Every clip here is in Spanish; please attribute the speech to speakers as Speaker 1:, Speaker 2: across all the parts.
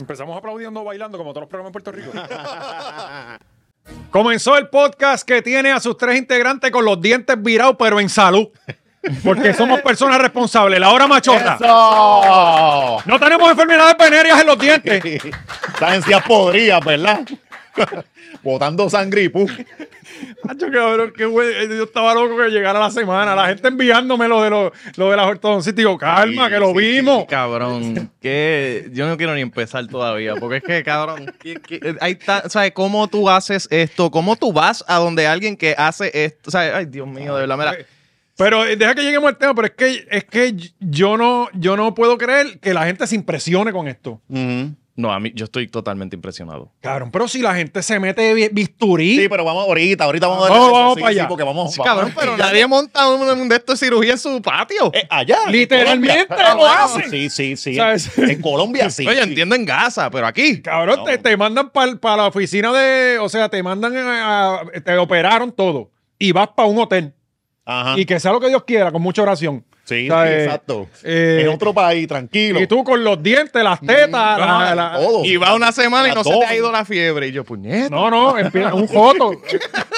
Speaker 1: Empezamos aplaudiendo, bailando, como todos los programas en Puerto Rico. Comenzó el podcast que tiene a sus tres integrantes con los dientes virados, pero en salud. Porque somos personas responsables. La hora machota.
Speaker 2: ¡Eso!
Speaker 1: No tenemos enfermedades venéreas en los dientes.
Speaker 2: Esta agencia podría, ¿verdad? Botando sangre y pu.
Speaker 1: Hacho, cabrón, qué güey. eh, Yo estaba loco que llegara la semana. La gente enviándome lo de, lo, lo de las ortodoncistas. Digo, calma,
Speaker 2: Sí,
Speaker 1: que lo
Speaker 2: sí,
Speaker 1: vimos.
Speaker 3: Cabrón, que yo no quiero ni empezar todavía, porque es que, cabrón, que- que- ahí está, o sea, ¿Cómo tú haces esto? ¿Cómo tú vas a donde alguien que hace esto? O sea, ay, Dios mío, de verdad, mira.
Speaker 1: Pero eh, deja que lleguemos al tema, pero es que, es que yo, no, yo no puedo creer que la gente se impresione con esto.
Speaker 3: No, a mí, yo estoy totalmente impresionado.
Speaker 1: Cabrón, pero si la gente se mete bi- bisturí.
Speaker 2: Sí, pero vamos ahorita, ahorita vamos a
Speaker 1: Vamos,
Speaker 2: eso,
Speaker 1: vamos
Speaker 2: sí,
Speaker 1: para
Speaker 2: sí,
Speaker 1: allá.
Speaker 2: porque vamos,
Speaker 3: Sí,
Speaker 2: vamos
Speaker 3: cabrón, pero
Speaker 2: allá.
Speaker 3: nadie monta un, un de estos cirugía en su patio.
Speaker 2: Eh, allá. en
Speaker 1: Literalmente
Speaker 2: Colombia. Ah,
Speaker 1: lo hacen.
Speaker 2: Sí, sí, sí.
Speaker 1: ¿Sabes?
Speaker 2: En Colombia sí.
Speaker 3: Oye,
Speaker 2: sí.
Speaker 3: entiendo en Gaza, pero aquí.
Speaker 1: Cabrón,
Speaker 2: No.
Speaker 1: te, te mandan para la oficina de. O sea, te mandan a. a- te operaron todo. Y vas para un hotel.
Speaker 2: Ajá.
Speaker 1: Y que sea lo que Dios quiera, con mucha oración.
Speaker 2: Ah. Sí,
Speaker 1: O sea,
Speaker 2: sí,
Speaker 1: eh,
Speaker 2: exacto.
Speaker 1: eh,
Speaker 2: en otro país, tranquilo.
Speaker 1: Y tú con los dientes, las
Speaker 3: Mm.
Speaker 1: tetas. la- la-
Speaker 2: Ah, todo.
Speaker 3: Y va una semana y no se te ha
Speaker 2: Abdomen.
Speaker 3: ido la fiebre. Y yo, puñeta.
Speaker 1: no, no, empie- un joto.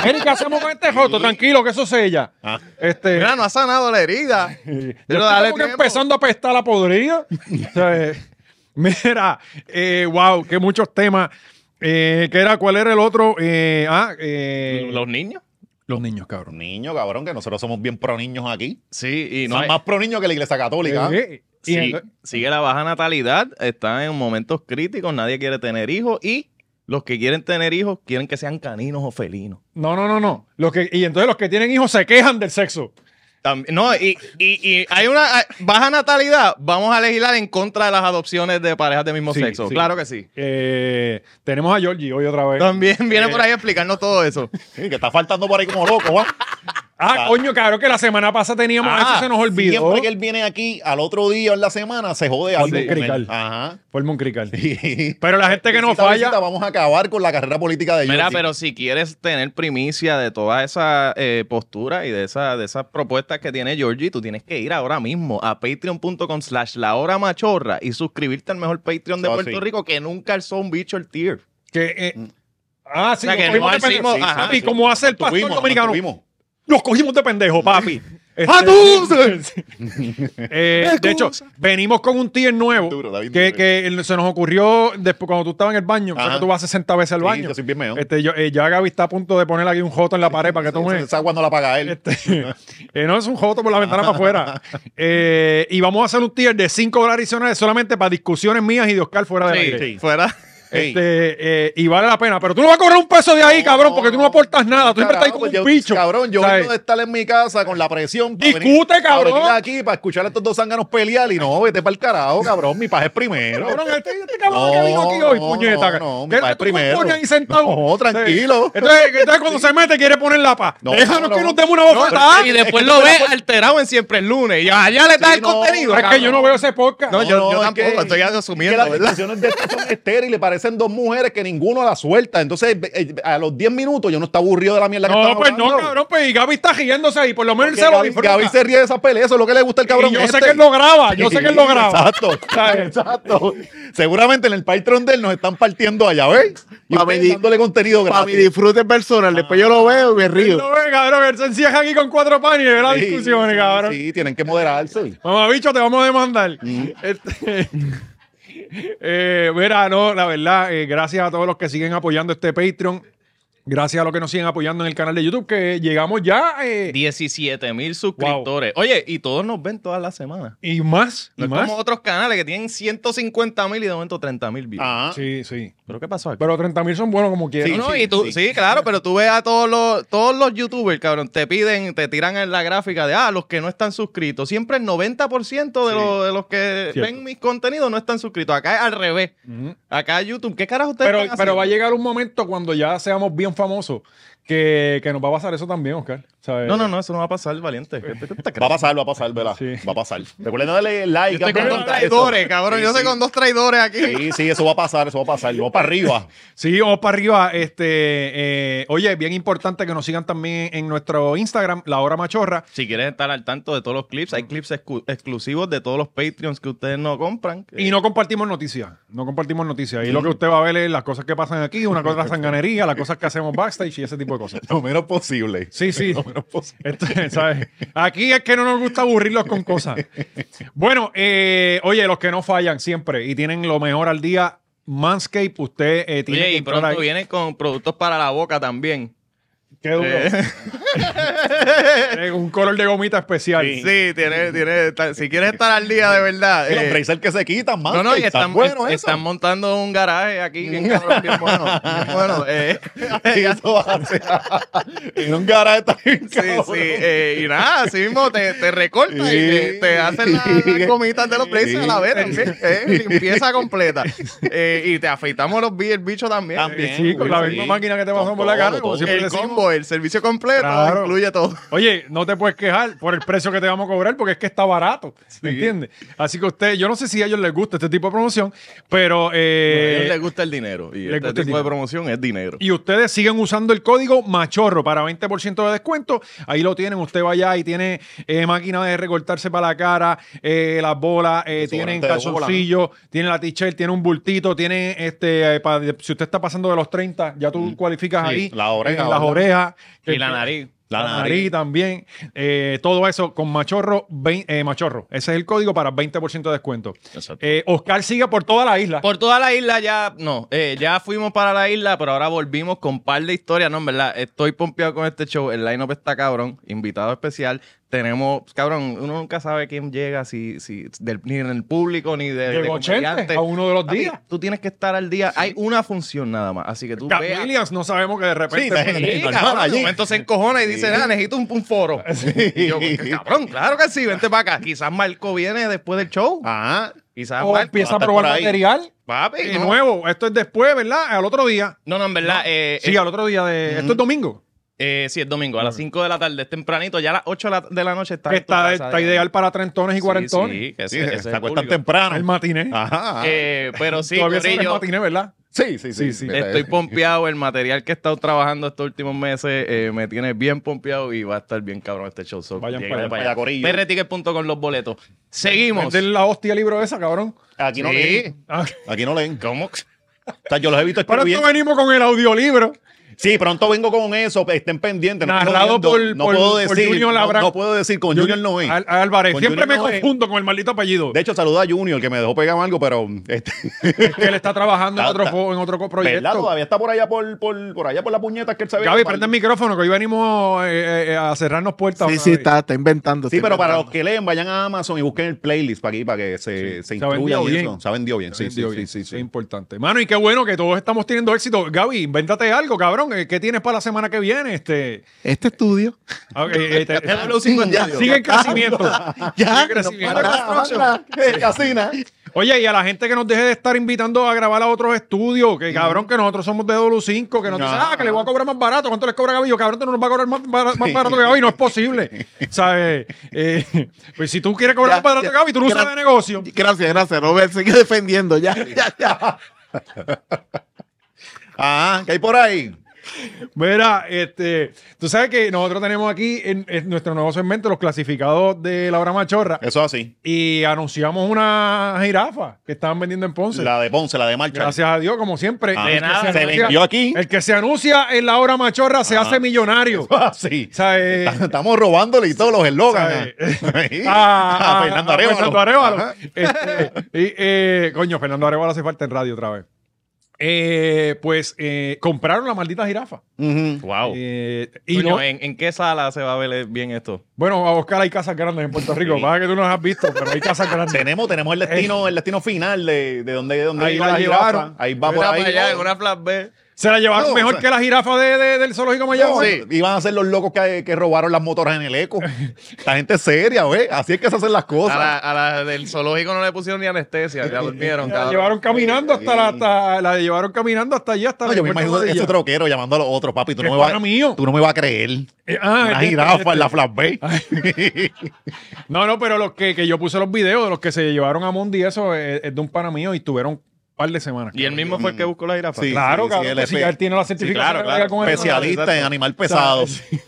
Speaker 1: Eric, ¿qué hacemos con este joto? Tranquilo, que eso sella.
Speaker 2: Ah.
Speaker 1: Este,
Speaker 3: Mira, no ha sanado la herida.
Speaker 1: Yo
Speaker 3: Pero
Speaker 1: estoy
Speaker 3: dale
Speaker 1: como que
Speaker 3: tiempo.
Speaker 1: empezando a apestar la podrida. O sea, eh, Mira, eh, wow, que muchos temas. Eh, ¿Qué era? ¿Cuál era el otro? Eh, ah, eh,
Speaker 3: ¿Los niños?
Speaker 1: los niños, cabrón.
Speaker 2: Niño, cabrón, que nosotros somos bien pro niños aquí.
Speaker 3: Sí, y no
Speaker 2: Son
Speaker 3: hay-
Speaker 2: más pro niños que la iglesia católica.
Speaker 1: Eh, y
Speaker 3: Sí,
Speaker 1: entonces-
Speaker 3: sigue la baja natalidad, está en momentos críticos, nadie quiere tener hijos y los que quieren tener hijos quieren que sean caninos o felinos.
Speaker 1: no, no, no, no. Los que, y entonces los que tienen hijos se quejan del sexo.
Speaker 3: Tam- no, y, y- y hay una hay- baja natalidad, vamos a legislar en contra de las adopciones de parejas de mismo
Speaker 1: Sí,
Speaker 3: sexo,
Speaker 1: sí. Pues,
Speaker 3: claro que sí.
Speaker 1: Eh, tenemos a Georgie hoy otra vez.
Speaker 3: También viene por ahí a explicarnos todo eso.
Speaker 2: Sí, que está faltando por ahí como loco, ¿va?
Speaker 1: Ah, coño, cabrón, que la semana pasada teníamos
Speaker 2: Ah,
Speaker 1: eso se nos olvidó.
Speaker 2: Siempre que él viene aquí al otro día o en la semana, se jode algo.
Speaker 1: Sí,
Speaker 2: con él.
Speaker 1: crical.
Speaker 2: Ajá.
Speaker 1: Forma un crical.
Speaker 2: Sí.
Speaker 1: Pero la gente que no
Speaker 2: Eh, Visita,
Speaker 1: falla.
Speaker 2: visita, vamos a acabar con la carrera política de
Speaker 3: Mira,
Speaker 2: Georgie.
Speaker 3: pero si quieres tener primicia de todas esas eh, posturas y de, esa, de esas propuestas que tiene Georgie, tú tienes que ir ahora mismo a patreon.com slash la hora machorra y suscribirte al mejor Patreon de
Speaker 2: Ah,
Speaker 3: Puerto
Speaker 2: sí.
Speaker 3: Rico que nunca alzó un bicho el tier.
Speaker 1: Que, eh,
Speaker 2: Mm.
Speaker 1: ah, sí,
Speaker 3: O sea, que
Speaker 1: nos cogimos
Speaker 3: no
Speaker 1: de pendejo.
Speaker 3: hicimos- ajá.
Speaker 1: Y como hace el pastor
Speaker 2: Tuvimos,
Speaker 1: dominicano,
Speaker 2: tuvimos.
Speaker 1: nos cogimos de pendejo, papi. Este,
Speaker 3: ¡Ah, tú!
Speaker 1: eh, de hecho, venimos con un tier nuevo
Speaker 2: Duro, David,
Speaker 1: que,
Speaker 2: duro.
Speaker 1: que se nos ocurrió después cuando tú estabas en el baño, que
Speaker 2: Ajá.
Speaker 1: tú vas 60 veces al
Speaker 2: Sí,
Speaker 1: baño.
Speaker 2: yo soy bien meón.
Speaker 1: Este, yo- eh, ya Gaby está a punto de poner aquí un joto en la pared para que
Speaker 2: Esa-
Speaker 1: tome.
Speaker 2: Esa cuando la paga él.
Speaker 1: Este, eh, no es un joto por la ventana para afuera. Eh, y vamos a hacer un tier de 5 dólares adicionales solamente para discusiones mías y de Oscar fuera del aire.
Speaker 3: Sí, fuera.
Speaker 2: Ey.
Speaker 1: Este, eh, y vale la pena. Pero tú no vas a cobrar un peso de ahí,
Speaker 2: No,
Speaker 1: cabrón, porque tú no aportas nada. Tú siempre estás ahí
Speaker 2: Carajo,
Speaker 1: como
Speaker 2: yo-
Speaker 1: un bicho.
Speaker 2: Cabrón, yo
Speaker 1: ¿sabes?
Speaker 2: vengo de estar en mi casa con la presión. pa'
Speaker 1: Discute,
Speaker 2: venir- pa'
Speaker 1: cabrón.
Speaker 2: venir aquí para escuchar a estos dos zánganos pelear y no, vete para el carajo, cabrón. Mi paje es primero.
Speaker 1: Cabrón, este, este cabrón que
Speaker 2: No,
Speaker 1: vino aquí hoy,
Speaker 2: no,
Speaker 1: puñeta.
Speaker 2: no, no, mi
Speaker 1: ¿Qué-
Speaker 2: padre
Speaker 1: tú
Speaker 2: primero.
Speaker 1: coño ahí sentado?
Speaker 2: No, tranquilo.
Speaker 1: Sí. Entonces, entonces cuando se mete quiere poner la paz.
Speaker 2: No,
Speaker 1: Déjanos
Speaker 2: no,
Speaker 1: que
Speaker 2: no.
Speaker 1: nos demos una Ah, bofetada.
Speaker 3: Ah, y después lo ve alterado en siempre el lunes. Y allá le das
Speaker 2: Sí,
Speaker 3: el
Speaker 2: no,
Speaker 3: contenido.
Speaker 1: es que yo no veo ese podcast.
Speaker 3: No, yo-
Speaker 2: es
Speaker 3: tampoco, estoy
Speaker 2: es
Speaker 3: asumiendo,
Speaker 2: que las
Speaker 3: ¿verdad?
Speaker 2: discusiones de estas son estériles, parecen dos mujeres que ninguno la suelta. Entonces, eh, a los 10 minutos yo no estaba aburrido de la mierda que
Speaker 1: no,
Speaker 2: estaba
Speaker 1: pues no,
Speaker 2: hablando.
Speaker 1: cabrón. Pues y Gaby está riéndose ahí. Por lo menos él
Speaker 2: Porque
Speaker 1: se lo
Speaker 2: Gaby,
Speaker 1: disfruta.
Speaker 2: Gaby se ríe de esas peleas, eso es lo que le gusta el cabrón.
Speaker 1: y yo sé
Speaker 2: este.
Speaker 1: que él lo graba. Yo sé que él lo graba.
Speaker 2: Exacto.
Speaker 1: ¿Sabes?
Speaker 2: exacto. Seguramente en el Patreon de él nos están partiendo allá, ¿ves? Y
Speaker 4: Pa'
Speaker 2: ustedes
Speaker 4: mi-
Speaker 2: dándole contenido
Speaker 4: Para mi
Speaker 2: gratis.
Speaker 4: disfrute personal, después yo lo
Speaker 3: Ah,
Speaker 4: veo y me
Speaker 1: Él
Speaker 4: río.
Speaker 1: lo ve, cabrón. Él se encierra aquí con cuatro panes y ve las
Speaker 2: Sí,
Speaker 1: discusiones,
Speaker 2: sí,
Speaker 1: cabrón.
Speaker 2: Sí, tienen que moderarse.
Speaker 1: Mamá bicho, te vamos a demandar. Este, eh, mira, no, la verdad, eh, gracias a todos los que siguen apoyando este Patreon. Gracias a los que nos siguen apoyando en el canal de YouTube, que llegamos ya eh,
Speaker 3: 17 mil suscriptores. Oye, y todos nos ven todas las semanas.
Speaker 1: y más, y
Speaker 3: No es
Speaker 1: más.
Speaker 3: como otros canales que tienen 150 mil y de momento 30 mil
Speaker 4: Ah.
Speaker 3: views.
Speaker 2: Ajá.
Speaker 1: Sí, sí.
Speaker 3: ¿Pero qué pasó aquí?
Speaker 1: Pero 30 mil son buenos como quieran.
Speaker 3: No, no,
Speaker 2: sí,
Speaker 3: y tú-
Speaker 2: sí.
Speaker 3: sí. claro, pero tú ves a todos los, todos los youtubers, cabrón, te piden, te tiran en la gráfica de, ah, los que no están suscritos. Siempre el 90% de, los, de los que
Speaker 1: Cierto.
Speaker 3: ven mis contenidos no están suscritos. Acá es al revés.
Speaker 1: Ujú.
Speaker 3: Acá YouTube, ¿qué carajo ustedes
Speaker 1: Pero,
Speaker 3: están
Speaker 1: pero va a
Speaker 3: haciendo?
Speaker 1: llegar un momento cuando ya seamos bien famosos que, que nos va a pasar eso también, Oscar. ¿sabes?
Speaker 3: No, no, no, eso no va a pasar, valiente. Este ¿Qué te- qué te
Speaker 2: Va a
Speaker 3: crees?
Speaker 2: pasar, va a pasar, ¿verdad?
Speaker 1: Sí.
Speaker 2: Va a pasar. Recuerden darle like.
Speaker 3: Yo estoy con
Speaker 2: campeón,
Speaker 3: dos
Speaker 2: esto.
Speaker 3: traidores, cabrón.
Speaker 2: Sí,
Speaker 3: Yo estoy
Speaker 2: sí.
Speaker 3: con dos traidores aquí.
Speaker 2: Sí, sí, eso va a pasar, eso va a pasar. Vamos para arriba.
Speaker 1: Sí, vamos para arriba. Este, eh, oye, bien importante que nos sigan también en nuestro Instagram, La Hora Machorra.
Speaker 3: Si quieres estar al tanto de todos los clips, hay clips excu- exclusivos de todos los Patreons que ustedes no compran. que-
Speaker 1: Y no compartimos noticias. No compartimos noticias. Y lo que usted va a ver es las cosas que pasan aquí, una cosa de la sanganería, las cosas que hacemos backstage y ese tipo de cosas.
Speaker 2: Lo menos posible.
Speaker 1: Sí, sí. Esto, ¿sabes? Aquí es que no nos gusta aburrirlos con cosas. Bueno, eh, oye, los que no fallan siempre y tienen lo mejor al día, Manscape, usted eh, tiene
Speaker 3: Oye,
Speaker 1: que
Speaker 3: y
Speaker 1: entrar
Speaker 3: pronto
Speaker 1: ahí.
Speaker 3: viene con productos para la boca también.
Speaker 1: Qué duro.
Speaker 3: Eh,
Speaker 1: Eh, un color de gomita especial.
Speaker 2: Sí.
Speaker 3: sí, tiene, tiene, ta- si quieres estar al día de verdad.
Speaker 2: Y los
Speaker 3: eh,
Speaker 2: braces que se quitan, más.
Speaker 3: no, no, y están,
Speaker 2: están buenos
Speaker 3: es-
Speaker 2: eso.
Speaker 3: están montando un garaje aquí, bien cabrón, bien bueno. bien bueno, eh.
Speaker 2: Y eso hace. en un garaje está bien,
Speaker 3: Sí, sí,
Speaker 2: cabrón.
Speaker 3: eh, y nada, así mismo te, te recorta y te, te hacen la- las gomitas de los places a la vez también, eh, limpieza completa. Eh, y te afeitamos los bi- el bicho también.
Speaker 2: También.
Speaker 1: Sí, con la
Speaker 2: Sí.
Speaker 1: misma máquina que te
Speaker 2: Con
Speaker 1: pasamos por la cara,
Speaker 2: todo,
Speaker 1: como
Speaker 2: todo.
Speaker 1: siempre
Speaker 3: el
Speaker 1: decimos.
Speaker 3: combo, el servicio completo,
Speaker 1: Claro.
Speaker 3: incluye todo.
Speaker 1: Oye, no te puedes quejar por el precio que te vamos a cobrar porque es que está barato, ¿me entiendes? Así que usted, yo no sé si a ellos les gusta este tipo de promoción, pero eh,
Speaker 3: a ellos les gusta el dinero y
Speaker 1: les
Speaker 3: este
Speaker 1: gusta
Speaker 3: tipo
Speaker 1: el
Speaker 3: de
Speaker 1: dinero.
Speaker 3: promoción es dinero.
Speaker 1: Y ustedes siguen usando el código machorro para 20% de descuento. Ahí lo tienen. Usted va allá y tiene eh, máquina de recortarse para la cara, eh, las bolas, eh, tienen
Speaker 2: Desodorante de bola,
Speaker 1: calzoncillos, tiene la t-shirt, tiene un bultito, tiene este. eh, pa- si usted está pasando de los 30, ya tú cualificas
Speaker 2: Mm. Sí,
Speaker 1: ahí.
Speaker 2: la oreja,
Speaker 1: Eh, las
Speaker 2: ¿verdad?
Speaker 1: orejas. este,
Speaker 3: Y la nariz.
Speaker 1: La
Speaker 2: La
Speaker 1: nariz,
Speaker 2: nariz.
Speaker 1: también. Eh, todo eso con machorro, vein- eh, machorro. Ese es el código para 20% de descuento.
Speaker 3: Exacto.
Speaker 1: Eh, Oscar sigue por toda la isla.
Speaker 3: Por toda la isla ya, no, eh, ya fuimos para la isla, pero ahora volvimos con par de historias, no, en verdad, estoy pompeado con este show, el line-up está cabrón, invitado especial, tenemos, cabrón, uno nunca sabe quién llega, si, si del, ni en el público, ni de, de
Speaker 1: Llegó
Speaker 3: comediante.
Speaker 1: Chente a uno de los
Speaker 3: Papi,
Speaker 1: días.
Speaker 3: Tú tienes que estar al día, hay una función nada más, así que tú
Speaker 1: Cat
Speaker 3: veas.
Speaker 1: Williams, no sabemos que de repente.
Speaker 2: Sí,
Speaker 1: pues,
Speaker 2: de-
Speaker 3: Sí,
Speaker 2: normal,
Speaker 3: cabrón, de
Speaker 2: allí.
Speaker 3: momento se encojona y dice, ah, necesito un, un foro. Y yo, "Pues, cabrón, claro que sí, vente para acá. Quizás Marco viene después del show.
Speaker 2: Ajá.
Speaker 3: Quizás
Speaker 1: Ah. o
Speaker 3: Marco-
Speaker 1: empieza a
Speaker 2: hasta
Speaker 1: probar
Speaker 2: por ahí.
Speaker 1: material.
Speaker 3: Papi,
Speaker 1: De
Speaker 3: no.
Speaker 1: nuevo, esto es después, ¿verdad? Al otro día.
Speaker 3: No, no, en verdad. eh,
Speaker 1: Sí,
Speaker 3: eh,
Speaker 1: al otro día de. Esto es domingo.
Speaker 3: eh, sí, es domingo, a las 5 de la tarde, es tempranito, ya a las 8 de la, de la noche está.
Speaker 1: Mm. Que
Speaker 3: en tu
Speaker 1: está,
Speaker 3: casa,
Speaker 1: está
Speaker 3: ya.
Speaker 1: ideal para trentones y
Speaker 3: Sí,
Speaker 1: cuarentones.
Speaker 3: Sí, que ese-
Speaker 2: Sí, Ah,
Speaker 3: ese es
Speaker 2: se
Speaker 3: el
Speaker 2: acuestan
Speaker 3: público.
Speaker 1: El
Speaker 2: temprano.
Speaker 1: matiné.
Speaker 5: Ah.
Speaker 2: Ajá.
Speaker 3: Eh, pero sí,
Speaker 1: Todavía se
Speaker 3: corillo,
Speaker 1: matiné, ¿verdad?
Speaker 2: sí, sí,
Speaker 1: sí,
Speaker 2: eh. sí.
Speaker 1: sí.
Speaker 3: estoy pompeado. El material que he estado trabajando estos últimos meses eh, me tiene bien pompeado y va a estar bien cabrón este show. So,
Speaker 1: Vayan
Speaker 3: lleguen
Speaker 1: para allá,
Speaker 2: para allá, corillo.
Speaker 3: PRTicket.com los boletos. Seguimos.
Speaker 1: Venden la hostia libro esa, cabrón.
Speaker 2: Aquí no
Speaker 3: Sí.
Speaker 2: leen.
Speaker 1: Ah,
Speaker 2: Aquí no leen.
Speaker 3: ¿Cómo?
Speaker 2: O sea, yo los he visto
Speaker 1: Para
Speaker 2: escribiendo.
Speaker 1: esto venimos con el audiolibro.
Speaker 2: Sí, pronto vengo con eso, pues, estén pendientes. No,
Speaker 1: Narrado
Speaker 2: estoy
Speaker 1: por-
Speaker 2: viendo, no
Speaker 1: por-
Speaker 2: puedo
Speaker 1: por
Speaker 2: decir,
Speaker 1: Junior
Speaker 2: no,
Speaker 1: Labranco.
Speaker 2: no puedo decir con Junior Noé.
Speaker 1: Al- Álvarez.
Speaker 2: Con
Speaker 1: Siempre me
Speaker 2: Junior Noé.
Speaker 1: confundo con el maldito apellido.
Speaker 2: De hecho, saluda a Junior, que me dejó pegar algo, pero este,
Speaker 1: Es que él está trabajando en
Speaker 2: Está-
Speaker 1: otro,
Speaker 2: está-
Speaker 1: fo- en otro co-
Speaker 2: ¿verdad?
Speaker 1: proyecto.
Speaker 2: Todavía está por allá por, por, por allá por las puñetas que él sabía.
Speaker 1: Gaby, prende el micrófono que hoy venimos eh, eh, a cerrarnos puertas.
Speaker 5: Sí,
Speaker 1: una
Speaker 5: sí,
Speaker 1: vez.
Speaker 5: está, está inventando.
Speaker 2: Sí,
Speaker 5: está
Speaker 2: pero para los
Speaker 5: inventando.
Speaker 2: que leen, vayan a Amazon y busquen el playlist para aquí para que se, se
Speaker 1: Se ha vendido
Speaker 2: instruyan y
Speaker 1: bien.
Speaker 2: eso. Se ha vendido bien. Sí, sí,
Speaker 1: Vendido
Speaker 2: sí,
Speaker 1: bien.
Speaker 2: sí,
Speaker 1: Eso Es
Speaker 2: sí.
Speaker 1: importante. Mano, y qué bueno que todos estamos teniendo éxito. Gaby, invéntate algo, cabrón. Eh, ¿Qué tienes para la semana que viene? Este,
Speaker 5: Este estudio.
Speaker 1: ah, eh, eh, te-
Speaker 2: Ya,
Speaker 1: sigue en crecimiento. Sigue
Speaker 5: Ya.
Speaker 1: en crecimiento.
Speaker 2: Anda, anda, eh, Casina.
Speaker 1: Oye, y a la gente que nos deje de estar invitando a grabar a otros estudios, que cabrón, que nosotros somos de W5, que nos dicen, ah, que le voy a cobrar más barato. ¿Cuánto les cobra Gaby? Yo, cabrón, tú no nos va a cobrar más, bara- más barato que Gaby. No es posible. ¿Sabes? Eh, pues si tú quieres cobrar
Speaker 5: Ya,
Speaker 1: más barato
Speaker 5: ya.
Speaker 1: que Gaby, tú no
Speaker 5: Gra-
Speaker 1: sabes de negocio.
Speaker 5: Gracias, gracias, Robert. Sigue defendiendo. Ya, ya, ya.
Speaker 2: Ajá, Ah, ¿qué hay por ahí?
Speaker 1: Mira, este, tú sabes que nosotros tenemos aquí en, en nuestro nuevo segmento los clasificados de la hora machorra
Speaker 2: Eso así.
Speaker 1: y anunciamos una jirafa que estaban vendiendo en Ponce.
Speaker 2: La de Ponce, la de marcha.
Speaker 1: Gracias a Dios, como siempre.
Speaker 2: Ah,
Speaker 1: El
Speaker 3: de
Speaker 1: que
Speaker 3: nada.
Speaker 1: se
Speaker 2: Se
Speaker 1: anuncia-
Speaker 2: vendió aquí. Ah.
Speaker 1: El que se anuncia en la hora machorra se hace millonario. O
Speaker 2: Así.
Speaker 1: sea, eh,
Speaker 2: Estamos robándole y todos los eslogans.
Speaker 1: a- a-
Speaker 2: A
Speaker 1: Ah, a
Speaker 2: Fernando Arevalo.
Speaker 1: Fernando Arevalo.
Speaker 2: Ajá.
Speaker 1: Este, y, eh, coño, Fernando Arevalo hace falta en radio otra vez. Eh, pues eh, compraron la maldita jirafa.
Speaker 2: Ujú.
Speaker 3: Wow.
Speaker 1: Eh, y
Speaker 3: Coño,
Speaker 1: no,
Speaker 3: ¿en, en qué sala se va a ver bien esto?
Speaker 1: Bueno, a buscar hay casas grandes en Puerto Rico. Pasa que tú no las has visto, pero hay casas grandes.
Speaker 2: Tenemos, tenemos el destino, el destino final de, de donde, de donde
Speaker 1: Eh. Ahí
Speaker 2: iba
Speaker 1: la
Speaker 2: jirafa.
Speaker 1: llevaron.
Speaker 2: Ahí va
Speaker 3: Mira
Speaker 2: por
Speaker 3: para allá,
Speaker 2: ahí.
Speaker 3: en una flash B.
Speaker 1: Se la llevaron
Speaker 2: No,
Speaker 1: mejor
Speaker 2: o sea-
Speaker 1: que la jirafa de, de- del zoológico
Speaker 2: No,
Speaker 1: Mayagüez.
Speaker 2: sí, iban a ser los locos que, que robaron las motoras en el eco. La gente es seria, güey. Así es que se hacen las
Speaker 5: A
Speaker 2: cosas.
Speaker 5: la, a la del zoológico no le pusieron ni anestesia, ya durmieron.
Speaker 1: La
Speaker 5: cabrón.
Speaker 1: llevaron caminando hasta la, hasta- la llevaron caminando hasta allá hasta
Speaker 2: No,
Speaker 1: el
Speaker 2: yo me
Speaker 1: aeropuerto
Speaker 2: imagino
Speaker 1: de
Speaker 2: ese
Speaker 1: Guadilla.
Speaker 2: troquero llamando a los otros, papi. Tú
Speaker 1: Que
Speaker 2: no me
Speaker 1: es
Speaker 2: vas,
Speaker 1: pana mío.
Speaker 2: tú no me vas a creer.
Speaker 1: Eh, ah,
Speaker 2: Una
Speaker 1: este,
Speaker 2: jirafa
Speaker 1: este.
Speaker 2: en la Flash Bay.
Speaker 1: No, no, pero los que, que yo puse los videos de los que se llevaron a Mondi, eso es, es de un pana mío y estuvieron un par de semanas.
Speaker 5: Y él mismo fue el que buscó la jirafa.
Speaker 2: Sí.
Speaker 1: claro, cabrón,
Speaker 2: él
Speaker 1: que
Speaker 2: es
Speaker 1: sí,
Speaker 2: pe-
Speaker 1: él tiene la certificación
Speaker 5: claro, claro,
Speaker 1: con el-
Speaker 2: Especialista en animal pesado. Sí,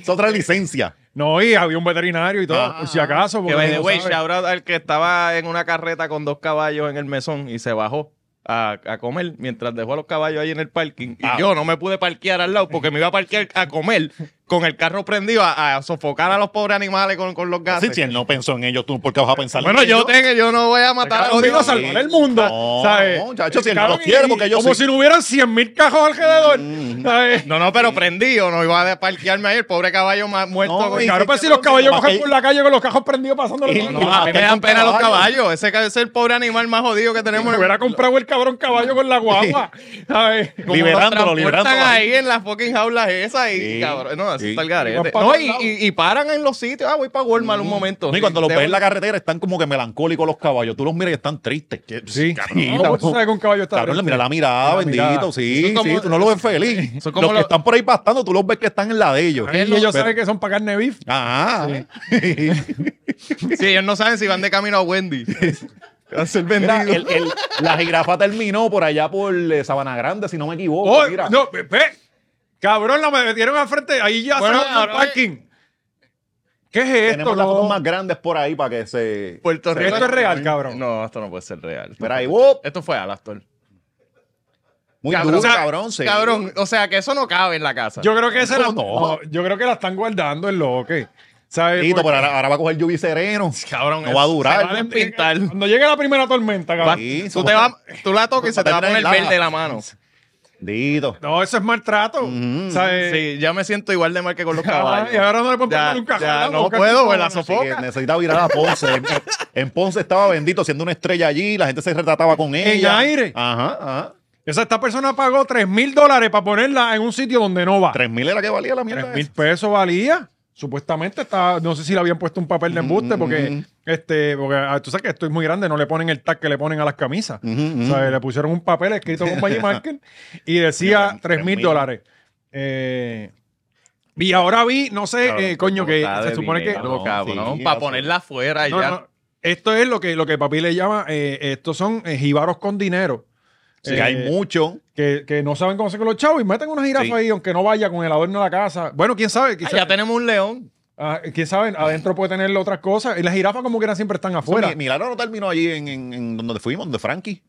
Speaker 2: es otra licencia.
Speaker 1: No, y había un veterinario y todo, por si acaso.
Speaker 5: Que
Speaker 1: porque
Speaker 5: by the
Speaker 1: no
Speaker 5: way,
Speaker 1: sabe.
Speaker 5: shout out al que estaba en una carreta con dos caballos en el mesón y se bajó a, a comer mientras dejó a los caballos ahí en el parking.
Speaker 2: Ah.
Speaker 5: Y yo no me pude parquear al lado porque me iba a parquear a comer con el carro prendido a, a sofocar a los pobres animales con, con los
Speaker 2: Así
Speaker 5: gases.
Speaker 2: si él no pensó en ellos, tú por qué vas a pensar
Speaker 5: bueno,
Speaker 2: en
Speaker 5: yo
Speaker 2: ellos?
Speaker 5: tengo, yo no voy a matar a
Speaker 1: Cabrón, vino a
Speaker 5: los
Speaker 1: salvar el mundo.
Speaker 2: No,
Speaker 1: ¿sabes?
Speaker 2: chacho, si él no
Speaker 1: Cabrón,
Speaker 2: los quiere,
Speaker 1: y-
Speaker 2: porque Mm. ellos
Speaker 1: Como
Speaker 2: sí.
Speaker 1: si no hubieran 100 mil cajos alrededor. ¿sabes?
Speaker 5: No, no, pero prendido, no iba a parquearme ahí, el pobre caballo ma- muerto.
Speaker 2: No,
Speaker 5: con-
Speaker 2: y-
Speaker 1: Claro,
Speaker 2: sí,
Speaker 1: pues si
Speaker 2: cabrón,
Speaker 1: los caballos
Speaker 2: que-
Speaker 1: cogen por la calle con los cajos prendidos pasando
Speaker 2: Y-
Speaker 1: los
Speaker 5: No, a mí me dan pena los caballos. Ese, ca- ese es el pobre animal más jodido que tenemos.
Speaker 1: Me hubiera comprado el cabrón caballo con la guagua. ¿sabes?
Speaker 5: Como
Speaker 2: Liberándolo,
Speaker 5: los transportan
Speaker 2: liberándolo.
Speaker 5: ahí en las fucking jaulas esas y
Speaker 2: Sí,
Speaker 5: cabrón. No, eso
Speaker 2: sí.
Speaker 5: está el garete.
Speaker 1: Van pa'
Speaker 5: No,
Speaker 1: todos
Speaker 5: y,
Speaker 1: lados.
Speaker 5: y- y paran en los sitios. Ah, voy para Walmart un momento.
Speaker 2: No, y cuando los
Speaker 5: De-
Speaker 2: ves en la carretera están como que melancólicos los caballos. Tú los miras y están tristes.
Speaker 1: Sí.
Speaker 2: Cabrón,
Speaker 1: ¿Cómo tú pues, sabes que un caballo está
Speaker 2: Cabrón,
Speaker 1: triste?
Speaker 2: mira
Speaker 5: eh,
Speaker 2: la mirada,
Speaker 1: La
Speaker 2: bendito.
Speaker 1: mirada.
Speaker 2: Sí,
Speaker 5: Son como-
Speaker 2: sí, tú no lo ves feliz.
Speaker 5: son como
Speaker 2: los que
Speaker 5: los-
Speaker 2: están por ahí pastando, tú los ves que están en la de ellos.
Speaker 1: Y ellos
Speaker 2: Pero- ah,
Speaker 1: saben que son para carne beef.
Speaker 2: Ajá.
Speaker 5: Sí, ellos no saben si van de camino a Wendy. a ser
Speaker 2: Mira,
Speaker 5: vendido.
Speaker 2: el- el- la jirafa terminó por allá por eh, Sabana Grande, si no me equivoco.
Speaker 1: Oh,
Speaker 2: pues, mira.
Speaker 1: no, ve, ve. Cabrón, la metieron al frente. Ahí ya
Speaker 5: Bueno,
Speaker 1: se va el
Speaker 5: ahora-
Speaker 1: parking. ¿Qué es esto?
Speaker 2: Tenemos las
Speaker 1: no?
Speaker 2: fotos más grandes por ahí para que se.
Speaker 5: Puerto
Speaker 1: Esto es real, cabrón.
Speaker 5: No, esto no puede ser real.
Speaker 2: Mira ahí, ¡wop!
Speaker 5: Esto fue Alastor.
Speaker 2: Muy
Speaker 5: Cabrón,
Speaker 2: duro,
Speaker 5: o sea,
Speaker 2: cabrón. sí.
Speaker 5: Cabrón, o sea que eso no cabe en la casa.
Speaker 1: Yo creo que esa la-
Speaker 2: ¿Cómo no?
Speaker 1: no, yo creo que la están guardando en lo que. ¿Sabes?
Speaker 2: Tito,
Speaker 1: Porque-
Speaker 2: pero ahora, ahora va a coger lluvia y sereno.
Speaker 5: Cabrón,
Speaker 2: No va a
Speaker 5: eso-
Speaker 2: durar.
Speaker 5: se van a pintar.
Speaker 1: Cuando llegue la primera tormenta, cabrón.
Speaker 2: Sí,
Speaker 5: tú,
Speaker 2: somos-
Speaker 5: te vas- tú la tocas y se te va a poner
Speaker 2: Termina en
Speaker 5: verde
Speaker 2: lava.
Speaker 5: la mano.
Speaker 2: Tito.
Speaker 1: No, eso es maltrato. ¿Sabes?
Speaker 5: Mm-hmm. Sí, ya me siento igual de mal que con los
Speaker 1: Ah, y
Speaker 5: caballos.
Speaker 1: ahora no le puedo
Speaker 5: Ya,
Speaker 1: poner un cajón.
Speaker 5: ya,
Speaker 1: ¿verdad?
Speaker 5: no
Speaker 1: Porque
Speaker 5: puedo,
Speaker 1: esto-
Speaker 5: güey, la
Speaker 2: Así que
Speaker 5: sofoca.
Speaker 2: necesitaba virar a Ponce. En, en Ponce estaba bendito, siendo una estrella allí, la gente se retrataba con
Speaker 1: En
Speaker 2: ella.
Speaker 1: aire.
Speaker 2: Ajá, ajá.
Speaker 1: O sea, esta persona pagó 3 mil dólares para ponerla en un sitio donde no va. 3
Speaker 2: Tres mil era que valía la mierda.
Speaker 1: mil
Speaker 2: esa.
Speaker 1: pesos valía. Supuestamente estaba, no sé si le habían puesto un
Speaker 5: Mm-hmm,
Speaker 1: papel de embuste porque, este, porque ah, tú sabes que esto es muy grande, no le ponen el tag que le ponen a las camisas.
Speaker 5: Mm-hmm,
Speaker 1: O sea, le pusieron un papel escrito con Magimarker y decía
Speaker 2: Tres-
Speaker 1: 3 mil
Speaker 2: tres mil.
Speaker 1: dólares. Eh, y ahora vi, no sé,
Speaker 5: Cabrón,
Speaker 1: eh, coño, que
Speaker 5: botada
Speaker 1: se
Speaker 5: de
Speaker 1: supone que...
Speaker 5: dinero,
Speaker 2: No,
Speaker 5: cabrón,
Speaker 2: sí,
Speaker 5: para
Speaker 2: no,
Speaker 5: ponerla afuera y
Speaker 1: No,
Speaker 5: ya. Ah,
Speaker 1: no, esto es lo que, lo que papi le llama, eh, estos son eh, jibaros con dinero.
Speaker 2: Sí,
Speaker 1: Eh,
Speaker 2: hay mucho.
Speaker 1: que, que no saben cómo hacer con los chavos y meten una jirafa
Speaker 2: Sí.
Speaker 1: ahí, aunque no vaya con el adorno de la casa. Bueno, quién sabe,
Speaker 5: Ah,
Speaker 1: quizás,
Speaker 5: ya tenemos un león.
Speaker 1: ah, quién sabe, adentro puede tener otras cosas. Y las jirafas, como quieran, siempre están afuera.
Speaker 2: Mi- Milagro no terminó allí en, en- en donde fuimos, donde Frankie.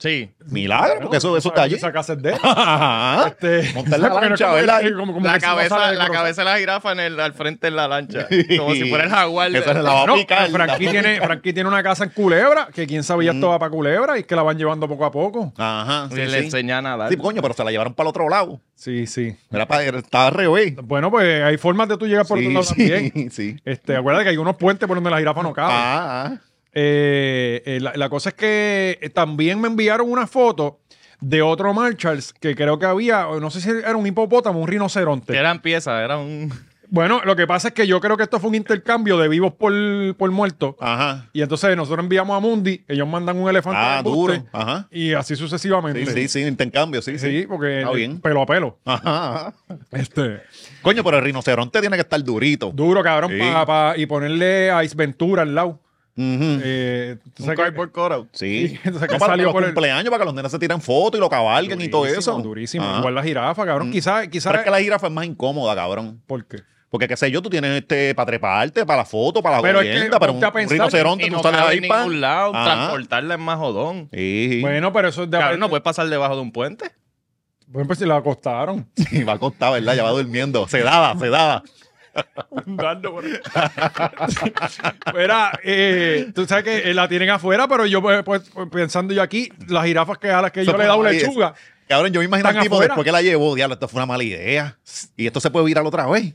Speaker 5: Sí.
Speaker 2: Milagro, porque eso, eso está allí.
Speaker 1: Esa casa es de él.
Speaker 2: Ajá.
Speaker 1: Este,
Speaker 2: Montar la
Speaker 1: porque no es
Speaker 2: lancha,
Speaker 1: como que-
Speaker 2: ¿verdad?
Speaker 1: eh, como- como
Speaker 5: La
Speaker 1: que si no sale
Speaker 5: cabeza,
Speaker 1: de
Speaker 5: la
Speaker 1: corazón.
Speaker 5: cabeza de la jirafa en el, al frente de la lancha. Como si fuera el jaguar.
Speaker 2: Esa es la
Speaker 1: No,
Speaker 2: picar, la
Speaker 1: Frankie
Speaker 2: va a
Speaker 1: tiene,
Speaker 2: picar.
Speaker 1: Frankie tiene una casa en Culebra, que quién
Speaker 5: Mm.
Speaker 1: sabía esto va para Culebra y es que la van llevando poco a poco.
Speaker 2: Ajá.
Speaker 5: Y
Speaker 2: Sí,
Speaker 5: le
Speaker 2: sí.
Speaker 5: enseña a nadar.
Speaker 2: Sí, pues, coño, pero se la llevaron para el otro lado.
Speaker 1: Sí, sí.
Speaker 2: Era para, estaba al revés.
Speaker 1: Bueno, pues hay formas de tú llegar por
Speaker 2: sí,
Speaker 1: otro lado también.
Speaker 2: sí, sí.
Speaker 1: Este, acuérdate que hay unos puentes por donde la jirafa no cabe.
Speaker 2: Ah, ah.
Speaker 1: Eh, eh, la, la cosa es que eh, también me enviaron una foto de otro Marshalls que creo que había, o no sé si era un hipopótamo, un rinoceronte.
Speaker 5: Que eran piezas, era un.
Speaker 1: Bueno, lo que pasa es que yo creo que esto fue un intercambio de vivos por, por muertos.
Speaker 2: Ah. Ajá.
Speaker 1: Y entonces nosotros enviamos a Mundi, ellos mandan un elefante.
Speaker 2: Ah,
Speaker 1: de embuste,
Speaker 2: duro. Ajá.
Speaker 1: Y así sucesivamente.
Speaker 2: Sí, sí, sí, intercambio, sí, sí.
Speaker 1: Sí, porque
Speaker 2: Está
Speaker 1: de-
Speaker 2: bien.
Speaker 1: pelo a pelo.
Speaker 2: Ajá, ajá.
Speaker 1: Este,
Speaker 2: Coño, pero el rinoceronte tiene que estar durito.
Speaker 1: duro, cabrón,
Speaker 2: Sí.
Speaker 1: pa- pa- y ponerle a Ice Ventura al lado.
Speaker 2: Ujú.
Speaker 1: Eh, tú
Speaker 5: Un
Speaker 1: sabes que-
Speaker 5: cardboard cutout.
Speaker 2: Sí.
Speaker 1: entonces que
Speaker 2: No, para
Speaker 1: salió
Speaker 2: los
Speaker 1: por el-
Speaker 2: cumpleaños, para que los nenes se tiran fotos y lo cabalguen y todo
Speaker 1: durísimo,
Speaker 2: eso.
Speaker 1: Durísimo.
Speaker 2: Ajá.
Speaker 1: Igual la jirafa, cabrón. Quizás, quizás.
Speaker 2: Pero es que la jirafa es más incómoda, cabrón.
Speaker 1: ¿Por qué?
Speaker 2: Porque, qué sé yo, tú tienes este para treparte, para la foto, para la
Speaker 1: Pero es que
Speaker 2: jodienda, pero un,
Speaker 1: ponte a
Speaker 2: un
Speaker 1: pensar,
Speaker 2: rinoceronte
Speaker 5: Y
Speaker 2: tú
Speaker 5: no
Speaker 2: sales
Speaker 5: cabe
Speaker 2: ahí
Speaker 5: en
Speaker 2: pa-
Speaker 5: ningún lado.
Speaker 2: Ajá.
Speaker 5: Transportarla es más jodón.
Speaker 2: Sí,
Speaker 1: Bueno, pero eso es de
Speaker 5: Cabrón, no puedes pasar debajo de un puente.
Speaker 1: Bueno, pues si la acostaron.
Speaker 2: sí, va a costar, ¿verdad? Ya va durmiendo. Se daba, se daba.
Speaker 1: Un dardo por ahí. Mira, eh, tú sabes que eh, la tienen afuera, pero yo pues, pues, pensando yo aquí, las jirafas que a las que yo
Speaker 2: Son
Speaker 1: le he dado
Speaker 2: como ahí,
Speaker 1: lechuga.
Speaker 2: Cabrón, yo me imagino al
Speaker 1: ¿Están
Speaker 2: tipo
Speaker 1: afuera?
Speaker 2: después que la llevó, diablo, esto fue una mala idea. Y esto se puede virar otra vez.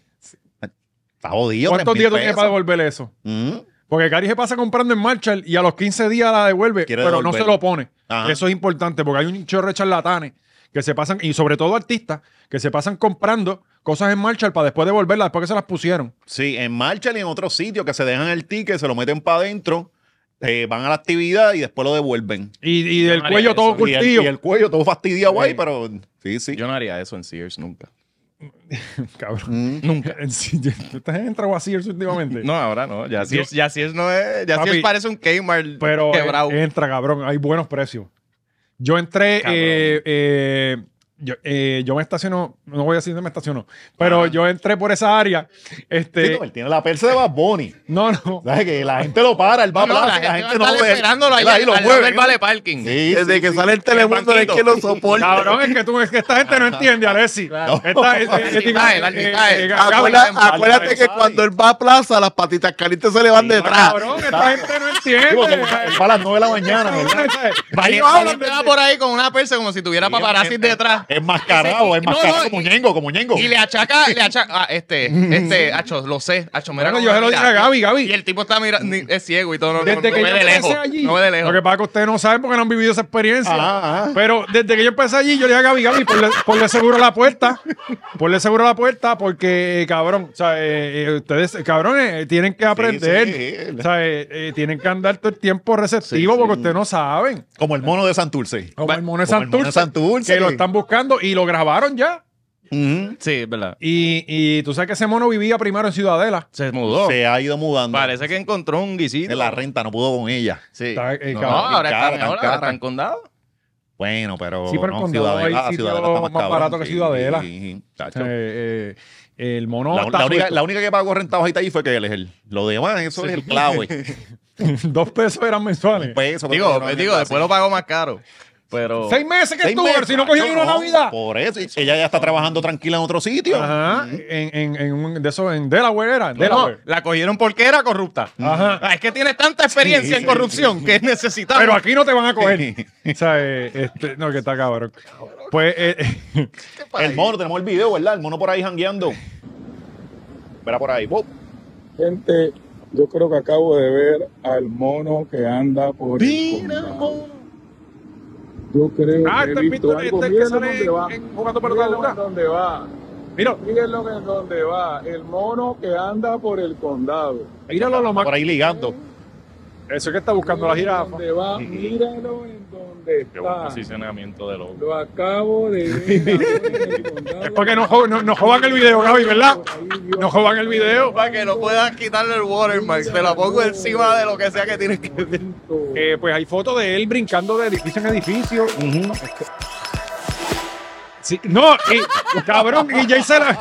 Speaker 2: Está jodido.
Speaker 1: ¿Cuántos
Speaker 2: 3.000
Speaker 1: días tú tienes
Speaker 2: pesos.
Speaker 1: para devolver eso?
Speaker 2: Mm,
Speaker 1: Porque Cari se pasa comprando en Marshall y a los 15 días la devuelve,
Speaker 2: Quiere
Speaker 1: pero no se
Speaker 2: devolverlo.
Speaker 1: lo pone.
Speaker 2: Ajá.
Speaker 1: Eso es importante porque hay un chorro de charlatanes que se pasan, y sobre todo artistas, que se pasan comprando cosas en Marshall para después devolverlas, después que se las pusieron.
Speaker 2: Sí, en Marshall y en otros sitios que se dejan el ticket, se lo meten para adentro, eh, van a la actividad y después lo devuelven.
Speaker 1: Y, y del
Speaker 5: no haría
Speaker 1: cuello
Speaker 5: eso.
Speaker 1: todo
Speaker 2: Y el,
Speaker 1: curtido.
Speaker 2: y el cuello todo fastidiado ahí,
Speaker 5: Sí.
Speaker 2: pero sí, sí.
Speaker 5: Yo no haría eso en Sears nunca.
Speaker 1: Cabrón.
Speaker 2: Mm.
Speaker 5: Nunca.
Speaker 1: Sí, yo- ¿Tú estás entrado así últimamente?
Speaker 5: No, ahora no. Ya Sears, ya Sears no es. Ya
Speaker 1: Papi,
Speaker 5: Sears parece un Kmart
Speaker 1: Pero
Speaker 5: quebrado.
Speaker 1: en- entra, cabrón. Hay buenos precios. Yo entré.
Speaker 5: Cabrón.
Speaker 1: eh, eh, yo, eh, yo me estaciono. No voy a decir dónde me estaciono. Pero yo entré por esa área.
Speaker 2: Sí,
Speaker 1: Este.
Speaker 2: no, él tiene la persa de Bad Bunny.
Speaker 1: no, no.
Speaker 2: ¿Sabes que La gente lo para, él va
Speaker 5: No,
Speaker 2: a
Speaker 5: no,
Speaker 2: plaza,
Speaker 5: la
Speaker 2: y
Speaker 5: gente va a estar
Speaker 2: lo ve.
Speaker 5: esperándolo
Speaker 2: Él
Speaker 5: allá
Speaker 2: ahí lo
Speaker 5: al lado
Speaker 2: mueve.
Speaker 5: del vale parking.
Speaker 2: Sí,
Speaker 6: Desde
Speaker 2: sí,
Speaker 6: que
Speaker 2: sí.
Speaker 6: sale el telemundo, no es
Speaker 5: banquito.
Speaker 6: que lo soporta.
Speaker 1: Cabrón, es que tú, es que esta gente no entiende, Alessi. Esta- es- es- es-
Speaker 5: Arbitraje, el arbitraje.
Speaker 1: eh, eh,
Speaker 6: Acuérdate,
Speaker 1: Gabriel,
Speaker 6: acuérdate que
Speaker 2: Ay.
Speaker 6: cuando él va a plaza, las patitas calientes se le van detrás.
Speaker 1: Cabrón, esta gente no entiende.
Speaker 2: Sí, porque él va- él va a las 9 de la mañana, ¿verdad? Va y
Speaker 5: Siempre
Speaker 2: hablan de-
Speaker 5: va por ahí con una persa como si tuviera paparazzi detrás.
Speaker 2: Enmascarado,
Speaker 5: Ese-
Speaker 2: enmascarado
Speaker 5: no, no,
Speaker 2: como
Speaker 5: y-
Speaker 2: ñengo, como ñengo.
Speaker 5: Y le achaca, le achaca, ah, este, este, acho, lo sé, acho, mira.
Speaker 1: Bueno,
Speaker 5: cómo
Speaker 1: yo
Speaker 5: me
Speaker 1: se lo
Speaker 5: mira.
Speaker 1: dije a Gaby, Gaby.
Speaker 5: Y el tipo está mirando, es ciego y todo, no, no,
Speaker 1: Desde
Speaker 5: no
Speaker 1: que
Speaker 5: ve
Speaker 1: yo
Speaker 5: de lejos,
Speaker 1: empecé allí.
Speaker 5: no Ah, ve de lejos.
Speaker 1: Lo que pasa es que ustedes no saben porque no han vivido esa experiencia.
Speaker 2: Ajá, ajá.
Speaker 1: Pero desde que yo empecé allí, yo le dije a Gaby, Gaby, ponle, ponle seguro a la puerta. Ponle seguro a la puerta porque, eh, cabrón, o sea, eh, eh, ustedes, eh, cabrones, eh, tienen que aprender.
Speaker 2: sí.
Speaker 1: O sea, eh, eh, tienen que andar todo el tiempo receptivo porque ustedes no saben.
Speaker 2: Como el mono de Santurce.
Speaker 1: Como el mono de
Speaker 2: Como el mono
Speaker 1: Santurce,
Speaker 2: de Santurce.
Speaker 1: Que lo están buscando y lo grabaron ya.
Speaker 2: Ujú.
Speaker 5: Sí, es verdad.
Speaker 1: Y, y tú sabes que ese mono vivía primero en Ciudadela.
Speaker 5: Se mudó.
Speaker 2: Se ha ido mudando.
Speaker 5: Parece que encontró un guisito.
Speaker 2: En la renta no pudo con ella.
Speaker 5: Sí.
Speaker 1: Está, eh,
Speaker 5: no,
Speaker 1: cabrón,
Speaker 5: ahora
Speaker 2: tan
Speaker 5: está
Speaker 2: cara, tan
Speaker 5: mejor, ahora
Speaker 2: cara.
Speaker 5: está en condado.
Speaker 2: Bueno, pero.
Speaker 1: Sí, pero en
Speaker 2: no,
Speaker 1: Condado hay
Speaker 2: Ciudadela-
Speaker 1: sitios
Speaker 2: Ciudadela está
Speaker 1: más barato que
Speaker 2: sí,
Speaker 1: Ciudadela.
Speaker 2: sí, sí, chacho.
Speaker 1: Eh, eh, el mono
Speaker 2: la,
Speaker 1: está
Speaker 2: la única,
Speaker 1: suelto.
Speaker 2: la única que pagó renta bajita ahí fue que él es el. Lo demás, eso es el clavo. eh.
Speaker 1: Dos pesos eran mensuales.
Speaker 2: Peso,
Speaker 5: Digo,
Speaker 2: pero-
Speaker 5: digo, después lo pago más caro. Pero.
Speaker 1: Seis meses que
Speaker 2: Seis
Speaker 1: estuvo,
Speaker 2: meses,
Speaker 1: si no cogió
Speaker 2: chacho,
Speaker 1: ni una
Speaker 2: no,
Speaker 1: Navidad.
Speaker 2: Por eso. y Ella ya está trabajando tranquila en otro sitio.
Speaker 1: Ajá, en, en, en un- de eso, en Delaware era. en
Speaker 5: No, no,
Speaker 1: Delaware.
Speaker 5: la cogieron porque era corrupta.
Speaker 1: Ajá.
Speaker 5: Ah, Es que tienes tanta experiencia en corrupción que necesitamos.
Speaker 1: Pero aquí no te van a coger. o sea, eh, este, no, que está cabrón. Pues, eh, eh,
Speaker 2: El mono, tenemos el video, ¿verdad? El mono por ahí jangueando. Verá por ahí. Wow.
Speaker 7: Gente, yo creo que acabo de ver al mono que anda por el condado. Yo creo
Speaker 1: Ah,
Speaker 7: que
Speaker 1: este
Speaker 7: he
Speaker 1: es
Speaker 7: visto
Speaker 1: Víctor,
Speaker 7: algo.
Speaker 1: este es que
Speaker 7: Mírenlo
Speaker 1: sale
Speaker 7: dónde va.
Speaker 1: en- en Jugando por la
Speaker 7: Mírenlo
Speaker 1: Luna.
Speaker 7: en dónde va.
Speaker 1: mira,
Speaker 7: Mírenlo en dónde va. El mono que anda por el condado.
Speaker 1: míralo lo más.
Speaker 2: Por ahí ligando.
Speaker 1: Eso es que está buscando la
Speaker 7: Mírenlo en
Speaker 1: jirafa.
Speaker 7: dónde va. Míralo en dónde está.
Speaker 5: posicionamiento de los.
Speaker 7: Lo acabo de ver. ahora en el condado.
Speaker 1: Es porque nos jo- no- nos jodan el video, Gaby, ¿verdad?
Speaker 7: Ahí vio
Speaker 1: Nos jodan el video.
Speaker 5: Para que no puedan quitarle el watermark. Te la pongo encima de lo que sea que tienes que ver.
Speaker 7: bonito.
Speaker 1: Eh, pues hay fotos de él brincando de edificio en edificio. Este, Sí, no, y, cabrón, y Jay se la.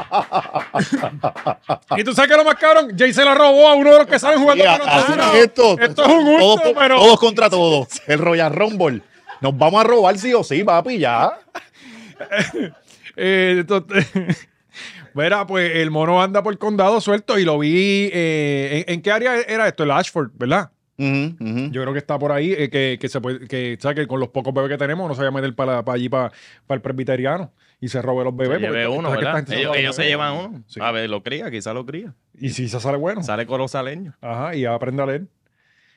Speaker 1: y tú sabes que lo más cabrón, Jay se la robó a uno de los que saben jugando
Speaker 2: Y a-
Speaker 1: con nosotros.
Speaker 2: así es esto.
Speaker 1: Esto es un
Speaker 2: Todos,
Speaker 1: gusto, pero.
Speaker 2: todos contra todos. El Royal Rumble. Nos vamos a robar sí o sí, papi, ya.
Speaker 1: Eh, entonces, Verá, pues el mono anda por el condado suelto y lo vi. eh, ¿en, en qué área era esto? El Ashford, ¿verdad?
Speaker 2: Ujú, ujú.
Speaker 1: Yo creo que está por ahí, eh, que, que se puede, que, ¿sabes? que con los pocos bebés que tenemos no se vaya a meter para, para allí, para, para el presbiteriano y se robe los bebés. porque esta- esta gente se roba los bebés.
Speaker 5: uno.
Speaker 1: Sí.
Speaker 5: ver, lo cría, quizá lo cría.
Speaker 1: Y si se sale bueno.
Speaker 5: Sale colosaleño.
Speaker 1: Ajá, y ya aprende a leer.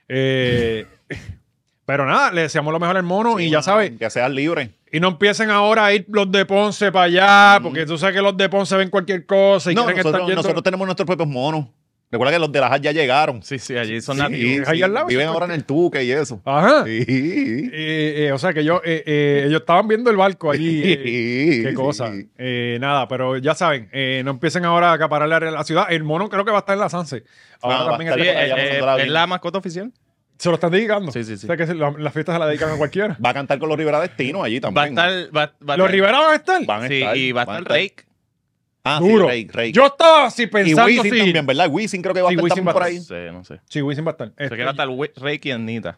Speaker 1: Eh, pero nada, le deseamos lo mejor al mono y ya sabes,
Speaker 2: Que seas libre.
Speaker 1: y no empiecen ahora a ir los de Ponce para allá, porque tú sabes que los de Ponce ven cualquier cosa y
Speaker 2: Mm. No,
Speaker 1: quieren estar
Speaker 2: nosotros,
Speaker 1: yendo-
Speaker 2: nosotros tenemos nuestros propios monos. Recuerda que los de la Haya ya llegaron.
Speaker 5: Sí, sí, allí son
Speaker 2: Sí,
Speaker 1: ahí
Speaker 2: sí,
Speaker 1: al lado,
Speaker 2: Viven
Speaker 1: sí,
Speaker 2: ahora en el Tuque y eso.
Speaker 1: Ajá.
Speaker 2: Sí.
Speaker 1: Eh, eh, o sea que yo, eh, eh, ellos estaban viendo el barco allí. eh,
Speaker 2: Sí,
Speaker 1: Qué
Speaker 2: sí.
Speaker 1: cosa. Eh, nada, pero ya saben, eh, no empiecen ahora a acaparar la, la ciudad. El mono creo que va a estar en la Sanse. Ahora
Speaker 2: Ah, va a
Speaker 1: también
Speaker 2: estar
Speaker 1: está-
Speaker 2: bien. allá
Speaker 5: Eh,
Speaker 2: pasándola
Speaker 5: eh, ¿Es
Speaker 2: bien.
Speaker 5: la mascota oficial?
Speaker 1: se lo están dedicando.
Speaker 5: Sí, sí, sí.
Speaker 1: O sea que se- la- las fiestas se las dedican a cualquiera.
Speaker 2: Va a cantar con los Rivera Destino allí
Speaker 5: Va a
Speaker 2: también.
Speaker 5: estar. Va, va a
Speaker 1: ¿Los
Speaker 5: estar-
Speaker 1: Rivera van a estar?
Speaker 2: Van a
Speaker 5: Sí,
Speaker 2: estar,
Speaker 5: y va a
Speaker 2: van
Speaker 5: estar Drake.
Speaker 2: Ah,
Speaker 1: Duro.
Speaker 2: sí, Drake, Drake.
Speaker 1: Yo estaba así
Speaker 2: y
Speaker 1: pensando
Speaker 2: Wisin
Speaker 1: si-
Speaker 2: también, ¿verdad? Wisin creo que va a
Speaker 1: Sí,
Speaker 2: estar
Speaker 1: Wisin
Speaker 2: también por
Speaker 1: va a
Speaker 2: ahí.
Speaker 5: No sé, no sé.
Speaker 1: Sí, Wisin va a estar.
Speaker 5: Se
Speaker 1: Este,
Speaker 5: queda hasta el we- Reiki en Nita.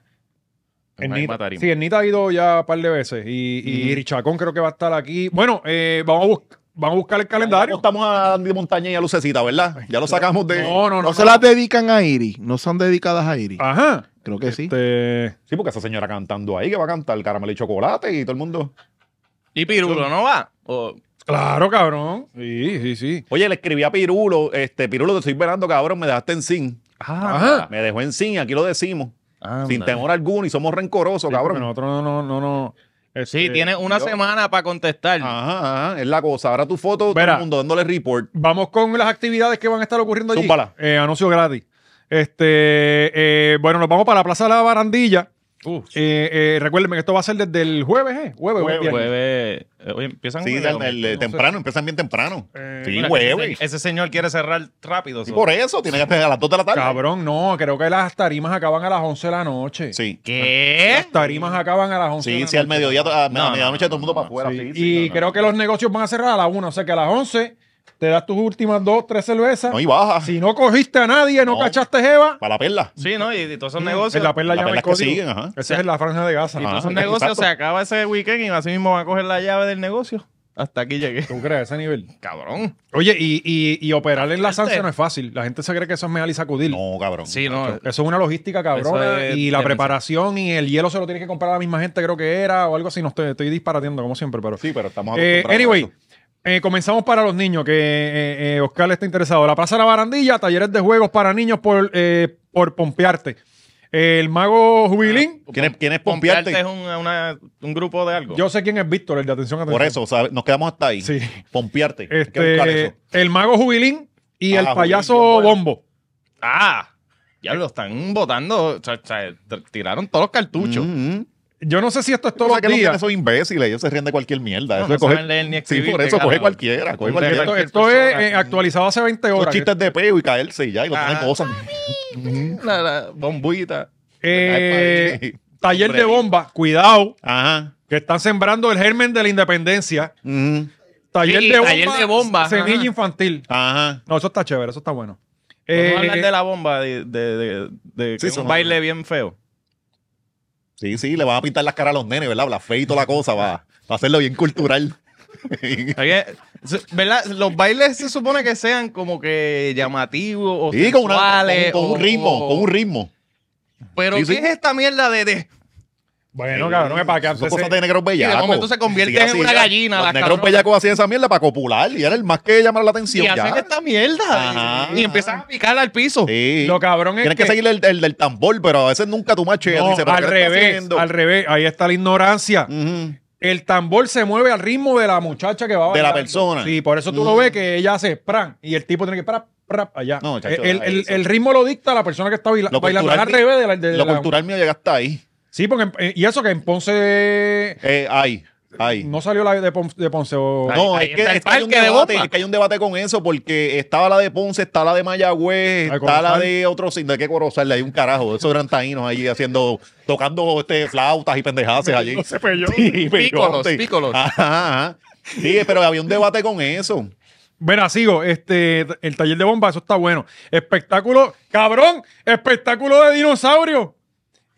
Speaker 5: En
Speaker 1: Ernita-
Speaker 5: la tarima.
Speaker 1: sí, Ernita ha ido ya un par de veces. Y, y Richacón creo que va a estar aquí. Bueno, eh, vamos, a bus- vamos a buscar el calendario.
Speaker 2: Estamos a Andy Montaña y a Lucecita, ¿verdad? Ya lo sacamos de.
Speaker 1: No, no, no.
Speaker 6: No se
Speaker 1: no.
Speaker 6: las dedican a Iris. No son dedicadas a Iris.
Speaker 1: Ajá.
Speaker 6: Creo que sí.
Speaker 1: Este,
Speaker 2: Sí, porque esa señora cantando ahí que va a cantar caramelo y chocolate y todo el mundo.
Speaker 5: ¿Y Pirulo no va? O-
Speaker 1: Claro, cabrón. Sí, sí, sí.
Speaker 2: Oye, le escribí a Pirulo, este, Pirulo, te estoy velando, cabrón, me dejaste en sin.
Speaker 1: Ajá.
Speaker 2: Me dejó en sin, aquí lo decimos.
Speaker 5: Anda.
Speaker 2: Sin temor alguno y somos rencorosos,
Speaker 1: Ah, Sí, porque
Speaker 2: cabrón.
Speaker 1: Nosotros no, no, no, no. Este,
Speaker 5: Sí, tienes una
Speaker 2: yo- Ah,
Speaker 5: semana para contestar.
Speaker 2: Ajá, ajá, es la cosa. Ahora tu foto, todo
Speaker 1: Verá.
Speaker 2: el mundo dándole report.
Speaker 1: Vamos con las actividades que van a estar ocurriendo allí.
Speaker 2: Zúmbala.
Speaker 1: Eh, anuncio gratis. Este, eh, bueno, nos vamos para la Plaza de la Barandilla. Eh, eh, recuerden que esto va a ser desde el jueves, ¿eh? Jueves,
Speaker 5: Jueves,
Speaker 1: viernes.
Speaker 5: jueves. Eh, Oye, empiezan
Speaker 2: Sí,
Speaker 5: jueves,
Speaker 2: el-
Speaker 5: hombre.
Speaker 2: el- el temprano, empiezan bien temprano.
Speaker 1: Eh,
Speaker 2: sí,
Speaker 5: Mira,
Speaker 2: güey.
Speaker 5: ese, ese señor quiere cerrar rápido.
Speaker 2: Y
Speaker 5: so.
Speaker 2: por eso, tiene que estar a las 2 de la tarde.
Speaker 1: Cabrón, no, creo que las tarimas acaban a las 11 de la noche.
Speaker 2: Sí.
Speaker 5: ¿Qué?
Speaker 1: Las tarimas acaban a las 11 de
Speaker 2: Sí,
Speaker 1: la
Speaker 2: sí, al
Speaker 1: noche.
Speaker 2: mediodía, a
Speaker 5: No,
Speaker 2: la medianoche todo el mundo para afuera.
Speaker 1: Sí,
Speaker 2: sí,
Speaker 1: y
Speaker 2: sí, no, no.
Speaker 1: creo que los negocios van a cerrar a las 1, o sea que a las 11 te das tus últimas dos, tres cervezas.
Speaker 2: No, y baja.
Speaker 1: Si no cogiste a nadie, no,
Speaker 2: No.
Speaker 1: cachaste Jeva,
Speaker 2: Para la perla.
Speaker 5: Sí, ¿no? Y, y todos esos
Speaker 1: Mm, en
Speaker 5: negocios.
Speaker 1: la perla
Speaker 2: La
Speaker 1: llama
Speaker 2: perla
Speaker 1: el
Speaker 2: que
Speaker 1: código.
Speaker 2: siguen, ajá.
Speaker 1: Esa es la franja de Gaza.
Speaker 5: Y todos
Speaker 2: Ajá,
Speaker 5: esos negocios
Speaker 2: exacto.
Speaker 5: se acaba ese weekend y así mismo va a coger la llave del negocio. Hasta aquí llegué.
Speaker 1: ¿Tú crees a ese nivel?
Speaker 5: Cabrón.
Speaker 1: Oye, y, y, y operar en la
Speaker 5: Fuerte.
Speaker 1: Sanse no es fácil. La gente se cree que eso es meal y sacudir.
Speaker 2: Este No, cabrón.
Speaker 5: Sí, no. eh,
Speaker 1: Eso es una logística cabrona
Speaker 5: Eso es
Speaker 1: y la
Speaker 5: demasiado.
Speaker 1: preparación y el hielo se lo tienes que comprar a la misma gente, creo que era, o algo así. No estoy, estoy disparatiendo como siempre, pero.
Speaker 2: Sí, pero estamos
Speaker 1: Eh,
Speaker 2: acostumbrados a
Speaker 1: anyway,
Speaker 2: eso.
Speaker 1: eh, comenzamos para los niños, que eh, eh, Oscar está interesado. La Plaza de la Barandilla, talleres de juegos para niños por, eh, por pompearte. el mago Jubilín,
Speaker 2: ¿Quién es, quién es
Speaker 5: Pompearte es
Speaker 2: pompearte?
Speaker 5: un, una- un grupo de algo.
Speaker 1: yo sé quién es Víctor, el de atención a
Speaker 2: Ah. Por eso, o sea, nos quedamos hasta ahí.
Speaker 1: Sí.
Speaker 2: Pompearte. Hay que buscar
Speaker 1: Este,
Speaker 2: eso.
Speaker 1: el mago Jubilín y
Speaker 2: Ah,
Speaker 1: el
Speaker 2: Jubilín,
Speaker 1: payaso
Speaker 2: bien bueno.
Speaker 1: Bombo.
Speaker 5: ¡Ah! Ya lo están votando. O sea, o sea, t- tiraron todos los cartuchos.
Speaker 2: Mm, mm.
Speaker 1: Yo no sé si esto es
Speaker 2: Tú
Speaker 1: todos
Speaker 2: sabes que
Speaker 1: los
Speaker 2: no tienen
Speaker 1: días.
Speaker 2: esos imbéciles, ellos se ríen de cualquier mierda.
Speaker 5: No,
Speaker 2: Eso
Speaker 5: no
Speaker 2: es coger-
Speaker 5: saben leer ni
Speaker 2: Sí,
Speaker 5: escribir.
Speaker 2: por
Speaker 5: qué
Speaker 2: eso coge
Speaker 5: carajo.
Speaker 2: cualquiera, coge cualquiera.
Speaker 1: Esto,
Speaker 5: cualquier
Speaker 1: esto es
Speaker 5: persona.
Speaker 1: eh, actualizado hace 20
Speaker 2: Los
Speaker 1: horas.
Speaker 2: chistes de peo y caerse y ya, y los
Speaker 5: Ajá.
Speaker 2: traen cosas.
Speaker 5: La, la bombita.
Speaker 1: Eh,
Speaker 2: Ay, padre.
Speaker 1: taller de
Speaker 2: Hombre.
Speaker 1: bomba, cuidado,
Speaker 2: Ajá.
Speaker 1: que están sembrando el germen de la independencia.
Speaker 2: Mm,
Speaker 1: Taller,
Speaker 5: Sí,
Speaker 1: de, bomba,
Speaker 5: taller de bomba,
Speaker 1: Semilla
Speaker 5: ajá.
Speaker 1: infantil.
Speaker 2: Ajá.
Speaker 1: No, eso está chévere, eso está bueno.
Speaker 5: Vamos
Speaker 1: Eh,
Speaker 5: a hablar de la bomba de, de, de- de- que
Speaker 2: Sí,
Speaker 5: es
Speaker 2: son-
Speaker 5: un baile bien feo.
Speaker 2: Sí, sí, le van a pintar las caras a los nenes, ¿verdad? La fe y toda la cosa, va, va a hacerlo bien cultural.
Speaker 5: Está bien. S- ¿Verdad? Los bailes se supone que sean como que llamativos o
Speaker 2: Sí, con, una-
Speaker 5: sensuales,
Speaker 2: con- con un
Speaker 5: o-
Speaker 2: ritmo, con un ritmo.
Speaker 5: Pero
Speaker 2: Sí,
Speaker 5: ¿qué
Speaker 2: sí.
Speaker 5: es esta mierda de, de-
Speaker 1: Bueno, cabrón, es para que
Speaker 2: Son
Speaker 1: antes
Speaker 2: cosas
Speaker 1: se-
Speaker 2: de negros bellacos.
Speaker 5: Y de momento se convierten en
Speaker 2: así,
Speaker 5: una
Speaker 2: ya.
Speaker 5: gallina,
Speaker 2: Los
Speaker 5: las
Speaker 2: negros
Speaker 5: cabronas.
Speaker 2: bellacos hacían esa mierda para copular y era el más que llamar la atención.
Speaker 5: y hacen
Speaker 2: ya.
Speaker 5: esta mierda?
Speaker 2: Ajá.
Speaker 5: Y, y empiezan a picar al piso.
Speaker 2: Sí.
Speaker 1: Lo cabrón es
Speaker 2: Tienes que,
Speaker 1: que-
Speaker 2: seguir el, el del tambor, pero a veces nunca tú macheas.
Speaker 1: No,
Speaker 2: dices, ¿pero
Speaker 1: al
Speaker 2: qué le estás
Speaker 1: revés,
Speaker 2: haciendo? Mm-hmm.
Speaker 1: al revés, ahí está la ignorancia.
Speaker 2: Ujú.
Speaker 1: El tambor se mueve al ritmo de la muchacha que va
Speaker 2: De la
Speaker 1: bailando.
Speaker 2: persona. Mm.
Speaker 1: Sí, por eso tú lo ves que ella hace pran y el tipo tiene que para allá.
Speaker 2: No, chacho,
Speaker 1: el, el-
Speaker 2: eso.
Speaker 1: el ritmo lo dicta la persona que está baila-
Speaker 2: Lo
Speaker 1: bailando es
Speaker 2: cultural
Speaker 1: al
Speaker 2: mío-
Speaker 1: revés de la, de
Speaker 2: Lo
Speaker 1: la-
Speaker 2: cultural mío llega hasta ahí.
Speaker 1: Sí, porque en- eh, y eso que en Ponce
Speaker 2: Eh, ahí, ahí.
Speaker 1: no salió la de Ponce, de Ponce o-
Speaker 5: Ahí-
Speaker 2: No,
Speaker 5: ahí
Speaker 2: es, que,
Speaker 5: está el
Speaker 2: es que hay un
Speaker 5: parque de
Speaker 2: debate,
Speaker 5: bomba.
Speaker 2: es que hay un debate con eso, porque estaba la de Ponce, está la de Mayagüez,
Speaker 1: Ay,
Speaker 2: está la
Speaker 1: Corozal.
Speaker 2: de otro sin de qué corozarle, hay un carajo, esos eran taínos ahí haciendo, tocando este flautas y pendejaces allí.
Speaker 1: No se peleó.
Speaker 2: Sí,
Speaker 5: Pícolos,
Speaker 2: peyote.
Speaker 5: pícolos.
Speaker 2: Ajá, ajá. Sí, pero había un debate con eso.
Speaker 1: Verá, sigo. Este, el taller de bomba, eso está bueno. Espectáculo, cabrón, espectáculo de dinosaurio.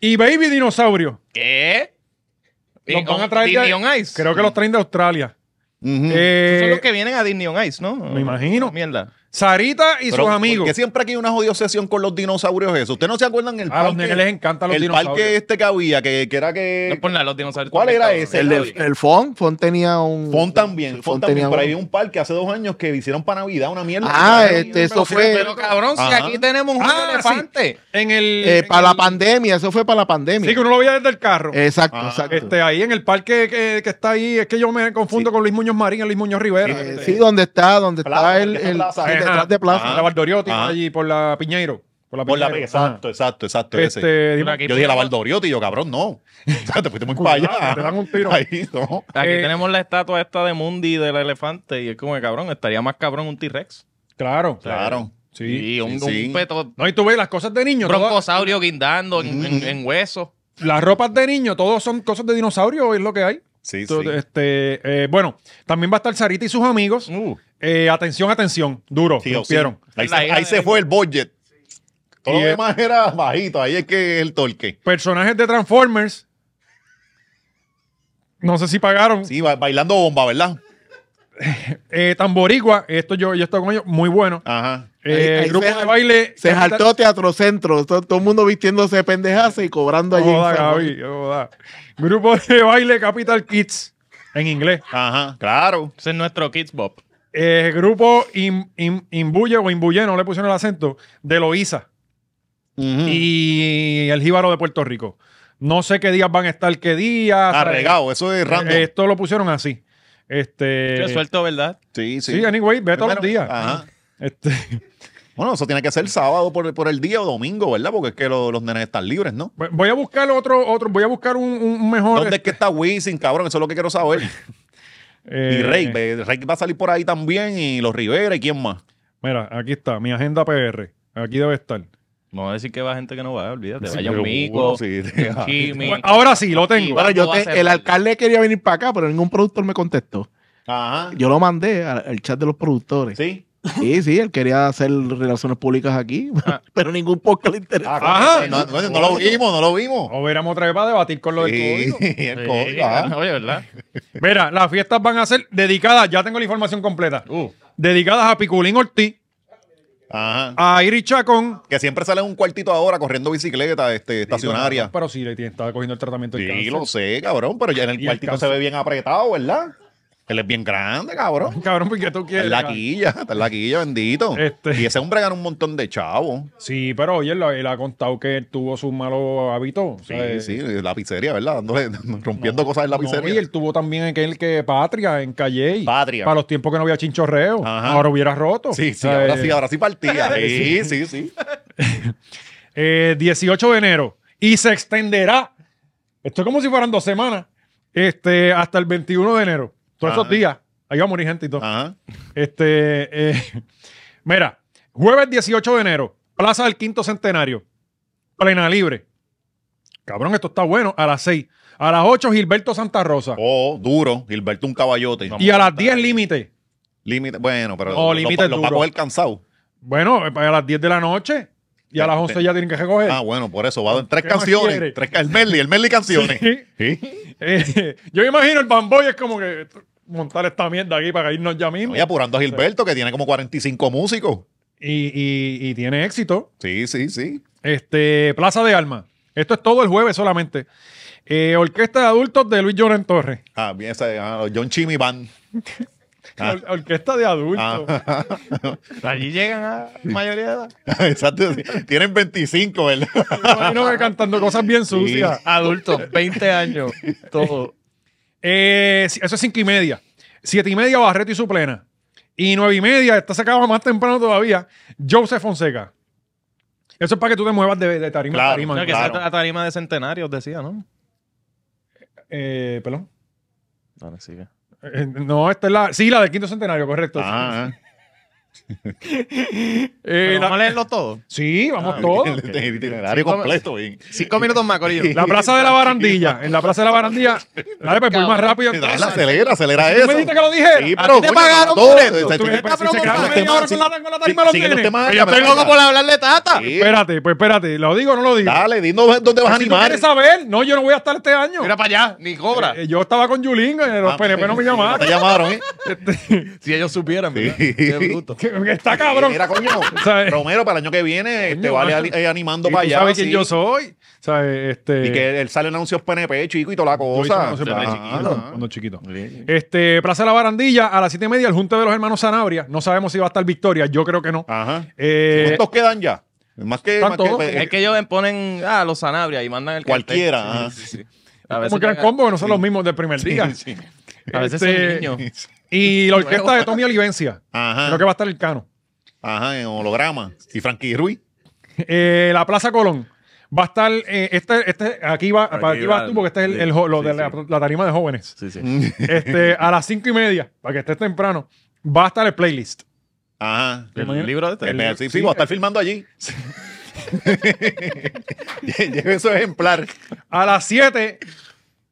Speaker 1: Y baby dinosaurio.
Speaker 5: ¿Qué?
Speaker 1: Los
Speaker 5: Y-
Speaker 1: van
Speaker 5: o-
Speaker 1: a traer de-
Speaker 5: Disney on Ice.
Speaker 1: Creo que los traen de Australia.
Speaker 2: Ujú.
Speaker 1: Eh,
Speaker 5: Son los que vienen a Disney on Ice, ¿no?
Speaker 1: me imagino.
Speaker 5: Mierda.
Speaker 1: Sarita y
Speaker 2: Pero,
Speaker 1: sus
Speaker 2: ¿por
Speaker 1: amigos.
Speaker 2: qué siempre aquí hay una jodida obsesión con los dinosaurios eso? ¿Ustedes no se acuerdan el
Speaker 1: A Ah, los nenes les encantan los
Speaker 2: el
Speaker 1: dinosaurios.
Speaker 2: parque este que había, que, que era que...
Speaker 5: No pues, por nada, los dinosaurios.
Speaker 2: ¿Cuál
Speaker 5: también
Speaker 2: era
Speaker 5: estaban.
Speaker 2: ese?
Speaker 6: El, de- el Fon, Fon tenía un.
Speaker 2: Fon también, Fon también,
Speaker 6: tenía
Speaker 2: pero
Speaker 6: un-
Speaker 2: había un parque hace dos años que hicieron para Navidad una mierda.
Speaker 6: Ah,
Speaker 2: Que era-
Speaker 6: este, eso fue.
Speaker 5: Pero cabrón, si
Speaker 2: Ajá.
Speaker 5: aquí tenemos un
Speaker 1: Ah,
Speaker 5: elefante.
Speaker 2: este
Speaker 1: En el.
Speaker 6: eh,
Speaker 1: en
Speaker 6: para la
Speaker 1: el-
Speaker 6: pandemia, eso fue para la pandemia.
Speaker 1: Sí, que uno lo veía desde el carro.
Speaker 6: Exacto,
Speaker 2: Ah,
Speaker 6: exacto.
Speaker 1: Este, ahí en el parque que, que está ahí, es que yo me confundo con Luis Muñoz Marín y Luis Muñoz Rivera.
Speaker 6: Eh,
Speaker 1: Este,
Speaker 6: sí, donde está, donde
Speaker 2: Plaza,
Speaker 6: está el,
Speaker 2: porque es
Speaker 6: el-
Speaker 2: plaza.
Speaker 6: sí,
Speaker 1: Ajá. Ah.
Speaker 6: detrás de
Speaker 1: en
Speaker 6: plaza.
Speaker 1: la Valdoriotti,
Speaker 2: Ajá.
Speaker 1: allí por la Piñeiro. Por la
Speaker 2: Por la
Speaker 1: Piñeiro.
Speaker 2: exacto, exacto, exacto.
Speaker 1: Ajá.
Speaker 2: ese.
Speaker 1: Ah. Este, dime-
Speaker 5: aquí
Speaker 2: Yo dije la
Speaker 5: tenemos-
Speaker 2: Valdoriotti y yo, cabrón, no. O sea, te fuiste muy para allá.
Speaker 1: que te dan un tiro.
Speaker 2: Ahí, no.
Speaker 5: Aquí
Speaker 1: Eh,
Speaker 5: tenemos la estatua esta de Mundi del elefante y es como que cabrón, estaría más cabrón un T-Rex.
Speaker 1: claro.
Speaker 2: Claro.
Speaker 1: Sí.
Speaker 5: y un,
Speaker 2: sí, sí.
Speaker 5: un peto
Speaker 1: No, y tú ves las cosas de niño. todas-
Speaker 5: broncosaurio guindando en, en- en huesos.
Speaker 1: Las ropas de niño, todos son cosas de dinosaurio, es lo que hay.
Speaker 2: Sí, sí.
Speaker 1: Entonces, Este, eh, bueno, también va a estar Sarita y sus amigos. Eh, atención, atención, duro,
Speaker 2: Uh. Sí, o sí.
Speaker 1: rompieron.
Speaker 2: Ahí, se,
Speaker 5: La hija
Speaker 2: ahí
Speaker 5: de-
Speaker 2: se fue el budget. Todo
Speaker 1: Y
Speaker 2: lo
Speaker 1: el-
Speaker 2: demás era bajito. Ahí es que el torque.
Speaker 1: Personajes de Transformers. No sé si pagaron.
Speaker 2: Sí, ba- bailando bomba, ¿verdad?
Speaker 1: Eh, Tamborigua, esto yo, yo estoy con ellos, muy bueno.
Speaker 2: Ajá.
Speaker 1: Eh,
Speaker 6: ahí
Speaker 1: grupo
Speaker 6: se
Speaker 1: de
Speaker 6: jal-
Speaker 1: baile.
Speaker 6: Se
Speaker 1: Capital-
Speaker 6: saltó Teatro Centro, todo, todo el mundo vistiéndose de pendejase y cobrando allí. en
Speaker 1: Joda,
Speaker 6: San Juan.
Speaker 1: Gaby, joda. Grupo de baile Capital Kids, en inglés.
Speaker 2: Ajá. Claro.
Speaker 5: Ese es nuestro Kids Bob.
Speaker 1: Eh, grupo Im- Im- Imbuye o Imbuye, no le pusieron el acento, de Loiza.
Speaker 6: Mm.
Speaker 2: Ujú.
Speaker 1: y el jíbaro de Puerto Rico. No sé qué días van a estar, qué días.
Speaker 2: Arregado, Ah, eso es random.
Speaker 1: Eh, Esto lo pusieron así. Este,
Speaker 5: Qué suelto, ¿verdad?
Speaker 2: sí,
Speaker 1: Sí, anyway, ve todos los
Speaker 2: Primero,
Speaker 1: días.
Speaker 2: Ajá.
Speaker 1: Este,
Speaker 2: Bueno, eso tiene que ser sábado por, por el día o domingo, ¿verdad? Porque es que lo- los nenes están libres, ¿no?
Speaker 1: voy- voy a buscar otro, otro, voy a buscar un, un- un mejor.
Speaker 2: ¿Dónde es que está Wisin, cabrón? Eso es lo que quiero saber.
Speaker 1: eh,
Speaker 2: Y Rey, ve, Rey va a salir por ahí también, y los Rivera, ¿y quién más?
Speaker 1: Mira, aquí está, mi agenda PR. Aquí debe estar.
Speaker 5: No voy a decir que va gente que no va, olvídate.
Speaker 2: Sí,
Speaker 5: Vaya
Speaker 2: seguro,
Speaker 5: un mico,
Speaker 2: sí.
Speaker 5: un Jimmy.
Speaker 1: Bueno, ah, ahora sí, lo tengo.
Speaker 6: Bueno, yo
Speaker 5: ¿Cuánto va a
Speaker 6: te-
Speaker 5: ser,
Speaker 6: el
Speaker 5: Pablo?
Speaker 6: alcalde quería venir para acá, pero ningún productor me contestó.
Speaker 2: Ajá.
Speaker 6: Yo lo mandé al, al chat de los productores. Sí.
Speaker 2: Sí.
Speaker 6: sí, él quería hacer relaciones públicas aquí,
Speaker 1: Ah.
Speaker 6: pero ningún podcast le interesó.
Speaker 1: Ajá.
Speaker 2: Ah, No, no- no lo vimos, no lo vimos.
Speaker 1: O veremos otra vez para debatir con lo del
Speaker 2: Sí,
Speaker 1: código.
Speaker 2: el
Speaker 5: Sí,
Speaker 2: código, ajá.
Speaker 5: Oye, ¿verdad?
Speaker 1: Mira, las fiestas van a ser dedicadas, ya tengo la información completa.
Speaker 2: Uh.
Speaker 1: Dedicadas a Piculín Ortiz,
Speaker 2: Ajá.
Speaker 1: a Iri Chacón.
Speaker 2: Que siempre sale en un cuartito ahora corriendo bicicleta este, estacionaria.
Speaker 1: Pero sí, le tiene- está cogiendo el tratamiento del
Speaker 2: Sí,
Speaker 1: cáncer.
Speaker 2: lo sé, cabrón, pero ya en el
Speaker 1: Y el
Speaker 2: cuartito se
Speaker 1: cáncer.
Speaker 2: ve bien apretado, ¿verdad? Él es bien grande, cabrón.
Speaker 1: Cabrón, porque tú
Speaker 2: Está
Speaker 1: quieres.
Speaker 2: en la quilla, está en la quilla, bendito.
Speaker 1: Este.
Speaker 2: Y ese hombre gana un montón de chavos.
Speaker 1: Sí, pero oye, él, él ha contado que él tuvo sus malos hábitos.
Speaker 2: Sí, sí, la pizzería, ¿verdad? Dándole, rompiendo cosas en la pizzería.
Speaker 1: y él tuvo también aquel que Patria en Calle.
Speaker 2: Patria.
Speaker 1: Para los tiempos que no había chinchorreo.
Speaker 2: Ajá.
Speaker 1: Ahora hubiera roto.
Speaker 2: Sí, sí,
Speaker 1: O sea,
Speaker 2: ahora
Speaker 1: eh,
Speaker 2: sí, ahora sí partía. Sí, sí, sí.
Speaker 1: eh, 18 de enero. Y se extenderá. Esto es como si fueran dos semanas. Este, hasta el 21 de enero. Todos
Speaker 2: Ajá. Ah.
Speaker 1: esos días. Ahí va a morir gente y todo.
Speaker 2: Ajá.
Speaker 1: Este, eh, mira, jueves 18 de enero, Plaza del Quinto Centenario, plena libre. Cabrón, esto está bueno. A las 6. A las 8, Gilberto Santa Rosa.
Speaker 2: Oh, duro. Gilberto un caballote.
Speaker 1: y a las 10, límite.
Speaker 2: Límite, bueno, pero
Speaker 1: No, límite
Speaker 2: los, los va a
Speaker 1: duro.
Speaker 2: coger cansado.
Speaker 1: Bueno, eh, a las 10 de la noche. Y a las 11 ya tienen que recoger.
Speaker 2: Ah, bueno, por eso. Va en tres
Speaker 1: Eh. ¿Qué más quiere?
Speaker 2: canciones. Tres, ca- el Merly, el Merly canciones.
Speaker 1: Sí. Eh, yo imagino el bamboy es como que montar esta mierda aquí para irnos ya mismo.
Speaker 2: Y apurando a Gilberto, que tiene como 45 músicos.
Speaker 1: Y, y- y tiene éxito.
Speaker 2: Sí, sí, sí.
Speaker 1: Este, Plaza de Alma. Esto es todo el jueves solamente. Eh, Orquesta de Adultos de Luis Jonathan Torres.
Speaker 2: Ah, bien, ese, ah, los John Chimmy Band. Ah.
Speaker 1: Or- orquesta de adultos.
Speaker 2: Ah,
Speaker 5: Allí llegan a mayoría de edad.
Speaker 2: exacto. Tienen 25, ¿verdad?
Speaker 1: Me imagino que cantando cosas bien sucias.
Speaker 5: Adultos, 20 años, todo.
Speaker 1: Eh, si- eso es cinco y media. Siete y media, Barreto y su plena. Y nueve y media, esta se acaba más temprano todavía, Joseph Fonseca. Eso es para que tú te muevas de, de tarima a
Speaker 2: Claro,
Speaker 1: tarima.
Speaker 5: No, que
Speaker 2: Claro.
Speaker 5: sea la tarima de centenarios, decía, ¿no?
Speaker 1: Eh, perdón.
Speaker 5: Dale, sigue.
Speaker 1: Eh, no, esta es la. Sí, la del quinto centenario, correcto.
Speaker 2: Ah,
Speaker 1: Eh, la-
Speaker 5: vamos a leerlo todo.
Speaker 1: sí, vamos
Speaker 5: Ah,
Speaker 1: todos.
Speaker 2: el, el itinerario completo. bien.
Speaker 5: Cinco minutos más, Corillo.
Speaker 1: La plaza de la barandilla. En la plaza de la barandilla. Dale, pues voy más rápido.
Speaker 2: Dale,
Speaker 1: entonces.
Speaker 2: acelera, acelera
Speaker 1: ¿Tú
Speaker 2: eso.
Speaker 1: me dijiste que lo dijera?
Speaker 2: Sí,
Speaker 1: Ah,
Speaker 2: pero,
Speaker 5: ti te
Speaker 2: coño,
Speaker 5: pagaron
Speaker 2: todo,
Speaker 5: por esto?
Speaker 2: este,
Speaker 1: tú, eh,
Speaker 2: este,
Speaker 1: pues, si
Speaker 2: este,
Speaker 1: se quedaron
Speaker 2: este,
Speaker 1: media hora
Speaker 2: este,
Speaker 1: con la, con la tarima,
Speaker 2: sigue
Speaker 1: los
Speaker 2: los
Speaker 1: tiene.
Speaker 2: temas,
Speaker 5: Yo estoy loco por hablarle tata.
Speaker 2: Sí,
Speaker 1: Espérate, pues espérate. ¿Lo digo o no lo digo?
Speaker 2: Dale, dinos dónde vas a
Speaker 1: Si tú
Speaker 2: animar.
Speaker 1: quieres saber, no, yo no voy a estar este año.
Speaker 5: Mira para allá, ni cobra.
Speaker 1: Eh, yo estaba con Yulín, eh, los
Speaker 2: Ah,
Speaker 1: PNP no me
Speaker 2: sí, Te
Speaker 1: llamaron.
Speaker 2: llamaron, ¿eh?
Speaker 5: Si ellos supieran, ¿verdad?
Speaker 2: Sí.
Speaker 5: Qué bruto.
Speaker 1: Que- que Está cabrón.
Speaker 2: Mira, coño.
Speaker 1: ¿Sabes?
Speaker 2: Romero, para el año que viene, te
Speaker 1: Coño,
Speaker 2: vale
Speaker 1: macho.
Speaker 2: ali- eh, animando
Speaker 1: Y
Speaker 2: para
Speaker 1: tú
Speaker 2: allá.
Speaker 1: sabes quién
Speaker 2: sí.
Speaker 1: yo soy. ¿Sabes? Este,
Speaker 2: Y que él sale en anuncios PNP, chico, y toda la
Speaker 1: yo hice
Speaker 2: cosa.
Speaker 1: no sé,
Speaker 5: desde
Speaker 1: pero-
Speaker 5: chiquito,
Speaker 1: Ajá, Cuando chiquito. Este, Plaza de la Barandilla, a las siete y media, el Junte de los Hermanos Sanabria. No sabemos si va a estar Victoria. Yo creo que no.
Speaker 2: Ajá.
Speaker 1: Eh,
Speaker 2: ¿Cuántos quedan ya? Más que,
Speaker 1: están
Speaker 2: más
Speaker 1: todos.
Speaker 2: eh,
Speaker 5: Es que ellos ponen ah, los Sanabria y mandan el cartel.
Speaker 2: Cualquiera,
Speaker 5: Sí,
Speaker 2: ajá.
Speaker 5: sí, sí. A
Speaker 1: como
Speaker 5: veces,
Speaker 1: que eran
Speaker 5: llegan-
Speaker 1: combos que no son los mismos del primer día.
Speaker 5: a veces
Speaker 1: Este,
Speaker 5: son niños.
Speaker 1: Y la orquesta de Tommy Olivencia.
Speaker 2: Ajá.
Speaker 1: Creo que va a estar el Cano.
Speaker 2: Ajá, en holograma. Y Frankie Ruiz.
Speaker 1: Eh, la Plaza Colón. Va a estar, eh, este, este, aquí va,
Speaker 5: Aquí
Speaker 1: para aquí vas
Speaker 5: va,
Speaker 1: tú, porque este es el,
Speaker 5: sí,
Speaker 1: el jo- lo
Speaker 5: sí,
Speaker 1: de
Speaker 5: sí.
Speaker 1: la, la tarima de jóvenes.
Speaker 5: Sí, sí.
Speaker 1: Este, a las cinco y media, para que estés temprano, va a estar el playlist.
Speaker 2: Ajá.
Speaker 5: El libro de
Speaker 2: El-
Speaker 5: este.
Speaker 2: sí, sí, voy a estar filmando allí. Lleve su ejemplar.
Speaker 1: A las siete,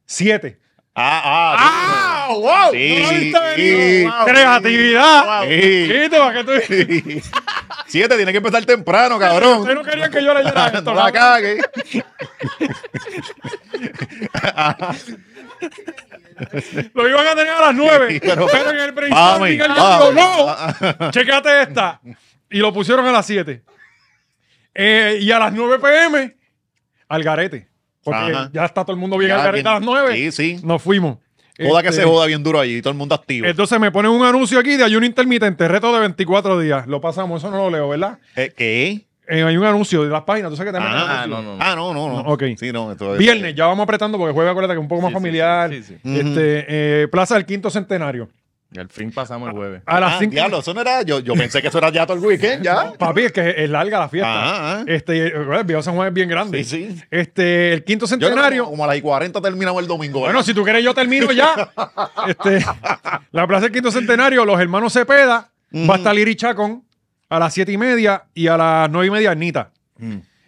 Speaker 1: siete.
Speaker 2: Ah, ah.
Speaker 1: ¡Wow!
Speaker 2: Sí,
Speaker 1: ¡No lo viste
Speaker 2: sí.
Speaker 1: venir! ¡Creatividad!
Speaker 2: Sí.
Speaker 1: ¿Viste? ¿Para que tú-
Speaker 2: Sí. Siete, tiene que empezar temprano, cabrón.
Speaker 1: Ustedes no querían que yo leyera esto.
Speaker 2: no la
Speaker 1: cabrón.
Speaker 2: cague.
Speaker 1: Lo iban a tener a las nueve.
Speaker 2: Sí,
Speaker 1: pero,
Speaker 2: pero-
Speaker 1: en el
Speaker 2: Mami,
Speaker 1: brainstorming alguien dijo,
Speaker 2: mami. Ah,
Speaker 1: ¡No! Chécate esta. Y lo pusieron a las 7. Eh, y a las 9 pm, al garete. Porque
Speaker 2: Ajá.
Speaker 1: ya está todo el mundo bien
Speaker 2: Ya,
Speaker 1: al garete
Speaker 2: bien.
Speaker 1: a las 9.
Speaker 2: Sí, sí.
Speaker 1: Nos fuimos.
Speaker 2: Joda que
Speaker 1: Este,
Speaker 2: se joda bien duro allí, todo el mundo activo.
Speaker 1: Entonces me ponen un anuncio aquí de ayuno intermitente, reto de 24 días. Lo pasamos, eso no lo leo, ¿verdad?
Speaker 2: Eh, ¿Qué?
Speaker 1: eh, hay un anuncio de las páginas. ¿Tú sabes que te meten
Speaker 2: Ah,
Speaker 1: anuncios?
Speaker 5: no, no, no.
Speaker 2: Ah, no, no, no.
Speaker 1: No, ok.
Speaker 2: Sí, no, esto es-
Speaker 1: Viernes, ya vamos apretando porque juega, acuérdate que es un poco más
Speaker 5: Sí, sí,
Speaker 1: familiar.
Speaker 5: sí, sí, sí.
Speaker 2: Ujú.
Speaker 1: Este, eh, Plaza del Quinto Centenario.
Speaker 5: Y al fin pasamos el jueves.
Speaker 1: A las
Speaker 2: Ah,
Speaker 1: 5.
Speaker 2: diablo, eso no era. Yo, yo pensé que eso era ya todo el weekend, ya.
Speaker 1: Papi, es que es larga la fiesta.
Speaker 2: Ajá, ajá.
Speaker 1: Este, y, eh, el Viejo San Juan es bien grande.
Speaker 2: Sí, sí.
Speaker 1: Este, el Quinto
Speaker 2: Yo creo que
Speaker 1: Centenario.
Speaker 2: Como, como a las 40 terminamos el domingo.
Speaker 1: Bueno,
Speaker 2: ¿verdad?
Speaker 1: si tú quieres, yo termino ya. Este, la Plaza del Quinto Centenario, los hermanos Cepeda, va a estar Liri Chacón a las siete y media y a las nueve y media Nita.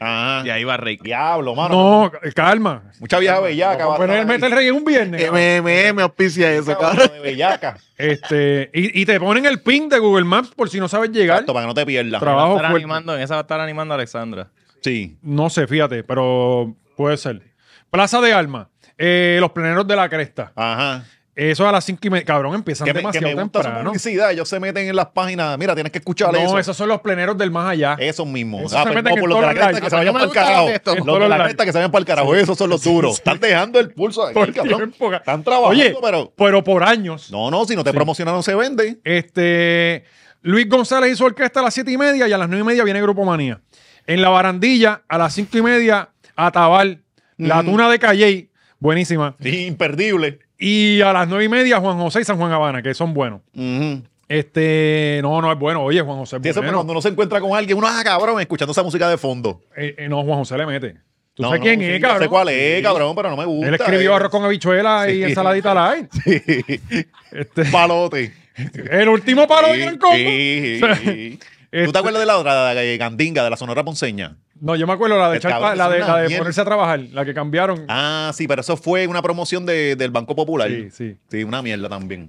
Speaker 2: Ajá.
Speaker 5: Y ahí va Rey.
Speaker 2: Diablo, mano.
Speaker 1: ah. No, calma.
Speaker 2: Mucha vieja bellaca. va a
Speaker 1: Pero
Speaker 2: estar
Speaker 1: él mete el
Speaker 2: ahí.
Speaker 1: rey en un viernes.
Speaker 6: MMM auspicia eso, cabrón.
Speaker 2: Cabrón, de bellaca.
Speaker 1: Este, y, y te ponen el pin de Google Maps por si no sabes llegar.
Speaker 2: Exacto, para que no te pierdas.
Speaker 1: Trabajo.
Speaker 5: Va a estar
Speaker 1: fuerte.
Speaker 5: animando, en esa va a estar animando a Alexandra.
Speaker 2: Sí.
Speaker 1: No sé, fíjate, pero puede ser. Plaza de Alma, eh, los pleneros de la cresta.
Speaker 2: Ajá.
Speaker 1: Eso a las cinco y media. Cabrón, empiezan
Speaker 2: Que me, que
Speaker 1: demasiado
Speaker 2: me gusta su
Speaker 1: temprano.
Speaker 2: publicidad. Ellos se meten en las páginas. Mira, tienes que escuchar eso.
Speaker 1: No, esos son los pleneros del más allá.
Speaker 2: Esos mismos.
Speaker 1: Esos se
Speaker 2: ah, pues
Speaker 1: meten
Speaker 2: no,
Speaker 1: en
Speaker 2: por los de la
Speaker 1: todos los
Speaker 2: cresta que se vayan
Speaker 1: lados.
Speaker 2: para el
Speaker 1: A mí me
Speaker 2: carajo.
Speaker 1: gustan estos. En
Speaker 2: Los
Speaker 1: todos
Speaker 2: de la
Speaker 1: los
Speaker 2: cresta que se vayan para el carajo. Esos son los duros. Están dejando el pulso aquí,
Speaker 1: Todo el
Speaker 2: cabrón.
Speaker 1: tiempo, ca-
Speaker 2: Están trabajando,
Speaker 1: Oye,
Speaker 2: pero.
Speaker 1: pero por años.
Speaker 2: No, no, si no te promocionan, no se vende.
Speaker 1: Este, Luis González y su orquesta a las 7 y media y a las 9 y media viene Grupo Manía. En la barandilla, a las 5 y media, Atabal, La Tuna de Calley, buenísima.
Speaker 2: Imperdible.
Speaker 1: Y a las 9 y media, Juan José y San Juan Habana, que son buenos.
Speaker 2: Ujú.
Speaker 1: Este, no, no es bueno. Oye, Juan José es
Speaker 2: Sí, eso es
Speaker 1: bueno.
Speaker 2: cuando uno se encuentra con alguien, uno, ah, cabrón, escuchando esa música de fondo.
Speaker 1: Eh, eh, no, Juan José le mete. ¿Tú
Speaker 2: No,
Speaker 1: sabes
Speaker 2: no,
Speaker 1: quién
Speaker 2: sí,
Speaker 1: es,
Speaker 2: yo
Speaker 1: cabrón?
Speaker 2: sé cuál es, cabrón, pero no me gusta.
Speaker 1: Él escribió
Speaker 2: eh.
Speaker 1: arroz con habichuela y
Speaker 2: Sí.
Speaker 1: ensaladita light. Este,
Speaker 2: Palote.
Speaker 1: el último palo de
Speaker 2: Sí,
Speaker 1: Gran Combo.
Speaker 2: sí, sí. ¿Tú
Speaker 1: Este-
Speaker 2: te acuerdas de la otra, la de Gandinga, de la Sonora Ponceña?
Speaker 1: No, yo me acuerdo la de,
Speaker 2: El
Speaker 1: echar
Speaker 2: cabrón
Speaker 1: pa-
Speaker 2: es
Speaker 1: la de,
Speaker 2: una
Speaker 1: la de
Speaker 2: mierda.
Speaker 1: ponerse a trabajar, la que cambiaron.
Speaker 2: Ah, sí, pero eso fue una promoción de- del Banco Popular.
Speaker 1: Sí, Eh, sí.
Speaker 2: Sí, una mierda también.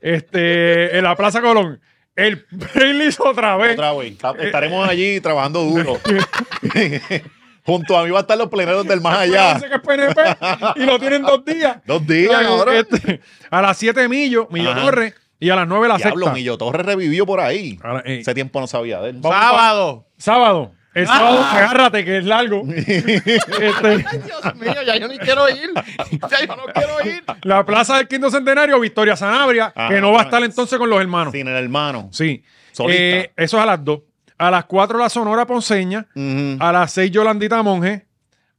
Speaker 1: Este, en la Plaza Colón. El playlist otra vez.
Speaker 2: Otra vez. ta-
Speaker 1: eh,
Speaker 2: Estaremos allí trabajando duro. Junto a mí va a estar los pleneros del más allá.
Speaker 1: Parece eh, que es PNP y lo tienen dos días.
Speaker 2: ah, Dos días,
Speaker 1: Eh,
Speaker 2: cabrón.
Speaker 1: este, a las 7 Millo, Millo
Speaker 2: Ajá.
Speaker 1: Torres, y a las 9 la
Speaker 2: Diablo,
Speaker 1: sexta.
Speaker 2: Millo Torres revivió por ahí.
Speaker 1: Ahora, eh.
Speaker 2: Ese tiempo no sabía de él.
Speaker 1: Vamos
Speaker 5: Sábado.
Speaker 1: pa- Sábado. El sábado, agárrate, que es largo. Este,
Speaker 5: Dios mío, ya yo ni quiero ir. Ya yo no quiero ir.
Speaker 1: la Plaza del Quinto Centenario, Victoria Sanabria,
Speaker 2: Ajá.
Speaker 1: que no va a estar entonces con los hermanos.
Speaker 2: Sin el hermano.
Speaker 1: Sí.
Speaker 2: Solista.
Speaker 1: Eh, eso es a las 2. A las 4 la Sonora Ponceña.
Speaker 2: Ujú.
Speaker 1: A las 6 Yolandita Monge.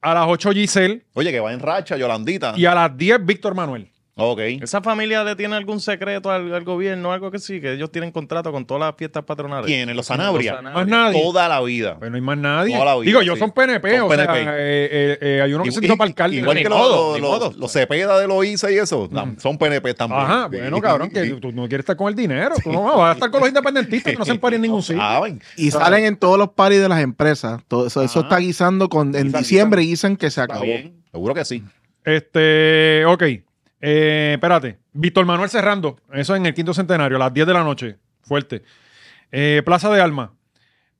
Speaker 1: A las 8 Giselle.
Speaker 2: Oye, que va en racha, Yolandita.
Speaker 1: Y a las 10 Víctor Manuel.
Speaker 2: Ok.
Speaker 5: ¿Esa familia le tiene algún secreto al, al gobierno algo que sí? Que ellos tienen contrato con todas las fiestas patronales.
Speaker 2: ¿Quiénes? Los Sanabria.
Speaker 5: Los Sanabria.
Speaker 1: Más nadie.
Speaker 2: Ah, Toda la vida.
Speaker 1: Pues no hay más nadie.
Speaker 2: Toda la vida,
Speaker 1: Digo, yo
Speaker 2: sí.
Speaker 1: son PNP,
Speaker 2: Son
Speaker 1: o
Speaker 2: PNP.
Speaker 1: sea, eh, eh, eh, hay uno que se hizo para alcalde.
Speaker 2: Igual
Speaker 5: Ni
Speaker 2: que
Speaker 5: modo,
Speaker 2: los,
Speaker 5: ni
Speaker 2: los,
Speaker 5: modo.
Speaker 2: los Cepeda de Loíza y eso, no, son PNP también.
Speaker 1: Mm. Ajá,
Speaker 2: Sí.
Speaker 1: bueno, cabrón, que tú no quieres estar con el dinero. Tú no vas a estar con los independentistas que no se paren en
Speaker 2: Ah.
Speaker 1: ningún sitio.
Speaker 2: Saben.
Speaker 6: Y salen en todos los paris de las empresas. Todo eso, eso
Speaker 2: Ajá.
Speaker 6: está guisando con en
Speaker 2: Guisan,
Speaker 6: diciembre guisan que se
Speaker 2: Está
Speaker 6: acabó.
Speaker 2: bien. Seguro que sí.
Speaker 1: Este, ok. Eh, espérate. Víctor Manuel cerrando. Eso en el quinto centenario, a las 10 de la noche. Fuerte. Eh, Plaza de Alma.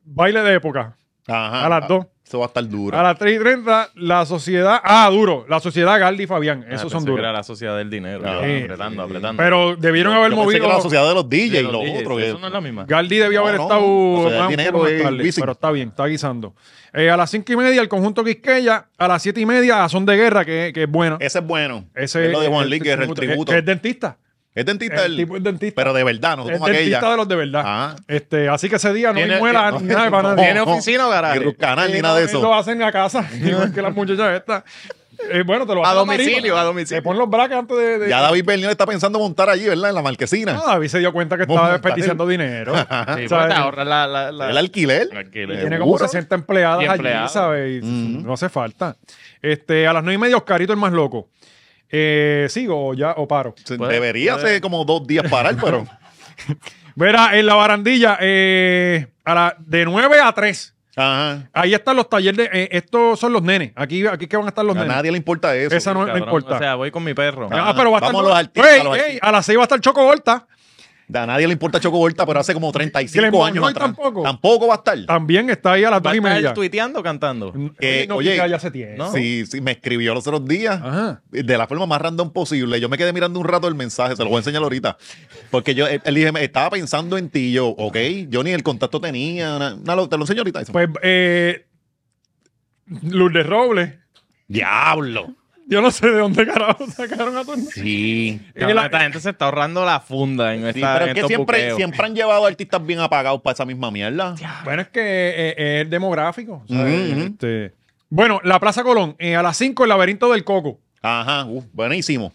Speaker 1: Baile de época.
Speaker 2: Ajá.
Speaker 1: A las
Speaker 2: Ah,
Speaker 1: dos.
Speaker 2: Eso va a estar duro.
Speaker 1: A las 3 y 30, la sociedad. Ah, duro. La sociedad Galdi y Fabián. Esos son duros.
Speaker 5: Era la sociedad del dinero.
Speaker 2: Ah,
Speaker 5: Yo,
Speaker 1: sí.
Speaker 5: apretando, apretando.
Speaker 1: Pero debieron haber
Speaker 2: Yo pensé
Speaker 1: movido.
Speaker 2: que era la sociedad de los DJs
Speaker 5: De
Speaker 2: y los,
Speaker 5: DJs,
Speaker 2: otros. que-
Speaker 5: Eso no es la misma.
Speaker 1: Galdi debió
Speaker 2: No,
Speaker 1: haber
Speaker 2: no,
Speaker 1: estado
Speaker 2: o sea,
Speaker 1: más un
Speaker 2: dinero
Speaker 1: poco más
Speaker 2: es
Speaker 1: tarde,
Speaker 2: Wisin.
Speaker 1: pero está bien, está guisando. Eh, a las 5 y media, el conjunto Quisqueya. A las 7 y media, a Son de Guerra, que, que es buena.
Speaker 2: Ese es bueno.
Speaker 1: Ese
Speaker 2: es lo de Juan
Speaker 1: el
Speaker 2: Luis Guerra, el tributo.
Speaker 1: Que, que es dentista.
Speaker 2: es dentista
Speaker 1: El
Speaker 2: el,
Speaker 1: tipo es dentista.
Speaker 2: pero de verdad, no
Speaker 1: es
Speaker 2: como
Speaker 1: dentista
Speaker 2: aquella.
Speaker 1: de los de verdad.
Speaker 2: Ajá.
Speaker 1: Este, así que ese día no hay
Speaker 5: Tiene-
Speaker 1: muela
Speaker 2: no,
Speaker 1: ni nada para
Speaker 2: eh, no,
Speaker 1: nadie.
Speaker 5: ¿Tiene oficina o
Speaker 2: Ni
Speaker 5: garaje?
Speaker 2: Ruscanal, ni
Speaker 1: Eh,
Speaker 2: nada de
Speaker 1: no, Lo
Speaker 2: eso.
Speaker 1: hacen a casa, igual que las muchachas estas. Eh, bueno, te lo
Speaker 5: A
Speaker 1: hacen en la
Speaker 5: domicilio,
Speaker 1: tarima.
Speaker 5: a domicilio.
Speaker 1: Te ponen los brackets antes de. de-
Speaker 2: Ya David Bernier está pensando montar allí, ¿verdad? En la marquesina.
Speaker 1: No, Ah, David se dio cuenta que
Speaker 2: Vos
Speaker 1: estaba
Speaker 2: montate.
Speaker 1: desperdiciando dinero.
Speaker 5: Sí,
Speaker 1: ¿Sabes?
Speaker 5: pero te ahorras la, la, la-
Speaker 2: El alquiler.
Speaker 5: Alquiler.
Speaker 1: Tiene como
Speaker 2: Seguro.
Speaker 1: 60 empleadas
Speaker 5: Y
Speaker 1: allí,
Speaker 5: empleados.
Speaker 1: ¿sabes? Y
Speaker 2: Ujú.
Speaker 1: No hace falta. Este, a las 9 y media, Oscarito el más loco. Eh, ¿Sigo o ya o paro?
Speaker 2: Se-
Speaker 5: Puede-
Speaker 2: Debería
Speaker 5: puede.
Speaker 2: ser como dos días parar, pero.
Speaker 1: Verá, en la barandilla, eh, a la- de 9 a 3.
Speaker 2: Ajá.
Speaker 1: Ahí están los talleres. de- eh, estos son los nenes. Aquí, aquí que van a estar los
Speaker 2: A
Speaker 1: nenes.
Speaker 2: nadie le importa eso.
Speaker 1: Esa no, no
Speaker 5: Cabrón,
Speaker 1: importa.
Speaker 5: O sea, voy con mi perro.
Speaker 1: Ah,
Speaker 2: Ah,
Speaker 1: pero va a estar.
Speaker 2: vamos a los artistas,
Speaker 1: Ey,
Speaker 2: a los
Speaker 1: ey,
Speaker 2: artistas.
Speaker 1: a las 6 va a estar Choco Volta.
Speaker 2: A nadie le importa Choco Volta, pero hace como 35
Speaker 1: Guillermo
Speaker 2: años
Speaker 1: Noy
Speaker 2: atrás.
Speaker 1: tampoco. Ah,
Speaker 2: va a estar.
Speaker 1: También está ahí a las
Speaker 5: ¿Va
Speaker 1: 2
Speaker 5: a
Speaker 1: y
Speaker 5: estar
Speaker 1: media. Mm,
Speaker 5: tuiteando o cantando?
Speaker 2: Eh, oye,
Speaker 1: ya se tiene.
Speaker 5: ¿no?
Speaker 2: Sí, sí, me escribió los otros días.
Speaker 1: Ajá.
Speaker 2: De la forma más random posible. Yo me quedé mirando un rato el mensaje, se lo voy a enseñar ahorita. Porque yo, él, él dije, me estaba pensando en ti, yo, ok, yo ni el contacto tenía. na- na- lo- te lo enseño ahorita. eso.
Speaker 1: Pues eh, Lourdes Robles.
Speaker 2: Diablo.
Speaker 1: Yo no sé de dónde carajo sacaron a Tornado.
Speaker 2: Sí.
Speaker 1: En la-
Speaker 5: esta gente se está ahorrando la funda en, esta,
Speaker 2: Sí, pero
Speaker 5: en
Speaker 2: es que
Speaker 5: estos
Speaker 2: siempre,
Speaker 5: buqueos.
Speaker 2: siempre han llevado artistas bien apagados para esa misma mierda.
Speaker 1: Bueno, es que eh, eh, es demográfico. ¿sabes?
Speaker 2: Ujú, ujú.
Speaker 1: Este, Bueno, la Plaza Colón, eh, a las 5 el laberinto del coco.
Speaker 2: Ajá, uh, buenísimo.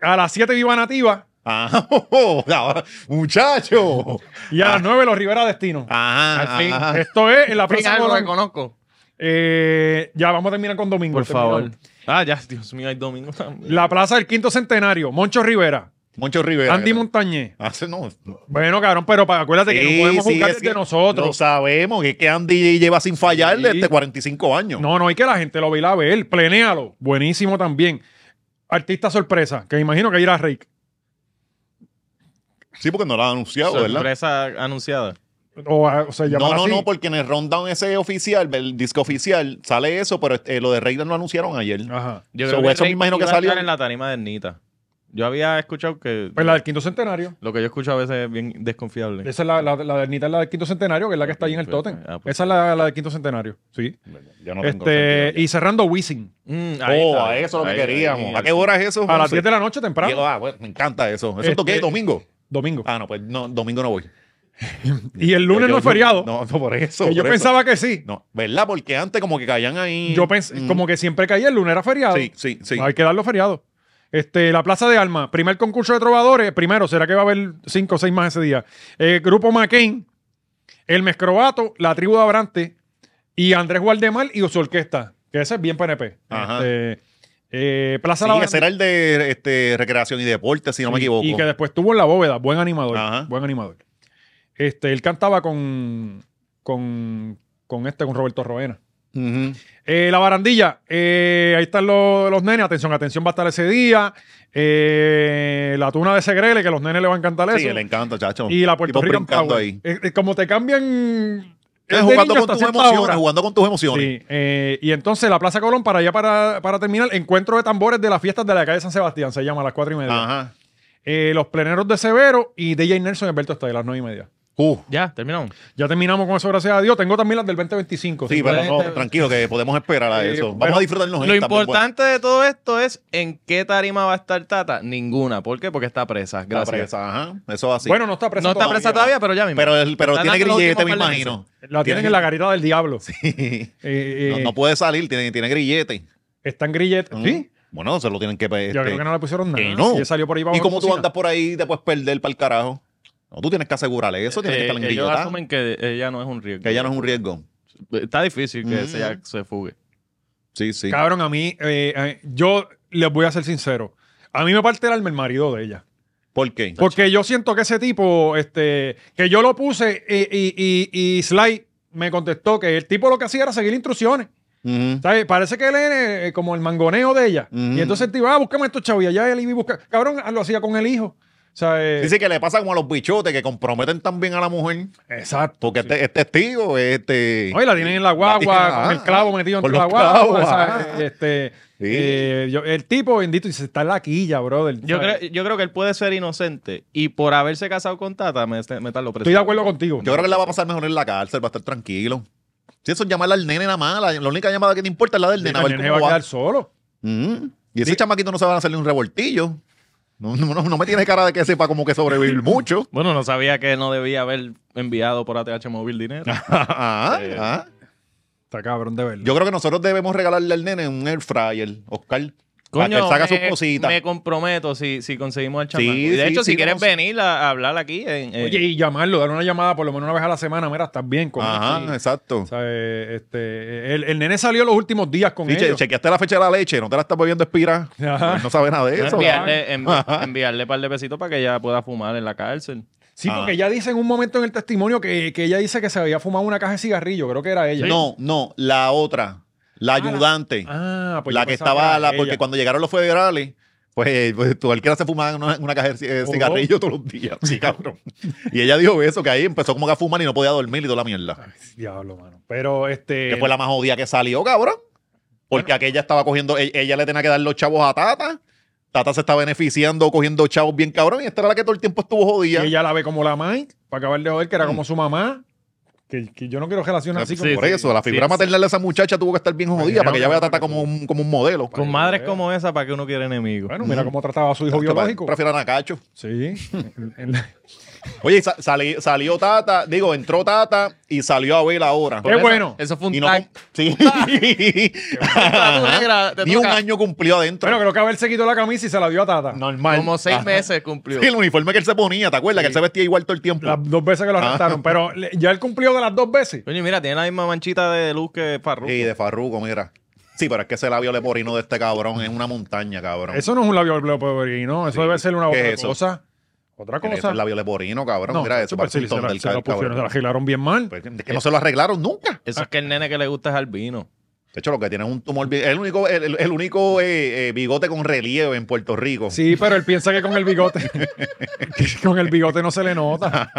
Speaker 1: A las 7 Viva Nativa
Speaker 2: Ajá, oh, ahora, muchacho.
Speaker 1: y
Speaker 2: Ah.
Speaker 1: a las 9 los Rivera Destino.
Speaker 2: Ajá,
Speaker 5: Al fin.
Speaker 2: ajá.
Speaker 1: Esto es en la
Speaker 5: Al fin,
Speaker 1: Plaza
Speaker 5: algo que
Speaker 1: Colón.
Speaker 5: conozco.
Speaker 1: Eh, ya vamos a terminar con Domingo.
Speaker 5: Por favor.
Speaker 1: terminamos.
Speaker 5: Ah, ya, Dios mío, hay domingo también.
Speaker 1: La Plaza del Quinto Centenario, Moncho Rivera,
Speaker 2: Moncho Rivera.
Speaker 1: Andy
Speaker 2: ¿qué tal?
Speaker 1: Montañez.
Speaker 2: Ah, sí, no.
Speaker 1: Bueno, cabrón, pero pa- acuérdate que
Speaker 2: Sí,
Speaker 1: no podemos
Speaker 2: sí,
Speaker 1: jugar
Speaker 2: es
Speaker 1: desde
Speaker 2: que Lo
Speaker 1: nosotros.
Speaker 2: sabemos, que es que Andy lleva sin fallar
Speaker 1: Sí.
Speaker 2: desde 45 años.
Speaker 1: No, no, hay que la gente lo baila a ver. Plenéalo. Buenísimo también. Artista sorpresa, que imagino que irá a Rake.
Speaker 2: Sí, porque no lo ha anunciado, ¿verdad?
Speaker 5: Sorpresa anunciada.
Speaker 1: O, a- o sea,
Speaker 2: No,
Speaker 1: llamar
Speaker 2: no,
Speaker 1: así.
Speaker 2: no, porque en el rundown ese oficial, el disco oficial, sale eso, pero eh, lo de Reina lo anunciaron ayer.
Speaker 1: Ajá.
Speaker 2: So, eso me
Speaker 5: Drake
Speaker 2: imagino que
Speaker 5: iba a
Speaker 2: salió-
Speaker 5: estar en la tarima de Nita. Yo había escuchado que
Speaker 1: Pues la del Quinto Centenario.
Speaker 5: lo que yo escucho a veces es bien desconfiable.
Speaker 1: Esa es la, la, la de Nita, es la del Quinto Centenario, que es la que está ahí en el Totem.
Speaker 5: Ah, pues.
Speaker 1: Esa es la, la del Quinto Centenario, sí.
Speaker 2: Yo no tengo
Speaker 1: este,
Speaker 2: sentido.
Speaker 1: y cerrando Wisin.
Speaker 5: Mm, ahí
Speaker 2: Oh,
Speaker 5: está.
Speaker 2: a eso lo que
Speaker 5: Ahí,
Speaker 2: queríamos.
Speaker 5: ahí,
Speaker 2: ¿A
Speaker 5: ahí.
Speaker 2: qué hora es eso?
Speaker 1: A las
Speaker 2: José?
Speaker 1: 10 de la noche
Speaker 2: Diego,
Speaker 1: temprano.
Speaker 2: ah, bueno, me encanta eso. ¿Eso
Speaker 1: Este-
Speaker 2: es toque de domingo?
Speaker 1: Domingo.
Speaker 2: Ah, no, pues no, domingo no voy.
Speaker 1: Y el lunes
Speaker 2: Yo-
Speaker 1: no es
Speaker 2: yo-
Speaker 1: feriado.
Speaker 2: No, no, por eso.
Speaker 1: que yo
Speaker 2: por eso.
Speaker 1: pensaba que sí.
Speaker 2: No, ¿verdad? Porque antes como que caían ahí.
Speaker 1: Yo pensé,
Speaker 2: Mm.
Speaker 1: como que siempre caía el lunes era feriado.
Speaker 2: Sí, sí, sí.
Speaker 1: Hay que darlo feriado. Este, la Plaza de Alma, primer concurso de trovadores. Primero, ¿será que va a haber cinco o seis más ese día? Eh, Grupo McCain, El Mescrobato, La Tribu de Abrante y Andrés Guardemar y su orquesta, que ese es bien PNP.
Speaker 2: Ajá.
Speaker 1: Este, eh, Plaza
Speaker 2: Sí,
Speaker 1: La
Speaker 2: ese era el de este, recreación y deporte, si no me
Speaker 1: Sí,
Speaker 2: equivoco.
Speaker 1: Y que después estuvo en la bóveda, buen animador.
Speaker 2: Ajá.
Speaker 1: Buen animador. Este, él cantaba con, con, con este, con Roberto Roena.
Speaker 2: Ujú.
Speaker 1: Eh, la barandilla, eh, ahí están los, los nenes. Atención, atención, va a estar ese día. Eh, la tuna de Segrele, que a los nenes le va a encantar
Speaker 2: Sí,
Speaker 1: eso.
Speaker 2: le encanta, chacho.
Speaker 1: y la Puerto
Speaker 2: Tipo
Speaker 1: Rican
Speaker 2: brincando
Speaker 1: Power.
Speaker 2: ahí.
Speaker 1: Eh, eh, como te cambian.
Speaker 2: Es
Speaker 1: de niño
Speaker 2: jugando, con
Speaker 1: hasta
Speaker 2: tus
Speaker 1: cierta
Speaker 2: emociones,
Speaker 1: hora.
Speaker 2: jugando con tus emociones.
Speaker 1: Sí, eh, y entonces la Plaza Colón, para allá para, para terminar, encuentro de tambores de las fiestas de la calle San Sebastián, se llama a las cuatro y media.
Speaker 2: Ajá.
Speaker 1: Eh, los pleneros de Severo y DJ Nelson y Alberto Estadía, a las 9 y media.
Speaker 2: Uh,
Speaker 5: Ya, terminamos.
Speaker 1: Ya terminamos con eso, gracias a Dios. Tengo también las del 2025.
Speaker 2: sí,
Speaker 1: ¿sí?
Speaker 2: pero no,
Speaker 5: Este-
Speaker 2: tranquilo, que podemos esperar a
Speaker 1: Sí,
Speaker 2: eso. Vamos
Speaker 1: bueno,
Speaker 2: a disfrutarnos.
Speaker 5: Lo
Speaker 2: ahí también,
Speaker 5: importante de todo esto es en qué tarima va a estar Tata. Ninguna. ¿Por qué? Porque está presa.
Speaker 2: bueno, la
Speaker 5: Gracias.
Speaker 2: presa, Ajá. Eso así.
Speaker 1: Bueno, no está presa
Speaker 5: No está
Speaker 1: todavía.
Speaker 5: presa todavía, pero ya mismo.
Speaker 2: pero el- pero
Speaker 5: Están
Speaker 2: tiene
Speaker 5: dando los
Speaker 2: grillete, me
Speaker 5: últimos par de
Speaker 2: imagino.
Speaker 1: La tienen en la garita del diablo.
Speaker 2: Sí.
Speaker 1: Eh, eh,
Speaker 2: No, no puede salir, tiene, tiene grillete.
Speaker 1: Están grilletes.
Speaker 2: Mm.
Speaker 1: Sí,
Speaker 2: Bueno, se lo tienen que.
Speaker 1: yo
Speaker 2: este,
Speaker 1: creo que no le pusieron nada.
Speaker 2: que no.
Speaker 1: Y él salió por ahí
Speaker 2: ¿Y
Speaker 1: abajo
Speaker 2: cómo
Speaker 1: de
Speaker 2: tú
Speaker 1: la
Speaker 2: andas por ahí y te puedes perder para el carajo? No, tú tienes que asegurarle eso, tienes que
Speaker 5: Eh,
Speaker 2: estar en
Speaker 5: ellos
Speaker 2: grillotá,
Speaker 5: asumen que ella no es un riesgo.
Speaker 2: Que ya no es un riesgo.
Speaker 5: Está difícil que
Speaker 2: Mm.
Speaker 5: ella se fugue.
Speaker 2: Sí, sí.
Speaker 1: cocina. Cabrón, a mí, eh, eh, yo les voy a ser sincero. A mí me parte el alma el marido de ella.
Speaker 2: ¿Por qué?
Speaker 1: Porque yo siento que ese tipo, este, que yo lo puse eh, y, y, y Sly me contestó que el tipo lo que hacía era seguir instrucciones.
Speaker 2: Ujú.
Speaker 1: ¿Sabes? Parece que él era eh, como el mangoneo de ella.
Speaker 2: Mm.
Speaker 1: Y entonces el tipo, ah, búscame estos chavos. Y allá él iba y busca. Cabrón, lo hacía con el hijo. ¿Sabes?
Speaker 2: Dice que le pasa como a los bichotes que comprometen también a la mujer.
Speaker 1: Exacto.
Speaker 2: Porque este es testigo, este.
Speaker 1: Oye, la tienen en la guagua,
Speaker 2: tienen-
Speaker 1: con
Speaker 2: ah,
Speaker 1: el clavo metido
Speaker 2: con
Speaker 1: entre la
Speaker 2: los
Speaker 1: guagua.
Speaker 2: clavos,
Speaker 1: ¿sabes?
Speaker 2: ah.
Speaker 1: Este,
Speaker 2: Sí.
Speaker 1: eh, yo- el tipo bendito y se está en la quilla, brother.
Speaker 5: Yo
Speaker 1: ¿sabes?
Speaker 5: creo, yo creo que él puede ser inocente y por haberse casado con Tata, me, meterlo preso.
Speaker 1: Estoy de acuerdo contigo.
Speaker 2: Yo creo que la va a pasar mejor en la cárcel, va a estar tranquilo. Si eso es llamarla al nene nada más, la, la única llamada que te importa es la del nene, a ver
Speaker 1: pues, El nene va
Speaker 2: cómo
Speaker 1: a
Speaker 2: va.
Speaker 1: quedar solo.
Speaker 2: Ujú. Y ese
Speaker 1: Sí.
Speaker 2: chamaquito no se va a hacerle un revoltillo. No, no, no, no me tiene cara de que sepa como que sobrevivir mucho.
Speaker 5: Bueno, no sabía que no debía haber enviado por ATH Móvil dinero.
Speaker 2: Ah,
Speaker 5: Sí.
Speaker 2: ah.
Speaker 1: Está cabrón de verdad.
Speaker 2: Yo creo que nosotros debemos regalarle al nene un air fryer, Oscar. para que él saca sus
Speaker 5: me-
Speaker 2: cositas.
Speaker 5: Me comprometo si, si conseguimos el
Speaker 2: Sí,
Speaker 5: chamaco. Y de
Speaker 2: sí,
Speaker 5: hecho,
Speaker 2: sí,
Speaker 5: si quieres
Speaker 2: vamos.
Speaker 5: venir a, a hablar aquí, en, eh,
Speaker 1: Oye, y llamarlo, dar una llamada por lo menos una vez a la semana. Mira, estás bien con
Speaker 2: Ajá, exacto.
Speaker 1: ¿Sabes? Este, el, el nene salió los últimos días con
Speaker 2: Sí, che-
Speaker 1: ellos.
Speaker 2: chequeaste la fecha de la leche, no te la estás bebiendo expira.
Speaker 1: Ajá.
Speaker 2: No sabes nada de eso.
Speaker 5: enviarle,
Speaker 2: Ajá.
Speaker 5: envi- enviarle un par de pesitos para que ella pueda fumar en la cárcel.
Speaker 1: Sí,
Speaker 2: Ajá.
Speaker 1: porque ella dice en un momento en el testimonio que, que ella dice que se había fumado una caja de cigarrillo. Creo que era ella.
Speaker 2: No, no, la otra, la ayudante,
Speaker 1: Ah, pues
Speaker 2: la
Speaker 1: yo
Speaker 2: que
Speaker 1: pensaba
Speaker 2: estaba,
Speaker 1: era
Speaker 2: la, porque
Speaker 1: ella.
Speaker 2: cuando llegaron los federales, pues, eh, pues tú, cualquiera se fumaba una, una caja de ci- de
Speaker 1: O
Speaker 2: cigarrillo todos los días. Sí, cabrón. y ella dijo eso, que ahí empezó como que a fumar y no podía dormir y toda la mierda.
Speaker 1: Ay, Diablo, mano. Pero este.
Speaker 2: que fue la más jodida que salió, cabrón. Porque aquella estaba cogiendo, e- ella, le tenía que dar los chavos a Tata. Tata se está beneficiando cogiendo chavos bien cabrón y esta era la que todo el tiempo estuvo
Speaker 1: Y
Speaker 2: jodida.
Speaker 1: ella la ve como la Mike, para acabar de joder, que era como su mamá. Que, que yo no quiero relacionar así
Speaker 2: Ah, Sí,
Speaker 1: con...
Speaker 2: Pues, por eso, la figura
Speaker 5: sí.
Speaker 2: maternal de esa muchacha tuvo que estar bien jodida
Speaker 1: Imagínate,
Speaker 2: para que ella vea a
Speaker 1: para
Speaker 2: Tata
Speaker 1: que-
Speaker 2: como un, como un modelo.
Speaker 5: Con madres como esa, ¿para que uno quiere enemigos?
Speaker 1: Bueno,
Speaker 2: Mm.
Speaker 1: mira cómo trataba a su hijo
Speaker 2: Yo
Speaker 1: biológico.
Speaker 2: Pues, Prefiero a Nakacho.
Speaker 1: Sí. En- en la-
Speaker 2: Oye, y sa- sali- salió Tata, digo, entró Tata y salió Abel ahora.
Speaker 1: Qué bueno.
Speaker 5: Eso fue
Speaker 2: Y
Speaker 5: un
Speaker 2: no
Speaker 5: tag.
Speaker 2: com- sí.
Speaker 5: Ah, tú negra, te
Speaker 2: Ni un
Speaker 5: toca.
Speaker 2: año cumplió adentro.
Speaker 1: Bueno, creo que Abel se quitó la camisa y se la dio a Tata.
Speaker 2: Normal.
Speaker 5: Como seis
Speaker 2: Ajá.
Speaker 5: meses cumplió.
Speaker 2: Sí, el uniforme que él se ponía, ¿te acuerdas? Que él se vestía igual todo el tiempo.
Speaker 1: Las dos veces que lo
Speaker 2: Ah.
Speaker 1: arrestaron. Pero le- ya él cumplió de las dos veces.
Speaker 5: Coño, mira, tiene la misma manchita de luz que Farruko.
Speaker 2: Sí, de Farruco, mira. Sí, pero es que ese labio leporino de este cabrón es una montaña, cabrón.
Speaker 1: Eso no es un labio leporino. Eso
Speaker 2: Sí.
Speaker 1: debe ser una
Speaker 2: ¿Qué
Speaker 1: otra
Speaker 2: es eso?
Speaker 1: cosa. Otra
Speaker 2: Mira, eso
Speaker 1: cosa.
Speaker 2: es labio leporino, cabrón.
Speaker 1: No,
Speaker 2: mira, eso
Speaker 1: pero
Speaker 2: parece
Speaker 1: sí,
Speaker 2: un
Speaker 1: se la-
Speaker 2: Thundercat,
Speaker 1: se la pusieron,
Speaker 2: cabrón.
Speaker 1: se la arreglaron bien mal.
Speaker 2: Pues, es que no se lo arreglaron nunca.
Speaker 5: Eso es que el nene que le gusta es albino.
Speaker 2: De hecho, lo que tiene es un tumor. bi- El único, el, el- el único eh, eh, bigote con relieve en Puerto Rico.
Speaker 1: Sí, pero él piensa que con el bigote. que con el bigote no se le nota.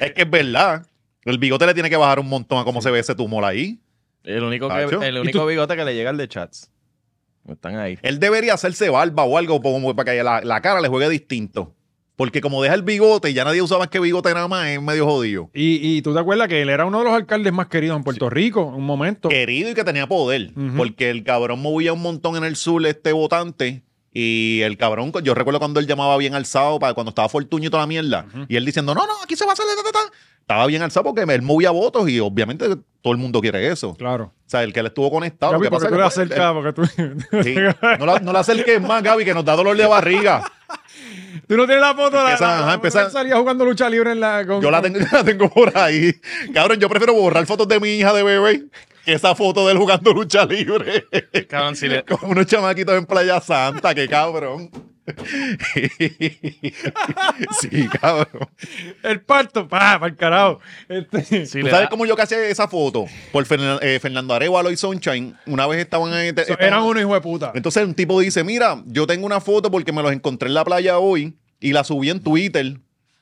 Speaker 2: Es que es verdad. El bigote le tiene que bajar un montón a cómo se ve ese tumor ahí.
Speaker 5: El único, que,
Speaker 2: Tacho.
Speaker 5: el
Speaker 1: ¿Y
Speaker 5: único
Speaker 1: tú?
Speaker 5: bigote que le llega al de Chats. Están ahí.
Speaker 2: Él debería hacerse barba o algo como para que la, la cara le juegue distinto. Porque como deja el bigote, ya nadie usa más que bigote nada más, es medio jodido.
Speaker 1: Y, y tú te acuerdas que él era uno de los alcaldes más queridos en Puerto Rico en un momento.
Speaker 2: Querido y que tenía poder.
Speaker 1: Ujú.
Speaker 2: Porque el cabrón movía un montón en el sur este votante. Y el cabrón, yo recuerdo cuando él llamaba bien alzado, para cuando estaba Fortuño y toda la mierda. Y él diciendo, no, no, aquí se va a hacer. ta, ta, ta". Estaba bien alzado porque él movía votos y obviamente todo el mundo quiere eso.
Speaker 1: Claro.
Speaker 2: O sea, el que le estuvo conectado. lo
Speaker 1: Gaby,
Speaker 2: que
Speaker 1: porque
Speaker 2: pasa
Speaker 1: tú
Speaker 2: es
Speaker 1: le
Speaker 2: que- pues,
Speaker 1: acercas, porque tú,
Speaker 2: Sí. No, la, no la acerques más, Gaby, que nos da dolor de barriga.
Speaker 1: tú no tienes la foto de la,
Speaker 2: Empieza,
Speaker 1: la- la-
Speaker 2: ajá, empieza-
Speaker 1: él salía jugando lucha libre en la. con-
Speaker 2: Yo la tengo, yo la tengo por ahí. Cabrón, yo prefiero borrar fotos de mi hija de bebé que esa foto de él jugando lucha libre.
Speaker 5: Cabrón, si le,
Speaker 2: Como unos chamaquitos en Playa Santa, qué cabrón. Sí, cabrón.
Speaker 1: El parto, pa, para el carajo. Este,
Speaker 5: si
Speaker 2: ¿Tú
Speaker 5: le
Speaker 2: sabes
Speaker 5: da-
Speaker 2: cómo yo casi esa foto? Por Fernan- eh, Fernando Arevalo y Sunshine. Una vez estaban en...
Speaker 1: so- eran unos hijos de puta.
Speaker 2: Entonces un tipo dice, mira, yo tengo una foto porque me los encontré en la playa hoy y la subí en Twitter.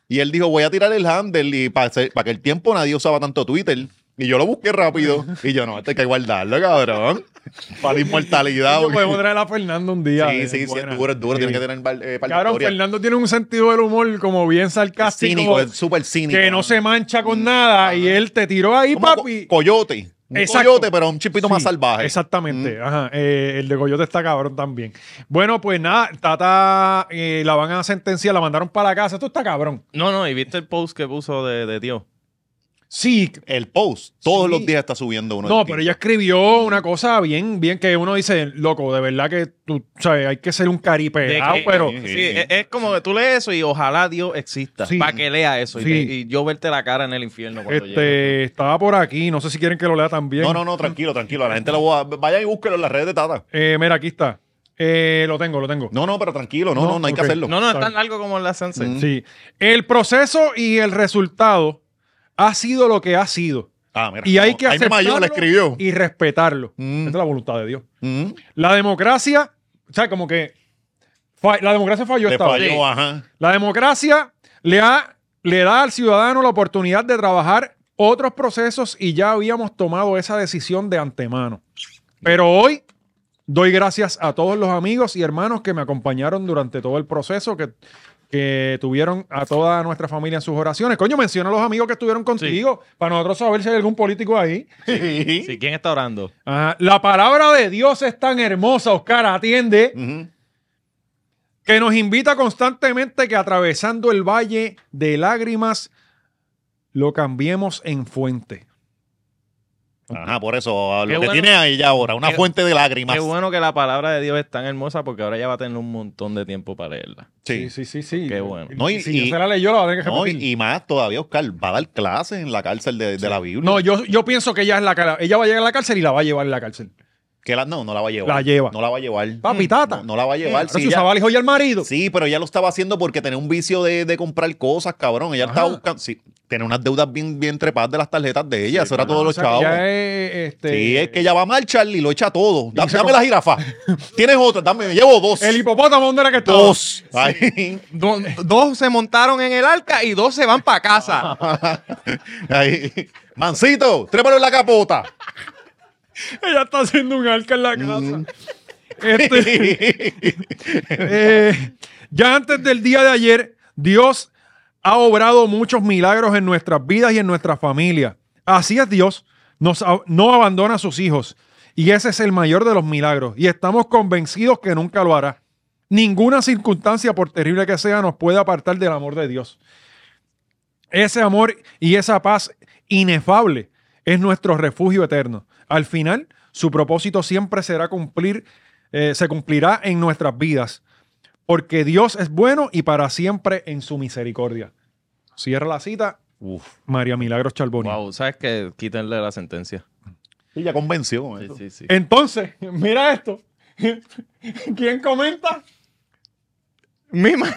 Speaker 2: Y él dijo, voy a tirar el handle y para que el tiempo nadie usaba tanto Twitter. Y yo lo busqué rápido y yo, no, este hay que guardarlo, cabrón. Para la inmortalidad.
Speaker 1: Yo podemos
Speaker 2: porque-
Speaker 1: traer a Fernando un día.
Speaker 2: ah, Sí,
Speaker 1: eh,
Speaker 2: sí, sí,
Speaker 1: buena.
Speaker 2: es duro, es duro.
Speaker 1: Sí.
Speaker 2: Tiene que tener par- eh, par de
Speaker 1: Cabrón,
Speaker 2: historias.
Speaker 1: Fernando tiene un sentido del humor como bien
Speaker 2: Es
Speaker 1: sarcástico.
Speaker 2: cínico, es súper cínico. Mm,
Speaker 1: que no se mancha con nada. Y él te tiró ahí,
Speaker 2: Como
Speaker 1: papi.
Speaker 2: co- coyote. Un
Speaker 1: Exacto.
Speaker 2: coyote, pero un chipito más
Speaker 1: Sí,
Speaker 2: salvaje.
Speaker 1: Exactamente. Ajá. Eh, el de Coyote está cabrón también. Bueno, pues nada, Tata eh, la van a sentenciar, la mandaron para la casa. Esto está cabrón.
Speaker 5: No, no, y viste el post que puso de, de tío.
Speaker 1: Sí.
Speaker 2: El post. Todos
Speaker 1: Sí.
Speaker 2: los días está subiendo uno.
Speaker 1: No,
Speaker 2: distinto.
Speaker 1: pero ella escribió una cosa bien, bien que uno dice, loco, de verdad que tú, sabes, hay que ser un
Speaker 5: De
Speaker 1: caripeado,
Speaker 5: que-
Speaker 1: pero
Speaker 5: Sí, es, es como que tú lees eso y ojalá Dios exista.
Speaker 1: Sí.
Speaker 5: Para que lea eso y,
Speaker 1: Sí.
Speaker 5: te- y yo verte la cara en el infierno cuando llegue.
Speaker 1: este, estaba por aquí. No sé si quieren que lo lea también.
Speaker 2: No, no, no, tranquilo, tranquilo. A la gente lo voy a... Vayan y búsquelo en las redes de Tata.
Speaker 1: Eh, mira, aquí está. Eh, lo tengo, lo tengo.
Speaker 2: No, no, pero tranquilo, no,
Speaker 1: No,
Speaker 2: no, no, hay
Speaker 1: ok.
Speaker 2: que hacerlo.
Speaker 5: No, no, es tan largo como la Sense.
Speaker 2: Mm.
Speaker 1: Sí. El proceso y el resultado ha sido lo que ha sido.
Speaker 2: Ah, mira.
Speaker 1: Y hay
Speaker 2: No,
Speaker 1: que
Speaker 2: Jaime
Speaker 1: aceptarlo
Speaker 2: Mayor la escribió.
Speaker 1: y respetarlo.
Speaker 2: Mm.
Speaker 1: Esta es la voluntad de Dios.
Speaker 2: Mm.
Speaker 1: La democracia, o sea, como que fa- la democracia falló
Speaker 2: Le
Speaker 1: esta vez.
Speaker 2: falló,
Speaker 5: Sí.
Speaker 2: ajá.
Speaker 1: La democracia le, ha- le da al ciudadano la oportunidad de trabajar otros procesos y ya habíamos tomado esa decisión de antemano. Pero hoy doy gracias a todos los amigos y hermanos que me acompañaron durante todo el proceso, que, que tuvieron a toda nuestra familia en sus oraciones. Coño, menciona a los amigos que estuvieron contigo para nosotros saber si hay algún político ahí.
Speaker 5: Sí, ¿quién está orando?
Speaker 1: Ajá. La palabra de Dios es tan hermosa, Oscar, atiende
Speaker 2: Ujú.
Speaker 1: que nos invita constantemente que atravesando el valle de lágrimas lo cambiemos en fuente.
Speaker 2: Ajá, por eso,
Speaker 5: Qué
Speaker 2: lo que
Speaker 5: bueno.
Speaker 2: tiene ahí ya ahora, una
Speaker 5: Qué-
Speaker 2: fuente de lágrimas.
Speaker 5: Qué bueno que la palabra de Dios es tan hermosa porque ahora ya va a tener un montón de tiempo para leerla.
Speaker 2: Sí.
Speaker 1: sí, sí. sí.
Speaker 5: Qué bueno.
Speaker 1: No,
Speaker 2: No,
Speaker 1: y,
Speaker 2: y-
Speaker 1: si
Speaker 2: y-
Speaker 1: yo se la leyó, la va a tener que
Speaker 2: No,
Speaker 1: repetir.
Speaker 2: y, y más todavía, Oscar, va a dar clases en la cárcel de, de la Biblia.
Speaker 1: no, yo, yo pienso que ella, es la, cara- ella va a llegar a la cárcel y la va a llevar a la cárcel.
Speaker 2: Que la- no, no la va a llevar.
Speaker 1: La lleva.
Speaker 2: No la va a llevar. Mm,
Speaker 1: Papi, tata.
Speaker 2: No, no la va a llevar.
Speaker 1: Claro,
Speaker 2: sí,
Speaker 1: si
Speaker 2: ella-
Speaker 1: usaba al hijo y al marido.
Speaker 2: Sí, pero ella lo estaba haciendo porque tenía un vicio de, de comprar cosas, cabrón. Ella estaba
Speaker 1: Ajá.
Speaker 2: buscando. Sí, tenía unas deudas bien, bien trepadas de las tarjetas de ella. eso era
Speaker 1: Ah,
Speaker 2: todos
Speaker 1: o
Speaker 2: los
Speaker 1: sea, que
Speaker 2: chavos.
Speaker 1: ya es, este,
Speaker 2: Sí, es que ella va a marchar y lo echa todo. Da-
Speaker 1: se
Speaker 2: dame
Speaker 1: com-
Speaker 2: la jirafa. Tienes otra, dame, llevo dos.
Speaker 1: El hipopótamo, ¿dónde era que estaba?
Speaker 2: dos. Ahí.
Speaker 5: Do- dos se montaron en el arca y dos se van para casa.
Speaker 2: Ahí. Mancito, trépalo en la capota.
Speaker 1: Ella está haciendo un arca en la casa.
Speaker 2: Mm.
Speaker 1: Este,
Speaker 2: Qué
Speaker 1: Eh, ya antes del día de ayer, Dios ha obrado muchos milagros en nuestras vidas y en nuestra familia. Así es Dios, nos ab- no abandona a sus hijos. Y ese es el mayor de los milagros. Y estamos convencidos que nunca lo hará. Ninguna circunstancia, por terrible que sea, nos puede apartar del amor de Dios. Ese amor y esa paz inefable es nuestro refugio eterno. Al final, su propósito siempre será cumplir, eh, se cumplirá en nuestras vidas, porque Dios es bueno y para siempre en su misericordia. Cierra la cita,
Speaker 2: Uf.
Speaker 1: María Milagros Charboni.
Speaker 5: Wow, ¿sabes que Quítenle la sentencia.
Speaker 2: Ella convenció. con esto.
Speaker 5: sí, sí.
Speaker 1: Entonces, mira esto. ¿Quién comenta?
Speaker 5: Mima.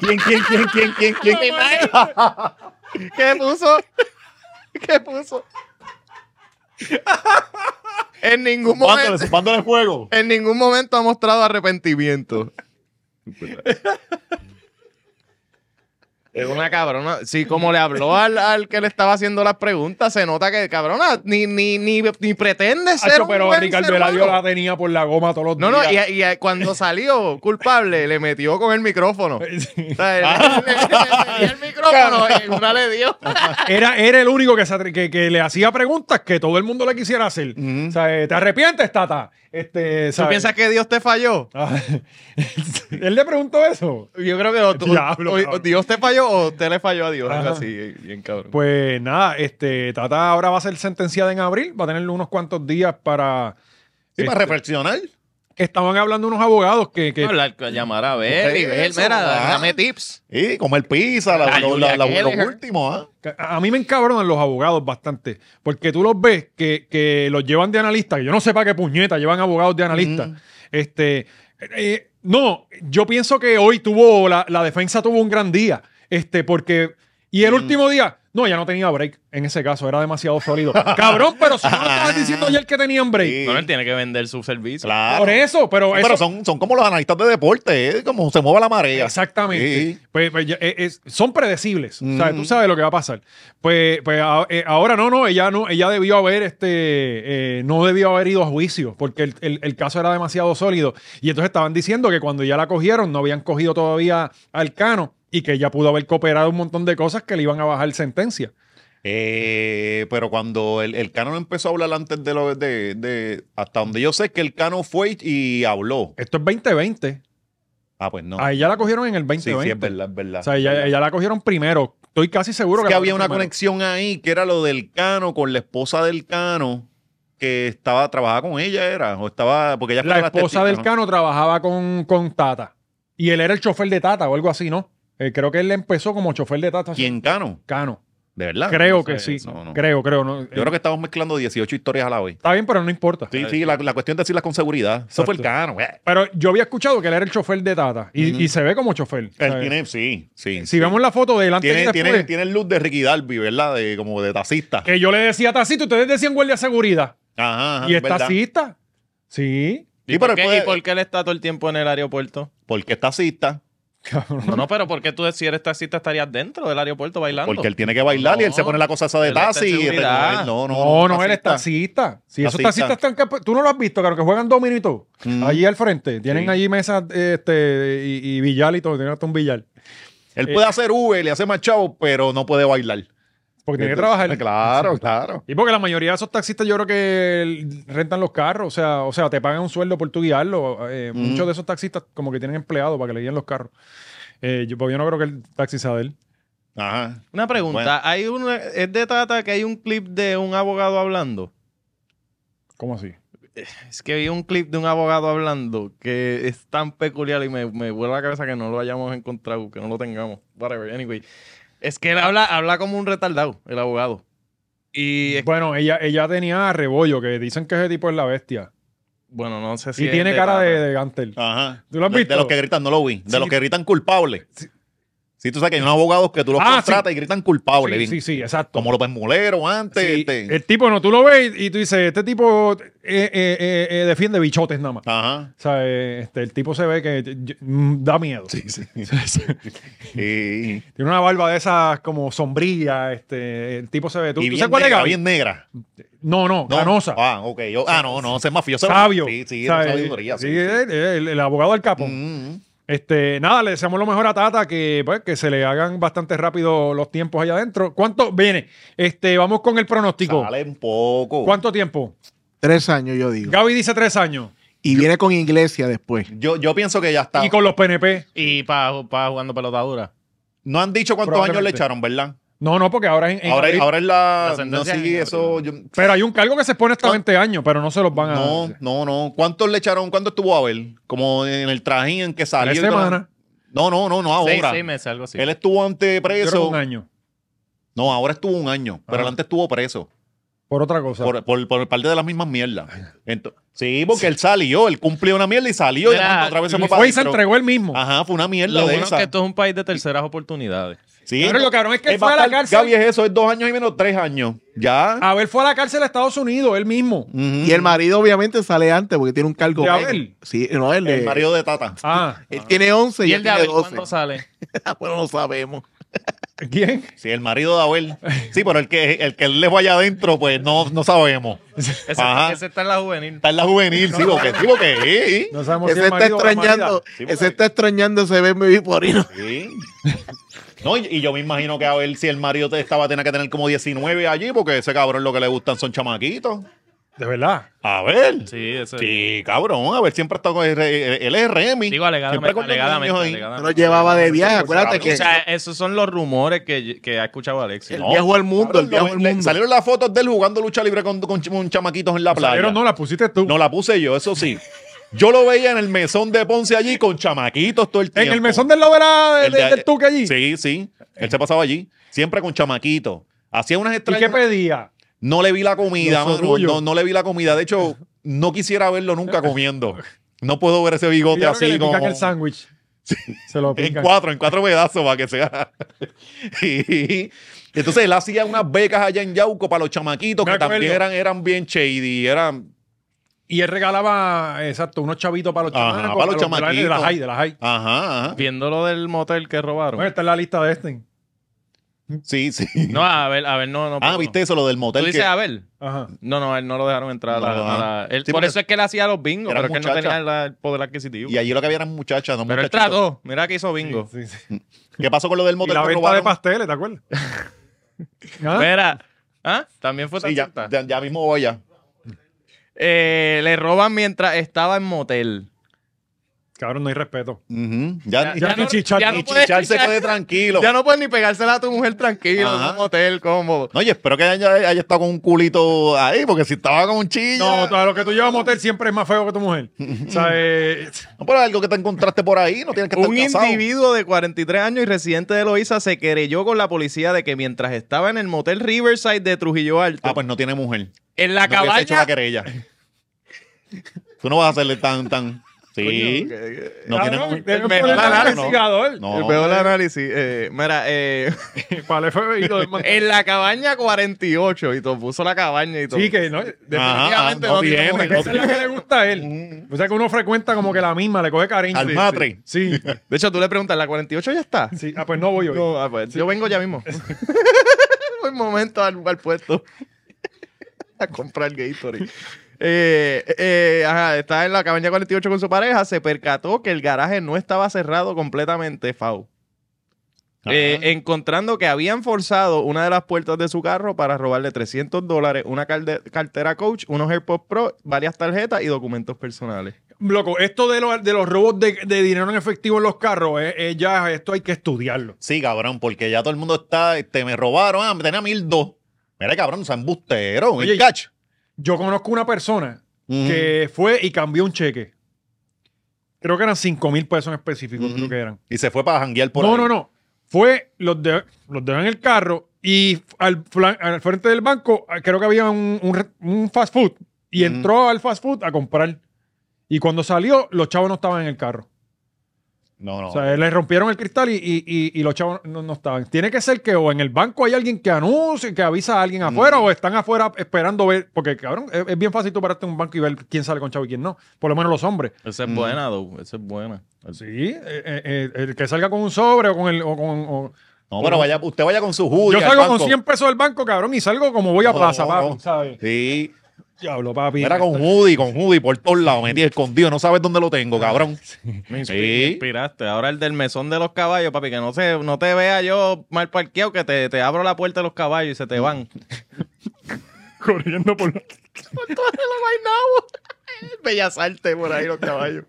Speaker 2: ¿Quién, quién, quién, quién, quién, quién?
Speaker 5: ¿Qué puso? ¿Qué puso? En ningún momento.
Speaker 2: Mándale, mándale fuego.
Speaker 5: En ningún momento ha mostrado arrepentimiento. Es una cabrona. Sí, como le habló al, al que le estaba haciendo las preguntas, se nota que, cabrona, ni, ni, ni, ni pretende ser.
Speaker 1: Hacho,
Speaker 5: un
Speaker 1: pero
Speaker 5: buen
Speaker 1: Ricardo
Speaker 5: ser
Speaker 1: Eladio
Speaker 5: humano.
Speaker 1: la tenía por la goma todos los
Speaker 5: No, no,
Speaker 1: días.
Speaker 5: y, y cuando salió culpable, le metió con el micrófono. O sea, le, le- le metió el micrófono y una le dio.
Speaker 1: Ah, Era, era el único que, se atre- que- que le hacía preguntas que todo el mundo le quisiera hacer. O sea, eh, ¿te arrepientes, Tata? Este,
Speaker 5: ¿Tú
Speaker 1: ¿sabes?
Speaker 5: piensas que Dios te falló?
Speaker 1: Ah, Él le preguntó eso.
Speaker 5: Yo creo que o, tú-
Speaker 1: Diablo,
Speaker 5: o- o
Speaker 1: cabrón.
Speaker 5: Dios te falló o usted le falló a Dios. Algo
Speaker 1: Ajá.
Speaker 5: así, bien- bien cabrón.
Speaker 1: Pues nada, este, Tata ahora va a ser sentenciada en abril, va a tener unos cuantos días para.
Speaker 2: Sí,
Speaker 1: Este-
Speaker 2: para reflexionar.
Speaker 1: Estaban hablando unos abogados que. que-
Speaker 5: hablar, llamar a ver y ver,
Speaker 2: Eso,
Speaker 5: mira,
Speaker 2: ajá.
Speaker 5: dame tips.
Speaker 2: Y comer pizza, la,
Speaker 5: Ay,
Speaker 2: lo-
Speaker 5: Julia
Speaker 2: la- la-
Speaker 5: Keller.
Speaker 2: los últimos. ¿ah?
Speaker 1: que a a mí me encabronan los abogados bastante, porque tú los ves que, que los llevan de analistas, que yo no sé para qué puñeta llevan abogados de analistas. Este, eh, no, yo pienso que hoy tuvo, la, la defensa tuvo un gran día, este, porque, y
Speaker 2: Mm.
Speaker 1: el último día, no, ya no tenía break, en ese caso, era demasiado sólido. Cabrón, pero si no le estabas diciendo ayer que tenían break.
Speaker 2: Sí,
Speaker 5: No, él tiene que vender su servicio.
Speaker 2: Claro.
Speaker 1: Por eso, pero,
Speaker 2: Sí,
Speaker 1: eso,
Speaker 2: Pero son, son como los analistas de deporte, ¿eh? como se mueve la marea.
Speaker 1: Exactamente.
Speaker 2: Sí.
Speaker 1: Pues, pues, ya, eh, es- son predecibles. O sea,
Speaker 2: Ujú.
Speaker 1: tú sabes lo que va a pasar. Pues, pues a- eh, ahora no, no, ella no, ella debió haber, este, eh, no debió haber ido a juicio, porque el, el- el caso era demasiado sólido. Y entonces estaban diciendo que cuando ya la cogieron, no habían cogido todavía al cano y que ella pudo haber cooperado un montón de cosas que le iban a bajar sentencia.
Speaker 2: Eh, pero cuando el, el Cano no empezó a hablar antes de lo de, de- Hasta donde yo sé que el Cano fue y habló.
Speaker 1: Esto es 2020.
Speaker 2: Ah, pues no.
Speaker 1: A ella la cogieron en el
Speaker 2: sí,
Speaker 1: 2020.
Speaker 2: sí, es verdad, es verdad.
Speaker 1: O sea, ella, ella la cogieron primero. Estoy casi seguro
Speaker 2: Es que
Speaker 1: la
Speaker 2: había
Speaker 1: cogieron
Speaker 2: una
Speaker 1: primero.
Speaker 2: conexión ahí que era lo del Cano con la esposa del Cano que estaba trabajaba con ella era o estaba porque ella fue
Speaker 1: la
Speaker 2: de las
Speaker 1: esposa
Speaker 2: testigos,
Speaker 1: del
Speaker 2: ¿no?
Speaker 1: Cano trabajaba con, con Tata. Y él era el chofer de Tata o algo así, ¿no? Eh, creo que él empezó como chofer de Tata.
Speaker 2: ¿Quién Cano?
Speaker 1: Cano.
Speaker 2: De verdad.
Speaker 1: Creo
Speaker 2: No
Speaker 1: que
Speaker 2: sé,
Speaker 1: sí.
Speaker 2: no, no.
Speaker 1: Creo, creo. ¿no? Eh,
Speaker 2: Yo creo que estamos mezclando 18 historias a la vez.
Speaker 1: Está bien, pero no importa.
Speaker 2: Sí, sí, la, la cuestión de decirlas con seguridad. Eso fue el Cano. eh.
Speaker 1: Pero yo había escuchado que él era el chofer de Tata. Y, y se ve como chofer.
Speaker 2: Él
Speaker 1: ¿sabes?
Speaker 2: tiene, sí, sí.
Speaker 1: si vemos la foto de él antes y
Speaker 2: tiene,
Speaker 1: después,
Speaker 2: tiene, tiene el look de Ricky Darby, ¿verdad? De, como de taxista.
Speaker 1: que yo le decía a Tacito, ustedes decían guardia de seguridad.
Speaker 2: Ajá, ajá,
Speaker 1: y es
Speaker 2: Ah, ¿verdad?
Speaker 1: taxista. Sí.
Speaker 2: Sí, pero él puede-
Speaker 5: qué él está todo el tiempo en el aeropuerto?
Speaker 2: Porque es taxista.
Speaker 1: Cabrón.
Speaker 5: No, no, pero ¿por qué tú, si eres taxista, estarías dentro del aeropuerto bailando?
Speaker 2: Porque él tiene que bailar y él
Speaker 5: No.
Speaker 2: se pone la cosa esa de
Speaker 5: Él está en
Speaker 2: taxi. y este-
Speaker 5: seguridad.
Speaker 2: no, no,
Speaker 1: Oh, No, no, él es taxista. Sí, esos
Speaker 2: Taxista.
Speaker 1: taxistas están. que- Tú no lo has visto, claro, que juegan domino y todo. Allí al frente. Tienen
Speaker 2: Sí.
Speaker 1: allí mesas este, y, y billar y todo. Tienen hasta un billar.
Speaker 2: Él
Speaker 1: Eh.
Speaker 2: puede hacer Uber, le hace más chavo, pero no puede bailar.
Speaker 1: Porque tienen Pues que
Speaker 2: Entonces, ah,
Speaker 1: trabajar.
Speaker 2: Claro, claro.
Speaker 1: Y porque la mayoría de esos taxistas yo creo que rentan los carros, o sea, o sea, te pagan un sueldo por tu guiarlo. Eh,
Speaker 2: Ujú.
Speaker 1: Muchos de esos taxistas como que tienen empleados para que le guíen los carros. Eh, yo, pues yo no creo que el taxi sea de él.
Speaker 2: Ajá.
Speaker 5: Una pregunta,
Speaker 2: Bueno.
Speaker 5: hay un, es de Tata que hay un clip de un abogado hablando.
Speaker 1: ¿Cómo así?
Speaker 5: Es que vi un clip de un abogado hablando que es tan peculiar y me, me vuelve la cabeza que no lo hayamos encontrado, que no lo tengamos. Whatever, anyway. Es que él habla, habla como un retardado, el abogado. Y es-
Speaker 1: Bueno, ella, ella tenía a Rebollo, que dicen que ese tipo es la bestia.
Speaker 5: bueno, no sé si.
Speaker 1: y
Speaker 5: es
Speaker 1: tiene
Speaker 5: de
Speaker 1: cara
Speaker 5: Tata.
Speaker 1: de, de Gantel.
Speaker 2: Ajá.
Speaker 1: ¿Tú lo has
Speaker 2: De-
Speaker 1: visto?
Speaker 2: De los que gritan, no lo vi. De
Speaker 1: Sí.
Speaker 2: los que gritan culpables. Sí. tú sabes que hay unos abogados que tú los
Speaker 1: Ah,
Speaker 2: contratas y gritan culpables.
Speaker 1: sí,
Speaker 2: bien.
Speaker 1: sí, sí, exacto.
Speaker 2: Como López Mulero antes.
Speaker 1: Sí,
Speaker 2: este.
Speaker 1: El tipo, no, tú lo ves y, y tú dices, este tipo eh, eh, eh, eh, defiende bichotes nada más.
Speaker 2: Ajá.
Speaker 1: O sea, eh, este, el tipo se ve que eh, mm, da miedo.
Speaker 2: Y,
Speaker 1: Tiene una barba de esas como sombrilla, este, el tipo se ve. ¿Tú,
Speaker 2: y
Speaker 1: tú
Speaker 2: bien
Speaker 1: sabes cuál es
Speaker 2: negra,
Speaker 1: Gaby?
Speaker 2: bien negra.
Speaker 1: No, no,
Speaker 2: No.
Speaker 1: canosa.
Speaker 2: Ah, ok. Yo- ah, no, no, ese es mafioso.
Speaker 1: sabio.
Speaker 2: Sí, sí,
Speaker 1: ¿sabes?
Speaker 2: esa sabiduría, sí,
Speaker 1: Sí, eh,
Speaker 2: sí.
Speaker 1: El, el- el abogado del capo.
Speaker 2: Mm,
Speaker 1: Este, nada, le deseamos lo mejor a Tata, que, pues, que se le hagan bastante rápido los tiempos allá adentro. ¿Cuánto viene? Este, vamos con el pronóstico.
Speaker 2: Sale un poco.
Speaker 1: ¿Cuánto tiempo?
Speaker 6: Tres años, yo digo.
Speaker 1: Gaby dice tres años.
Speaker 6: Y viene con Iglesia después.
Speaker 2: Yo, yo pienso que ya está.
Speaker 1: Y con los PNP.
Speaker 5: Y para jugando pelotadura.
Speaker 2: No han dicho cuántos años le
Speaker 1: Probablemente.
Speaker 2: echaron, ¿verdad?
Speaker 1: No, no, porque ahora es en, en
Speaker 2: Ahora,
Speaker 1: abril.
Speaker 2: ahora es la.
Speaker 5: La
Speaker 2: no
Speaker 5: sentencia es
Speaker 2: sigue
Speaker 5: en
Speaker 2: eso. yo-
Speaker 1: Pero hay un cargo que se pone hasta 20 años, pero no se los van a.
Speaker 2: no, no, no. ¿Cuántos le echaron? ¿Cuántos estuvo Abel? Como en el trajín en que salió.
Speaker 1: Tres
Speaker 2: y todo.
Speaker 1: semanas.
Speaker 2: No, no, no, no ahora.
Speaker 5: Seis, seis meses, algo así.
Speaker 2: Él estuvo antes
Speaker 1: Yo creo que
Speaker 2: preso.
Speaker 1: un año.
Speaker 2: No, ahora estuvo un año. Pero
Speaker 1: Ah.
Speaker 2: él antes estuvo preso.
Speaker 1: Por otra cosa.
Speaker 2: por, por, por parte de las mismas mierdas. Ento- sí, porque él salió, él cumplió una mierda y salió. y de
Speaker 5: Mira,
Speaker 2: momento otra vez se
Speaker 1: y
Speaker 2: fue
Speaker 1: fue y se
Speaker 2: para Ah, adentro.
Speaker 1: entregó él mismo.
Speaker 2: Ajá, fue una mierda
Speaker 5: Lo
Speaker 2: de
Speaker 5: bueno es
Speaker 2: esa.
Speaker 5: que esto es un país de terceras oportunidades.
Speaker 2: Sí,
Speaker 1: Claro, lo cabrón es que él fue a la
Speaker 2: bastante-
Speaker 1: cárcel.
Speaker 2: eh,
Speaker 1: Ah.
Speaker 2: Gaby, es eso, es dos años y menos tres años. Ya.
Speaker 1: Abel fue a la cárcel a Estados Unidos, él mismo.
Speaker 2: Ujú.
Speaker 6: Y el marido obviamente sale antes porque tiene un cargo.
Speaker 1: ¿De Abel?
Speaker 6: Sí, no, el, de-
Speaker 2: El marido de Tata.
Speaker 1: Ah,
Speaker 6: Él tiene 11 y,
Speaker 5: ¿Y
Speaker 6: él
Speaker 5: el de
Speaker 6: tiene
Speaker 5: Abel
Speaker 6: 12.
Speaker 5: cuándo sale?
Speaker 6: bueno, no sabemos.
Speaker 1: ¿quién?
Speaker 2: Sí, el marido de Abel. Sí, pero el que, el que él le vaya adentro, pues no, no sabemos.
Speaker 5: Ese,
Speaker 2: Ajá.
Speaker 5: ese está en la juvenil.
Speaker 2: Está en la juvenil, sí, porque sí, porque
Speaker 1: No sabemos si
Speaker 6: Ese
Speaker 1: es
Speaker 6: está
Speaker 1: marido o
Speaker 6: extrañando,
Speaker 1: marida.
Speaker 2: Sí, porque-
Speaker 6: ese está extrañando ese verme biporino.
Speaker 2: sí. Sí. No, y y yo me imagino que a ver si el marido te estaba tenía que tener como 19 allí, porque ese cabrón lo que le gustan son chamaquitos.
Speaker 1: De verdad.
Speaker 2: A ver. Sí,
Speaker 5: Sí, ese.
Speaker 2: cabrón. A ver, siempre está con el, el- el RM.
Speaker 5: Digo
Speaker 2: Siempre
Speaker 5: alegadamente.
Speaker 2: con los
Speaker 5: alegadamente,
Speaker 2: niños ahí.
Speaker 6: No
Speaker 5: alegadamente.
Speaker 6: lo llevaba de viaje, acuérdate
Speaker 2: cabrón,
Speaker 6: que
Speaker 5: O sea, esos son los rumores que, que ha escuchado Alexis.
Speaker 6: el
Speaker 5: No,
Speaker 6: viajo al mundo,
Speaker 2: Cabrón,
Speaker 6: el viajo
Speaker 2: lo-
Speaker 6: al
Speaker 2: le-
Speaker 6: mundo.
Speaker 2: Salieron las fotos de él jugando lucha libre con, con, ch- con chamaquitos en la playa.
Speaker 1: Pero no la pusiste tú.
Speaker 2: No la puse yo, eso sí. Yo lo veía en el mesón de Ponce allí con chamaquitos todo el
Speaker 1: en
Speaker 2: tiempo.
Speaker 1: el mesón del lado de la- de-
Speaker 2: El de-
Speaker 1: del tuque allí.
Speaker 2: Sí, sí. Él se pasaba allí. Siempre con chamaquitos. Hacía unas
Speaker 1: ¿Y qué
Speaker 2: estrellas.
Speaker 1: pedía?
Speaker 2: No le vi la comida,
Speaker 1: Los
Speaker 2: mano,
Speaker 1: sorullos.
Speaker 2: No, no le vi la comida. De hecho, no quisiera verlo nunca comiendo. No puedo ver ese bigote
Speaker 1: Pidieron que
Speaker 2: así
Speaker 1: le pican
Speaker 2: como.
Speaker 1: el sándwich. Se lo
Speaker 2: En
Speaker 1: pican.
Speaker 2: cuatro, en cuatro pedazos para que sea. Y entonces él hacía unas becas allá en Yauco para los chamaquitos
Speaker 1: Me
Speaker 2: que
Speaker 1: acuerdo.
Speaker 2: también eran, eran bien shady. Eran,
Speaker 1: Y él regalaba, exacto, unos chavitos para los
Speaker 2: Ajá,
Speaker 1: chamacos.
Speaker 2: para los
Speaker 1: grandes De la
Speaker 2: chamaquitos.
Speaker 1: high, de la high.
Speaker 2: ajá, ajá.
Speaker 5: Viendo lo del motel que robaron.
Speaker 1: Bueno, esta es la lista de este.
Speaker 2: Sí, sí.
Speaker 5: No, a ver, a ver, no, no.
Speaker 2: ah,
Speaker 5: no.
Speaker 2: viste eso, lo del
Speaker 5: Tú
Speaker 2: motel.
Speaker 5: dices,
Speaker 2: Que
Speaker 5: a ver.
Speaker 1: Ajá.
Speaker 5: No, no, a él no lo dejaron entrar. a la-
Speaker 2: No, ah.
Speaker 5: a la- él-
Speaker 2: Sí,
Speaker 5: por
Speaker 2: porque-
Speaker 5: eso es que él hacía los bingos,
Speaker 2: Era
Speaker 5: pero es que él no
Speaker 2: muchacha.
Speaker 5: tenía la- el poder adquisitivo.
Speaker 2: y allí lo que había eran muchachas, no
Speaker 5: pero él
Speaker 2: muchachitos.
Speaker 5: trató. Mira que hizo bingo.
Speaker 1: Sí, sí.
Speaker 2: ¿Qué pasó con lo del
Speaker 1: Y
Speaker 2: motel
Speaker 1: la
Speaker 2: que
Speaker 1: venta de
Speaker 2: robaron?
Speaker 1: pasteles, ¿te acuerdas? ¿Ah?
Speaker 5: Mira. ¿Ah? También fue
Speaker 2: Sí, ya,
Speaker 5: taxista.
Speaker 2: ya- ya mismo voy ya.
Speaker 5: Eh, le roban mientras estaba en motel.
Speaker 1: Cabrón, no hay respeto.
Speaker 2: Ujú. Ya,
Speaker 1: Ya
Speaker 2: ya
Speaker 1: ni chichar,
Speaker 5: ya
Speaker 1: ni
Speaker 2: ni
Speaker 5: no puedes
Speaker 2: chichar se
Speaker 5: chichar.
Speaker 2: puede tranquilo.
Speaker 5: Ya no puedes ni pegársela a tu mujer tranquilo
Speaker 2: Ajá.
Speaker 5: en un hotel cómodo.
Speaker 2: No, yo espero que haya, haya estado con un culito ahí, porque si estaba con un chillo.
Speaker 1: No,
Speaker 2: No,
Speaker 1: todo lo que tú llevas a motel siempre es más feo que tu mujer. o sea, eh,
Speaker 2: pero algo que te encontraste por ahí, no tienes que estar
Speaker 5: Un
Speaker 2: casado.
Speaker 5: individuo de 43 años y residente de Loiza se querelló con la policía de que mientras estaba en el motel Riverside de Trujillo Alto,
Speaker 2: Ah, pues no tiene mujer.
Speaker 5: en la
Speaker 2: no hubiese hecho la
Speaker 5: cabaña...
Speaker 2: querella. Tú no vas a hacerle tan, tan. Sí. No tiene
Speaker 1: cabrón,
Speaker 2: mujer.
Speaker 1: debes
Speaker 5: mejor
Speaker 1: ponerle
Speaker 5: alarma,
Speaker 1: al
Speaker 2: ¿no?
Speaker 1: investigador.
Speaker 2: No.
Speaker 5: El peor análisis. eh, mira, eh,
Speaker 1: Para el FBI, lo demás.
Speaker 5: en la cabaña 48 y todo, puso la cabaña y todo.
Speaker 1: Sí, que no.
Speaker 5: Definitivamente
Speaker 2: Ajá,
Speaker 5: no
Speaker 2: ah, no
Speaker 5: tiene
Speaker 2: tiene,
Speaker 5: mujer.
Speaker 1: Esa es la que le gusta a él. O sea que uno frecuenta como que la misma, le coge cariño.
Speaker 2: Al
Speaker 1: Sí,
Speaker 2: matre.
Speaker 1: Sí. sí.
Speaker 5: De hecho, tú le preguntas, ¿la 48 ya está?
Speaker 1: Sí. Ah, pues no voy hoy.
Speaker 5: No, ah, pues, Yo vengo ya mismo. Un momento al, al puesto a comprar Gatorade. Eh, eh, ajá, está en la cabaña 48 con su pareja. Se percató que el garaje no estaba cerrado completamente, Fau.
Speaker 2: Ah.
Speaker 5: Eh, encontrando que habían forzado una de las puertas de su carro para robarle 300 dólares, una calde- cartera Coach, unos AirPods Pro, varias tarjetas y documentos personales.
Speaker 1: Loco, esto de, lo- de los robos de, de dinero en efectivo en los carros, eh, eh, ya esto hay que estudiarlo.
Speaker 2: Sí, cabrón, porque ya todo el mundo está. Este, me robaron, ah, me tenía mil dos. Mira, cabrón, San Bustero.
Speaker 1: Oye,
Speaker 2: el catch.
Speaker 1: Yo conozco una persona
Speaker 2: Ujú.
Speaker 1: que fue y cambió un cheque. Creo que eran 5 mil pesos en específico,
Speaker 2: Ujú.
Speaker 1: creo que eran.
Speaker 2: Y se fue para janguear por
Speaker 1: no,
Speaker 2: ahí.
Speaker 1: no, no. Fue, los, de, los dejó en el carro y al, flan- al frente del banco ah, creo que había un, un re- un fast food y
Speaker 2: Ujú.
Speaker 1: entró al fast food a comprar. Y cuando salió, los chavos no estaban en el carro.
Speaker 2: No, no.
Speaker 1: O sea, le rompieron el cristal y, y- y- y los chavos no, no estaban. Tiene que ser que o en el banco hay alguien que anuncia, que avisa a alguien afuera, o están afuera esperando ver. Porque, cabrón, es, es bien fácil tú pararte en un banco y ver quién sale con chavo y quién no. Por lo menos los hombres.
Speaker 5: Esa es buena, Doug. Esa es buena.
Speaker 1: Sí, eh, eh, eh, el que salga con un sobre o con el. o con- o-
Speaker 2: no, pero vaya, usted vaya con su
Speaker 1: Yo
Speaker 2: hoodie. al
Speaker 1: salgo con
Speaker 2: banco.
Speaker 1: 100 pesos del banco, cabrón, y salgo como voy a
Speaker 2: No,
Speaker 1: plaza,
Speaker 2: no,
Speaker 1: papi,
Speaker 2: no.
Speaker 1: ¿sabes?
Speaker 2: Sí.
Speaker 1: Diablo, papi.
Speaker 2: Era con Judy, con Judy por todos lados, metido escondido, no sabes dónde lo
Speaker 1: Ah,
Speaker 2: tengo, cabrón.
Speaker 5: Me inspi-
Speaker 2: Sí.
Speaker 5: me inspiraste. Ahora el del mesón de los caballos, papi, que no se, no te vea yo mal parqueado, que te, te abro la puerta de los caballos y se te van.
Speaker 1: corriendo por la-
Speaker 5: Bellas artes por ahí los caballos.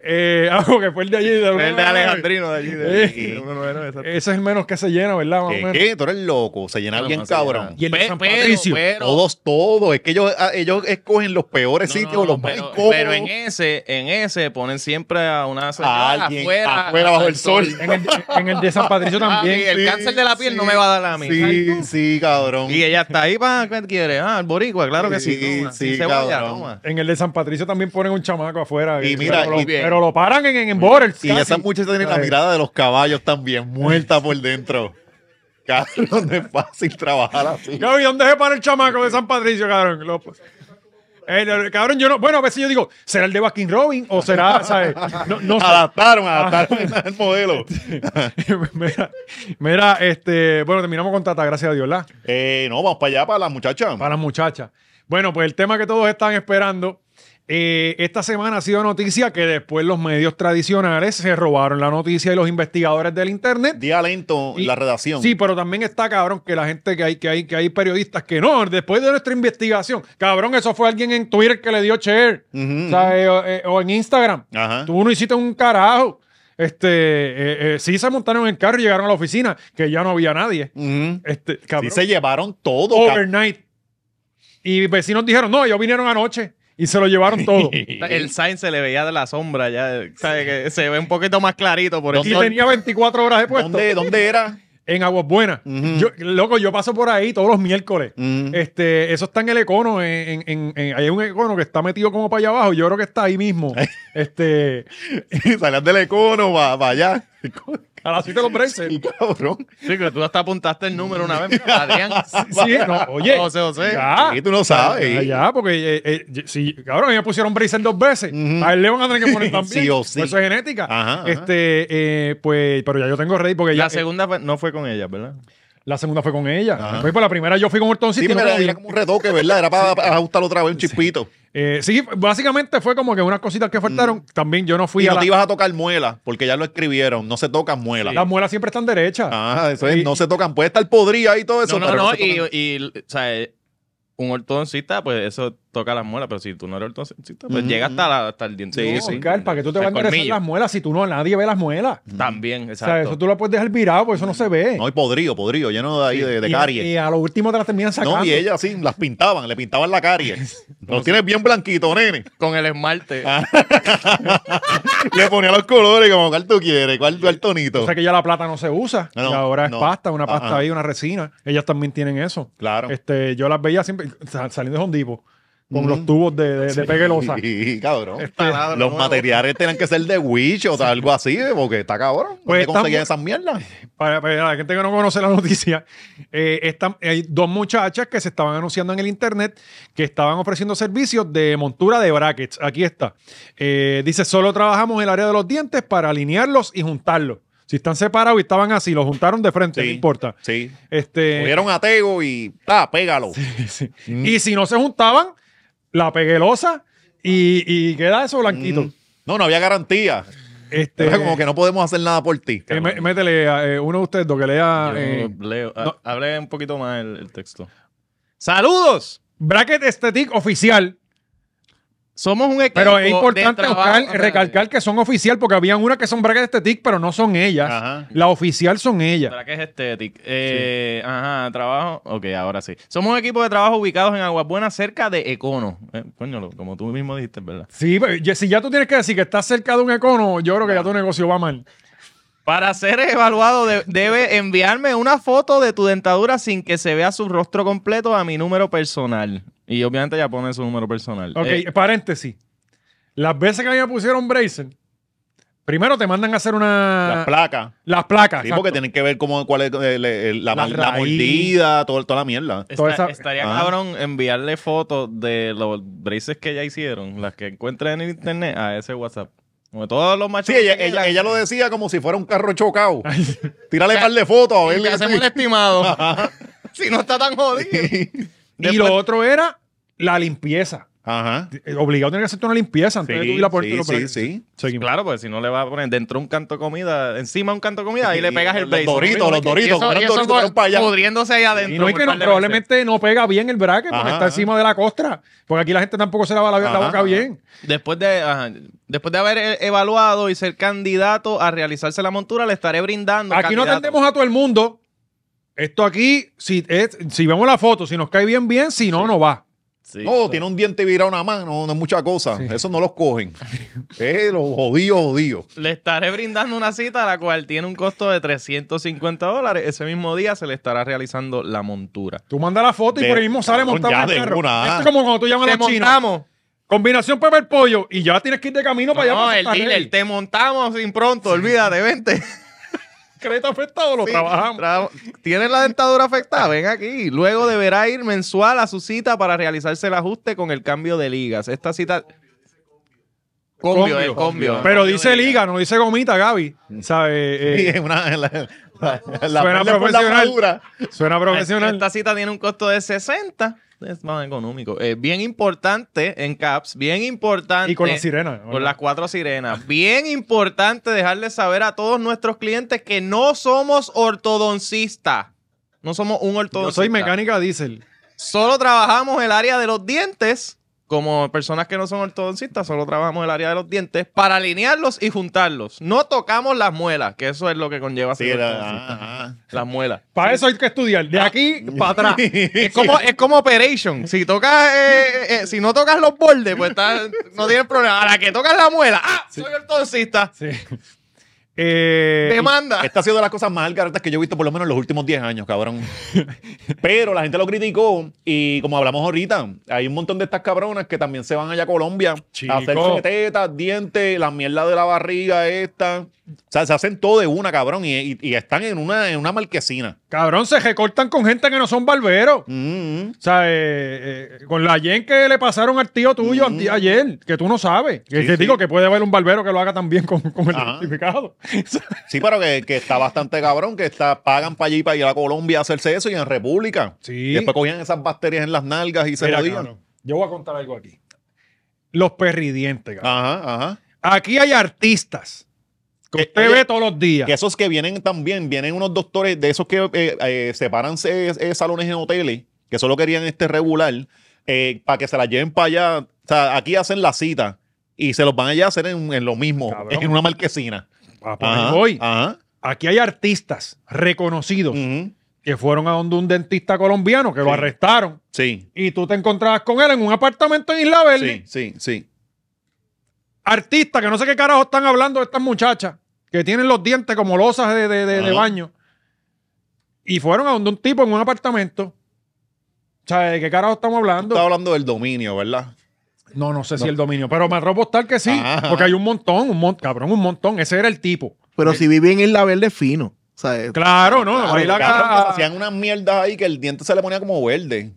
Speaker 1: Eh, algo que fue el de allí. de-
Speaker 5: El de Alejandrino de allí. De,
Speaker 1: Sí.
Speaker 5: de 199, exacto.
Speaker 1: Ese es el menos que se llena, ¿verdad? Más o
Speaker 2: ¿Qué,
Speaker 1: menos.
Speaker 2: qué? Tú eres loco, se llena
Speaker 5: No,
Speaker 2: bien
Speaker 5: no se
Speaker 2: cabrón.
Speaker 5: llena.
Speaker 1: Y el de
Speaker 8: Pe-
Speaker 1: San
Speaker 8: pero-
Speaker 1: Patricio.
Speaker 8: pero-
Speaker 2: Todos, todos. Es que ellos, ah, ellos escogen los peores
Speaker 8: No,
Speaker 2: sitios,
Speaker 8: no,
Speaker 2: los más
Speaker 8: pero,
Speaker 2: incómodos.
Speaker 8: pero en
Speaker 5: Ese, en ese ponen siempre a una
Speaker 2: a
Speaker 8: Ah,
Speaker 2: alguien afuera,
Speaker 8: afuera,
Speaker 2: bajo
Speaker 8: al
Speaker 2: el sol.
Speaker 8: sol.
Speaker 1: En el, en el de San Patricio también.
Speaker 8: Papi, el
Speaker 1: sí.
Speaker 8: cáncer de la piel no
Speaker 5: no
Speaker 8: me
Speaker 5: me va a dar a mí.
Speaker 2: Sí, sí, cabrón.
Speaker 5: Y ella está ahí para qué quiere. Ah, el boricua, claro que sí.
Speaker 2: Sí,
Speaker 5: toma.
Speaker 2: sí,
Speaker 5: Sin cebolla,
Speaker 2: cabrón.
Speaker 5: toma.
Speaker 1: En el de San Patricio también ponen un chamaco afuera.
Speaker 2: Y
Speaker 1: eh,
Speaker 2: mira,
Speaker 1: pero,
Speaker 2: y-
Speaker 1: lo, pero lo paran en, Eh, en Borders.
Speaker 2: Y esa muchacha tiene la mirada de los caballos también, muerta por dentro. Cabrón, no es fácil trabajar así.
Speaker 1: ¿Y dónde se para el chamaco de San Patricio, cabrón? Lo- Eh, no, cabrón, yo no. Bueno, a veces yo digo, ¿será el de Baskin Robin o será, ¿sabes? No, no sé.
Speaker 2: Adaptaron, adaptaron el modelo.
Speaker 1: mira, mira, este. Bueno, terminamos con Tata, gracias a Dios, ¿la?
Speaker 2: Eh, no, vamos para allá, para la muchacha.
Speaker 1: Para las muchachas. Bueno, pues el tema que todos están esperando. eh, esta semana ha sido noticia que después los medios tradicionales se robaron la noticia y los investigadores del internet
Speaker 2: Día lento
Speaker 1: Y-
Speaker 2: la redacción.
Speaker 1: Sí, pero también está cabrón que la gente que hay, que hay, que hay periodistas que no, después de nuestra investigación, cabrón, eso fue alguien en Twitter que le dio share,
Speaker 2: Ujú,
Speaker 1: o, sea, eh, o, eh, o en Instagram.
Speaker 2: Ajá.
Speaker 1: Tú no hiciste un carajo. Este, eh, eh, sí se montaron en el carro y llegaron a la oficina, que ya no había nadie.
Speaker 2: Ujú.
Speaker 1: Este,
Speaker 2: Sí,
Speaker 1: cabrón,
Speaker 2: se llevaron todo. cabrón.
Speaker 1: overnight. Y vecinos dijeron, no, ellos vinieron anoche y se lo llevaron todo. y
Speaker 5: El Sainz se le veía de la sombra ya, ¿sabe? Que se ve un poquito más clarito por el sol.
Speaker 1: tenía 24 horas de puesto
Speaker 2: ¿Dónde, ¿Dónde era?
Speaker 1: en Aguas Buenas.
Speaker 2: Ujú.
Speaker 1: Yo- loco, yo paso por ahí todos los miércoles.
Speaker 2: Ujú.
Speaker 1: Este, eso está en el econo, en, en- en- en- hay un econo que está metido como para allá abajo, yo creo que está ahí mismo. este,
Speaker 2: Salían del econo, va, va allá.
Speaker 1: Eh. a las 7 de los braces.
Speaker 2: Y cabrón.
Speaker 5: Sí, que tú hasta apuntaste el número una vez, mira, Adrián.
Speaker 1: Sí, no, oye.
Speaker 5: José José.
Speaker 1: Ya.
Speaker 2: Sí, tú no sabes.
Speaker 1: Ah. Ya, ya, porque eh, eh, si, cabrón, a mí me pusieron bracer dos veces.
Speaker 2: Ujú.
Speaker 1: A él le van a tener que poner también.
Speaker 2: Sí o sí.
Speaker 1: Pues Eso es genética.
Speaker 2: Ajá, ajá.
Speaker 1: Este, eh, pues, pero ya yo tengo ready porque ya,
Speaker 5: La
Speaker 1: eh,
Speaker 5: segunda fue- no fue con ella, ¿verdad?
Speaker 1: la segunda fue con ella.
Speaker 2: Ajá.
Speaker 1: Después, pues, la primera yo fui con Horton
Speaker 2: Sí,
Speaker 1: City. no
Speaker 2: pero era,
Speaker 1: podía.
Speaker 2: era como un retoque, ¿verdad? Era para, para ajustar otra vez un chispito.
Speaker 1: Eh, sí, básicamente fue como que unas cositas que faltaron. También yo no fui
Speaker 2: Mm. y
Speaker 1: a
Speaker 2: no
Speaker 1: Pues la-
Speaker 2: te ibas a tocar muela, porque ya lo escribieron. No se tocan muelas.
Speaker 1: Las muelas siempre están derechas.
Speaker 2: Ah, eso es,
Speaker 1: Y-
Speaker 2: no se tocan. Puede estar podrida y todo eso.
Speaker 5: No, no,
Speaker 2: pero
Speaker 5: no,
Speaker 2: se
Speaker 5: y,
Speaker 2: tocan.
Speaker 5: y, o sea, eh, un ortodoncista, pues eso toca las muelas, pero si tú no eres ortodoncista, pues
Speaker 2: Ujú,
Speaker 5: llega
Speaker 2: ujú.
Speaker 5: hasta, la- hasta el diente.
Speaker 2: Sí,
Speaker 1: No,
Speaker 2: sí.
Speaker 1: Oscar, ¿para que tú te
Speaker 5: O sea,
Speaker 1: vas a enderezar
Speaker 5: colmillo.
Speaker 1: las muelas si tú no, nadie ve las muelas?
Speaker 5: También,
Speaker 1: O sea,
Speaker 5: exacto.
Speaker 1: eso tú lo puedes dejar virado porque eso no se ve.
Speaker 2: No, y podrido, podrido, lleno de ahí de, de
Speaker 1: eh. y,
Speaker 2: caries.
Speaker 1: y a lo último te las terminan sacando.
Speaker 2: no, y ella sí, las pintaban, le pintaban la caries. Los tienes bien blanquito, nene.
Speaker 5: Con el esmalte.
Speaker 1: Ah,
Speaker 2: Le ponía los colores como cuál tú quieres, cuál, cuál tonito.
Speaker 1: O sea que ya la plata no se usa.
Speaker 2: No, no,
Speaker 1: y ahora es
Speaker 2: no.
Speaker 1: pasta, una pasta
Speaker 2: Ajá.
Speaker 1: ahí, una resina. Ellas también tienen eso.
Speaker 2: Claro.
Speaker 1: Este, yo las veía siempre sa- saliendo de Hondipo con
Speaker 2: Ujú.
Speaker 1: los tubos de, de, de peguelosa.
Speaker 2: Sí, cabrón.
Speaker 1: Este
Speaker 5: Palabra
Speaker 2: Los
Speaker 5: nueva.
Speaker 2: materiales tenían que ser de Witch o sea, algo así, porque está cabrón. ¿Dónde
Speaker 1: Pues está
Speaker 2: conseguían
Speaker 1: mu-
Speaker 2: esas mierdas?
Speaker 1: Para, para la gente que no conoce la noticia, eh, esta- hay dos muchachas que se estaban anunciando en el internet que estaban ofreciendo servicios de montura de brackets. Aquí está. Eh, dice, solo trabajamos el área de los dientes para alinearlos y juntarlos. Si están separados y estaban así, los juntaron de frente,
Speaker 2: Sí.
Speaker 1: no importa.
Speaker 2: Sí.
Speaker 1: Este,
Speaker 2: Cogieron a Tego y ta, pégalo.
Speaker 1: sí. Y si no se juntaban, la peguelosa y, y queda eso blanquito.
Speaker 2: Mm. No, no había garantía.
Speaker 1: Este,
Speaker 2: Era como que no podemos hacer nada por ti.
Speaker 1: eh, mé- métele a eh, uno de ustedes dos que lea...
Speaker 5: Yo
Speaker 1: eh,
Speaker 5: leo.
Speaker 1: no.
Speaker 5: Ha- Hable un poquito más el, el texto. ¡Saludos!
Speaker 1: Bracket Aesthetic oficial.
Speaker 5: Somos un equipo.
Speaker 1: Pero es
Speaker 5: de
Speaker 1: importante,
Speaker 5: trabajo-
Speaker 1: Oscar, recalcar que son oficial, porque habían unas que son brackets estéticas, pero no son ellas.
Speaker 2: Ajá.
Speaker 1: La oficial son ellas.
Speaker 5: ¿Para qué es estético? Eh, Ajá, trabajo. Ok, ahora sí. Somos un equipo de trabajo ubicados en Aguas Buenas, cerca de Econo. Eh, coño, lo- como tú mismo dijiste, ¿verdad?
Speaker 1: Sí, pero ya- si ya tú tienes que decir que estás cerca de un econo, yo creo que ya tu negocio va mal.
Speaker 5: Para ser evaluado, de- debe enviarme una foto de tu dentadura sin que se vea su rostro completo a mi número personal. Y obviamente ya pone su número personal.
Speaker 1: Ok,
Speaker 5: Eh,
Speaker 1: paréntesis. Las veces que a mí me pusieron bracer, primero te mandan a hacer una...
Speaker 2: Las placas.
Speaker 1: las placas.
Speaker 2: Sí,
Speaker 1: exacto.
Speaker 2: porque tienen que ver cómo, cuál es el- el- la,
Speaker 1: La
Speaker 2: la
Speaker 1: raíz.
Speaker 2: mordida, todo- toda la mierda.
Speaker 5: Eh, esta-
Speaker 1: toda esa-
Speaker 5: Estaría
Speaker 2: Ajá.
Speaker 5: cabrón enviarle fotos de los braces que ya hicieron, las que encuentren en internet, a ese WhatsApp. Como todos los machos.
Speaker 2: Sí, ella, ella, ella lo decía como si fuera un carro chocado. Tírale un par de fotos a ver.
Speaker 5: hacemos el estimado. si no está tan jodido.
Speaker 1: Y lo otro era la limpieza.
Speaker 2: Ajá.
Speaker 1: Eh, Obligado a tener que hacerte una limpieza antes de tú
Speaker 2: Sí,
Speaker 1: ir a por-
Speaker 2: sí,
Speaker 1: lo-
Speaker 2: sí, sí.
Speaker 1: Seguimos.
Speaker 5: Claro, pues si no le vas a poner dentro un canto de comida, encima un canto de comida, ahí le pegas el
Speaker 2: Los
Speaker 5: brace.
Speaker 2: doritos, los
Speaker 5: Y
Speaker 2: doritos,
Speaker 5: eso-
Speaker 2: eran
Speaker 5: y eso
Speaker 2: doritos, eran para allá.
Speaker 5: Pudriéndose ahí adentro.
Speaker 1: Y no es
Speaker 5: por
Speaker 1: que no,
Speaker 5: par de veces.
Speaker 1: probablemente no pega bien el bracket porque
Speaker 2: Ajá,
Speaker 1: está
Speaker 2: ajá.
Speaker 1: encima de la costra. Porque aquí la gente tampoco se lava la, la
Speaker 2: Ajá,
Speaker 1: boca
Speaker 2: ajá.
Speaker 1: bien.
Speaker 5: Después de, ajá, después de haber eh, evaluado y ser candidato a realizarse la montura, le estaré brindando.
Speaker 1: Aquí no
Speaker 5: candidato.
Speaker 1: atendemos a todo el mundo. Esto aquí, si, es- si vemos la foto, si nos cae bien, bien, si no, no va.
Speaker 5: Sí.
Speaker 2: No, tiene un diente virado nada más, no, no es mucha cosa. Eso no los cogen. Eh, los jodidos, jodidos.
Speaker 5: Le estaré brindando una cita la cual tiene un costo de 350 dólares. Ese mismo día se le estará realizando la montura.
Speaker 1: Tú mandas la foto y
Speaker 2: De-
Speaker 1: por ahí mismo sale
Speaker 2: cabrón,
Speaker 1: montado
Speaker 2: ya
Speaker 1: en el
Speaker 2: de
Speaker 1: carro.
Speaker 2: una.
Speaker 1: Esto es como cuando tú llamas a
Speaker 5: Te
Speaker 1: los chinos.
Speaker 5: montamos.
Speaker 1: Combinación pepe el pollo y ya tienes que ir de camino para allá.
Speaker 5: No,
Speaker 1: para
Speaker 5: el
Speaker 1: Santa
Speaker 5: dealer,
Speaker 1: Rey.
Speaker 5: te montamos sin pronto, olvídate, vente.
Speaker 1: crédito afectado lo trabajamos.
Speaker 5: Tra- Tienes la dentadura
Speaker 2: Ah.
Speaker 5: afectada, ven aquí. Luego deberá ir mensual a su cita para realizarse el ajuste con el cambio de ligas. Esta cita. Combio, eh, combio.
Speaker 1: Pero
Speaker 5: Combio
Speaker 1: dice
Speaker 5: de
Speaker 1: liga, no dice gomita, Gaby. ¿Sabe?
Speaker 2: Sí,
Speaker 1: Eh,
Speaker 2: es una, la, la, la
Speaker 1: Suena
Speaker 2: perla por la
Speaker 1: profesional.
Speaker 2: madura.
Speaker 1: suena profesional.
Speaker 5: Esta cita tiene un costo de 60. Es más económico. Eh, bien importante en CAPS, bien importante.
Speaker 1: Y con la sirena. ¿no?
Speaker 5: Con las cuatro sirenas. Bien importante dejarles saber a todos nuestros clientes que no somos ortodoncistas. No somos un
Speaker 1: Yo
Speaker 5: ortodoncista.
Speaker 1: soy mecánica diésel.
Speaker 5: Solo trabajamos el área de los dientes. Como personas que no son ortodoncistas, solo trabajamos el área de los dientes para alinearlos y juntarlos. No tocamos las muelas, que eso es lo que conlleva
Speaker 2: Sí,
Speaker 5: ser
Speaker 2: la-
Speaker 5: ortodoncista.
Speaker 2: ah, ah.
Speaker 5: Las muelas.
Speaker 1: Para eso hay que estudiar. De aquí para atrás.
Speaker 5: Es como, es como Operation. Si tocas, eh, eh, eh, si no tocas los bordes, pues estás- no tienes problema. A la que tocas la muela, ¡ah! Soy ortodoncista.
Speaker 1: Sí. Eh,
Speaker 5: Demanda.
Speaker 2: Esta ha sido de las cosas más algaratas que yo he visto por lo menos en los últimos 10 años, cabrón. Pero la gente lo criticó y como hablamos ahorita, hay un montón de estas cabronas que también se van allá a Colombia
Speaker 1: Chico.
Speaker 2: a hacerse tetas, dientes, la mierda de la barriga esta. O sea, se hacen todo de una, cabrón, y, y- y están en una, en una marquesina.
Speaker 1: Cabrón, se recortan con gente que no son barberos.
Speaker 2: Mm, mm.
Speaker 1: O sea, eh, eh, con la yen que le pasaron al tío tuyo anti- ayer, que tú no sabes. Que
Speaker 2: Sí,
Speaker 1: te
Speaker 2: sí.
Speaker 1: digo que puede haber un barbero que lo haga también con, con el
Speaker 2: Ajá.
Speaker 1: certificado.
Speaker 2: Sí, pero que, que está bastante cabrón, que está, pagan para allí y para allá a Colombia a hacerse eso y en República.
Speaker 1: Sí.
Speaker 2: Y después cogían esas bacterias en las nalgas y se
Speaker 1: Mira,
Speaker 2: jodían.
Speaker 1: cabrón, yo voy a contar algo aquí. Los perridientes, cabrón.
Speaker 2: Ajá, ajá.
Speaker 1: Aquí hay artistas que
Speaker 2: Que-
Speaker 1: usted
Speaker 2: oye,
Speaker 1: ve todos los días.
Speaker 2: Eh, Que esos que vienen también, vienen unos doctores de esos que eh, eh, separan eh, eh, salones en hoteles, que solo querían este regular, para que se la lleven para allá. O sea, aquí hacen la cita y se los van allá a hacer en, en lo mismo,
Speaker 1: Cabrón.
Speaker 2: en una marquesina.
Speaker 1: Ah, pues ahí
Speaker 2: Ajá,
Speaker 1: voy.
Speaker 2: ajá.
Speaker 1: Aquí hay artistas reconocidos
Speaker 2: Ujú,
Speaker 1: que fueron a donde un dentista colombiano que lo
Speaker 2: Mm. Sí.
Speaker 1: arrestaron
Speaker 2: Sí,
Speaker 1: y tú te encontrabas con él en un apartamento en Isla Verde.
Speaker 2: sí, sí, sí.
Speaker 1: artistas que no sé qué carajo están hablando de estas muchachas que tienen los dientes como losas de, de- de- de
Speaker 2: Ajá.
Speaker 1: baño y fueron a donde un tipo en un apartamento. O sea, ¿de qué carajo estamos hablando?
Speaker 2: Estaba hablando del dominio, ¿verdad?
Speaker 1: No, no sé si el dominio, pero me atrevo a apostar que sí,
Speaker 2: Ajá.
Speaker 1: porque hay un montón, un montón, cabrón, un montón. Ese era el tipo.
Speaker 6: Pero si vive en Isla Verde fino. O sea, es-
Speaker 1: Claro, ¿no?
Speaker 2: Claro,
Speaker 1: Ahí la
Speaker 2: cabrón,
Speaker 1: cara-
Speaker 2: que se hacían unas mierdas ahí que el diente se le ponía como verde.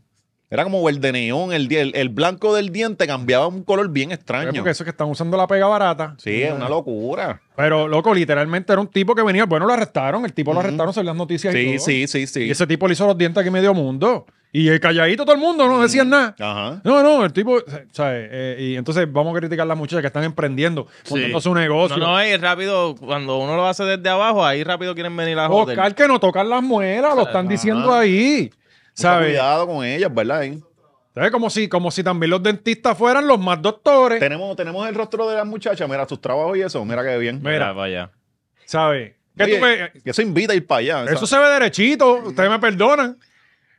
Speaker 2: Era como verde neón. El, di- el, el blanco del diente cambiaba un color bien
Speaker 1: Es
Speaker 2: extraño.
Speaker 1: Porque eso es que están usando la pega barata.
Speaker 2: Sí, es una locura.
Speaker 1: Pero, loco, literalmente era un tipo que venía. Bueno, lo arrestaron. El tipo lo arrestaron, se las noticias y
Speaker 2: Sí,
Speaker 1: todo.
Speaker 2: sí, sí, sí.
Speaker 1: Y ese tipo le hizo los dientes aquí medio mundo. Y el calladito todo el mundo, no decían nada.
Speaker 2: Ajá.
Speaker 1: No, no, el tipo, ¿sabes? Eh, y entonces vamos a criticar a las muchachas que están emprendiendo, montando su negocio.
Speaker 5: No, no, es rápido. Cuando uno lo hace desde abajo, ahí rápido quieren venir a joder.
Speaker 1: Oscar, que no tocan las muelas, lo están diciendo ahí. ¿Sabes?
Speaker 2: ¿Sabes? Cuidado con ellas, ¿verdad? eh?
Speaker 1: ¿Sabes? Como si, como si también los dentistas fueran los más doctores.
Speaker 2: Tenemos, tenemos el rostro de las muchachas, mira sus trabajos y eso, mira qué bien.
Speaker 5: Mira,
Speaker 1: Mira,
Speaker 5: vaya.
Speaker 1: ¿sabes? Que
Speaker 2: Oye,
Speaker 1: tú ves-
Speaker 2: y eso invita a ir para allá.
Speaker 1: eso
Speaker 2: ¿sabes?
Speaker 1: se ve derechito, ustedes me perdonan.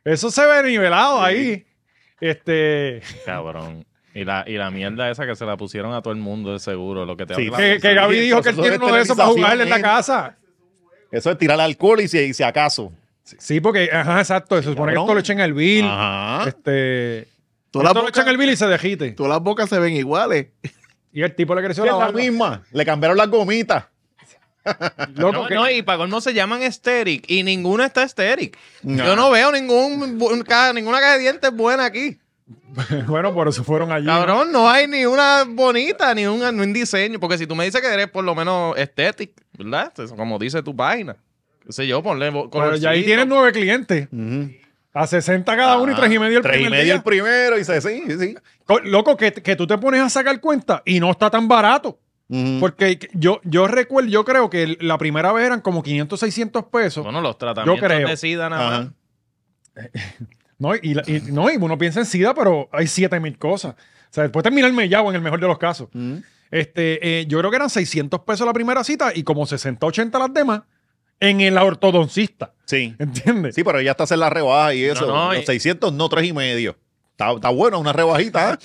Speaker 1: Eso se ve nivelado ahí. Este,
Speaker 5: Cabrón. Y la, y la mierda esa que se la pusieron a todo el mundo, de seguro. Lo que te
Speaker 2: Sí,
Speaker 5: habla-
Speaker 1: que, que Gaby dijo que él tiene uno de esos para jugarle en la casa.
Speaker 2: eh. Eso es tirar alcohol y si, y si acaso.
Speaker 1: Sí, porque, ajá, exacto, se supone que
Speaker 2: cabrón.
Speaker 1: esto lo echen al bill.
Speaker 2: Ajá.
Speaker 1: Este,
Speaker 6: todas,
Speaker 1: Esto
Speaker 6: las
Speaker 1: lo echan
Speaker 6: bocas,
Speaker 1: el bill y se dejite.
Speaker 6: todas las bocas se ven iguales.
Speaker 1: Y el tipo le creció
Speaker 2: Sí,
Speaker 1: la
Speaker 2: es la
Speaker 1: barba.
Speaker 2: misma. Le cambiaron las gomitas.
Speaker 1: Loco,
Speaker 5: No,
Speaker 1: que-
Speaker 5: no, y para colmo se llaman estéric y ninguno está estéric.
Speaker 2: Nah.
Speaker 5: Yo no veo ningún, bu- ca- ninguna caja de dientes buena aquí.
Speaker 1: Bueno, por eso fueron allí.
Speaker 5: Cabrón, no hay ni una bonita, ni un, ni un diseño. Porque si tú me dices que eres por lo menos estético, ¿verdad? Eso, Como dice tu página. Qué sé yo, ponle bo-
Speaker 1: Pero ya ahí
Speaker 5: colorcito.
Speaker 1: tienen nueve clientes.
Speaker 2: Ujú.
Speaker 1: A 60 cada uno y
Speaker 2: Ah,
Speaker 1: 3 y medio el
Speaker 2: tres y
Speaker 1: primer
Speaker 2: medio
Speaker 1: día.
Speaker 2: el primero y se sí, sí.
Speaker 1: Co- Loco, que, que tú te pones a sacar cuenta y no está tan barato.
Speaker 2: Ujú.
Speaker 1: Porque yo, yo recuerdo, yo creo que el- la primera vez eran como 500, 600 pesos.
Speaker 5: Bueno, los tratamientos
Speaker 1: Yo creo.
Speaker 5: de SIDA nada
Speaker 2: Ajá.
Speaker 5: más.
Speaker 1: No, y, la- y- no, y uno piensa en SIDA, pero hay 7000 cosas. O sea, después termina el mellao en el mejor de los casos.
Speaker 2: Ujú.
Speaker 1: Este, eh, yo creo que eran 600 pesos la primera cita y como 60, 80 las demás en el ortodoncista.
Speaker 2: Sí.
Speaker 1: ¿Entiendes?
Speaker 2: Sí, pero ya está hacer la rebaja y eso.
Speaker 5: no,
Speaker 2: los
Speaker 5: y-
Speaker 2: 600, no, tres y medio. Está, está bueno, una rebajita.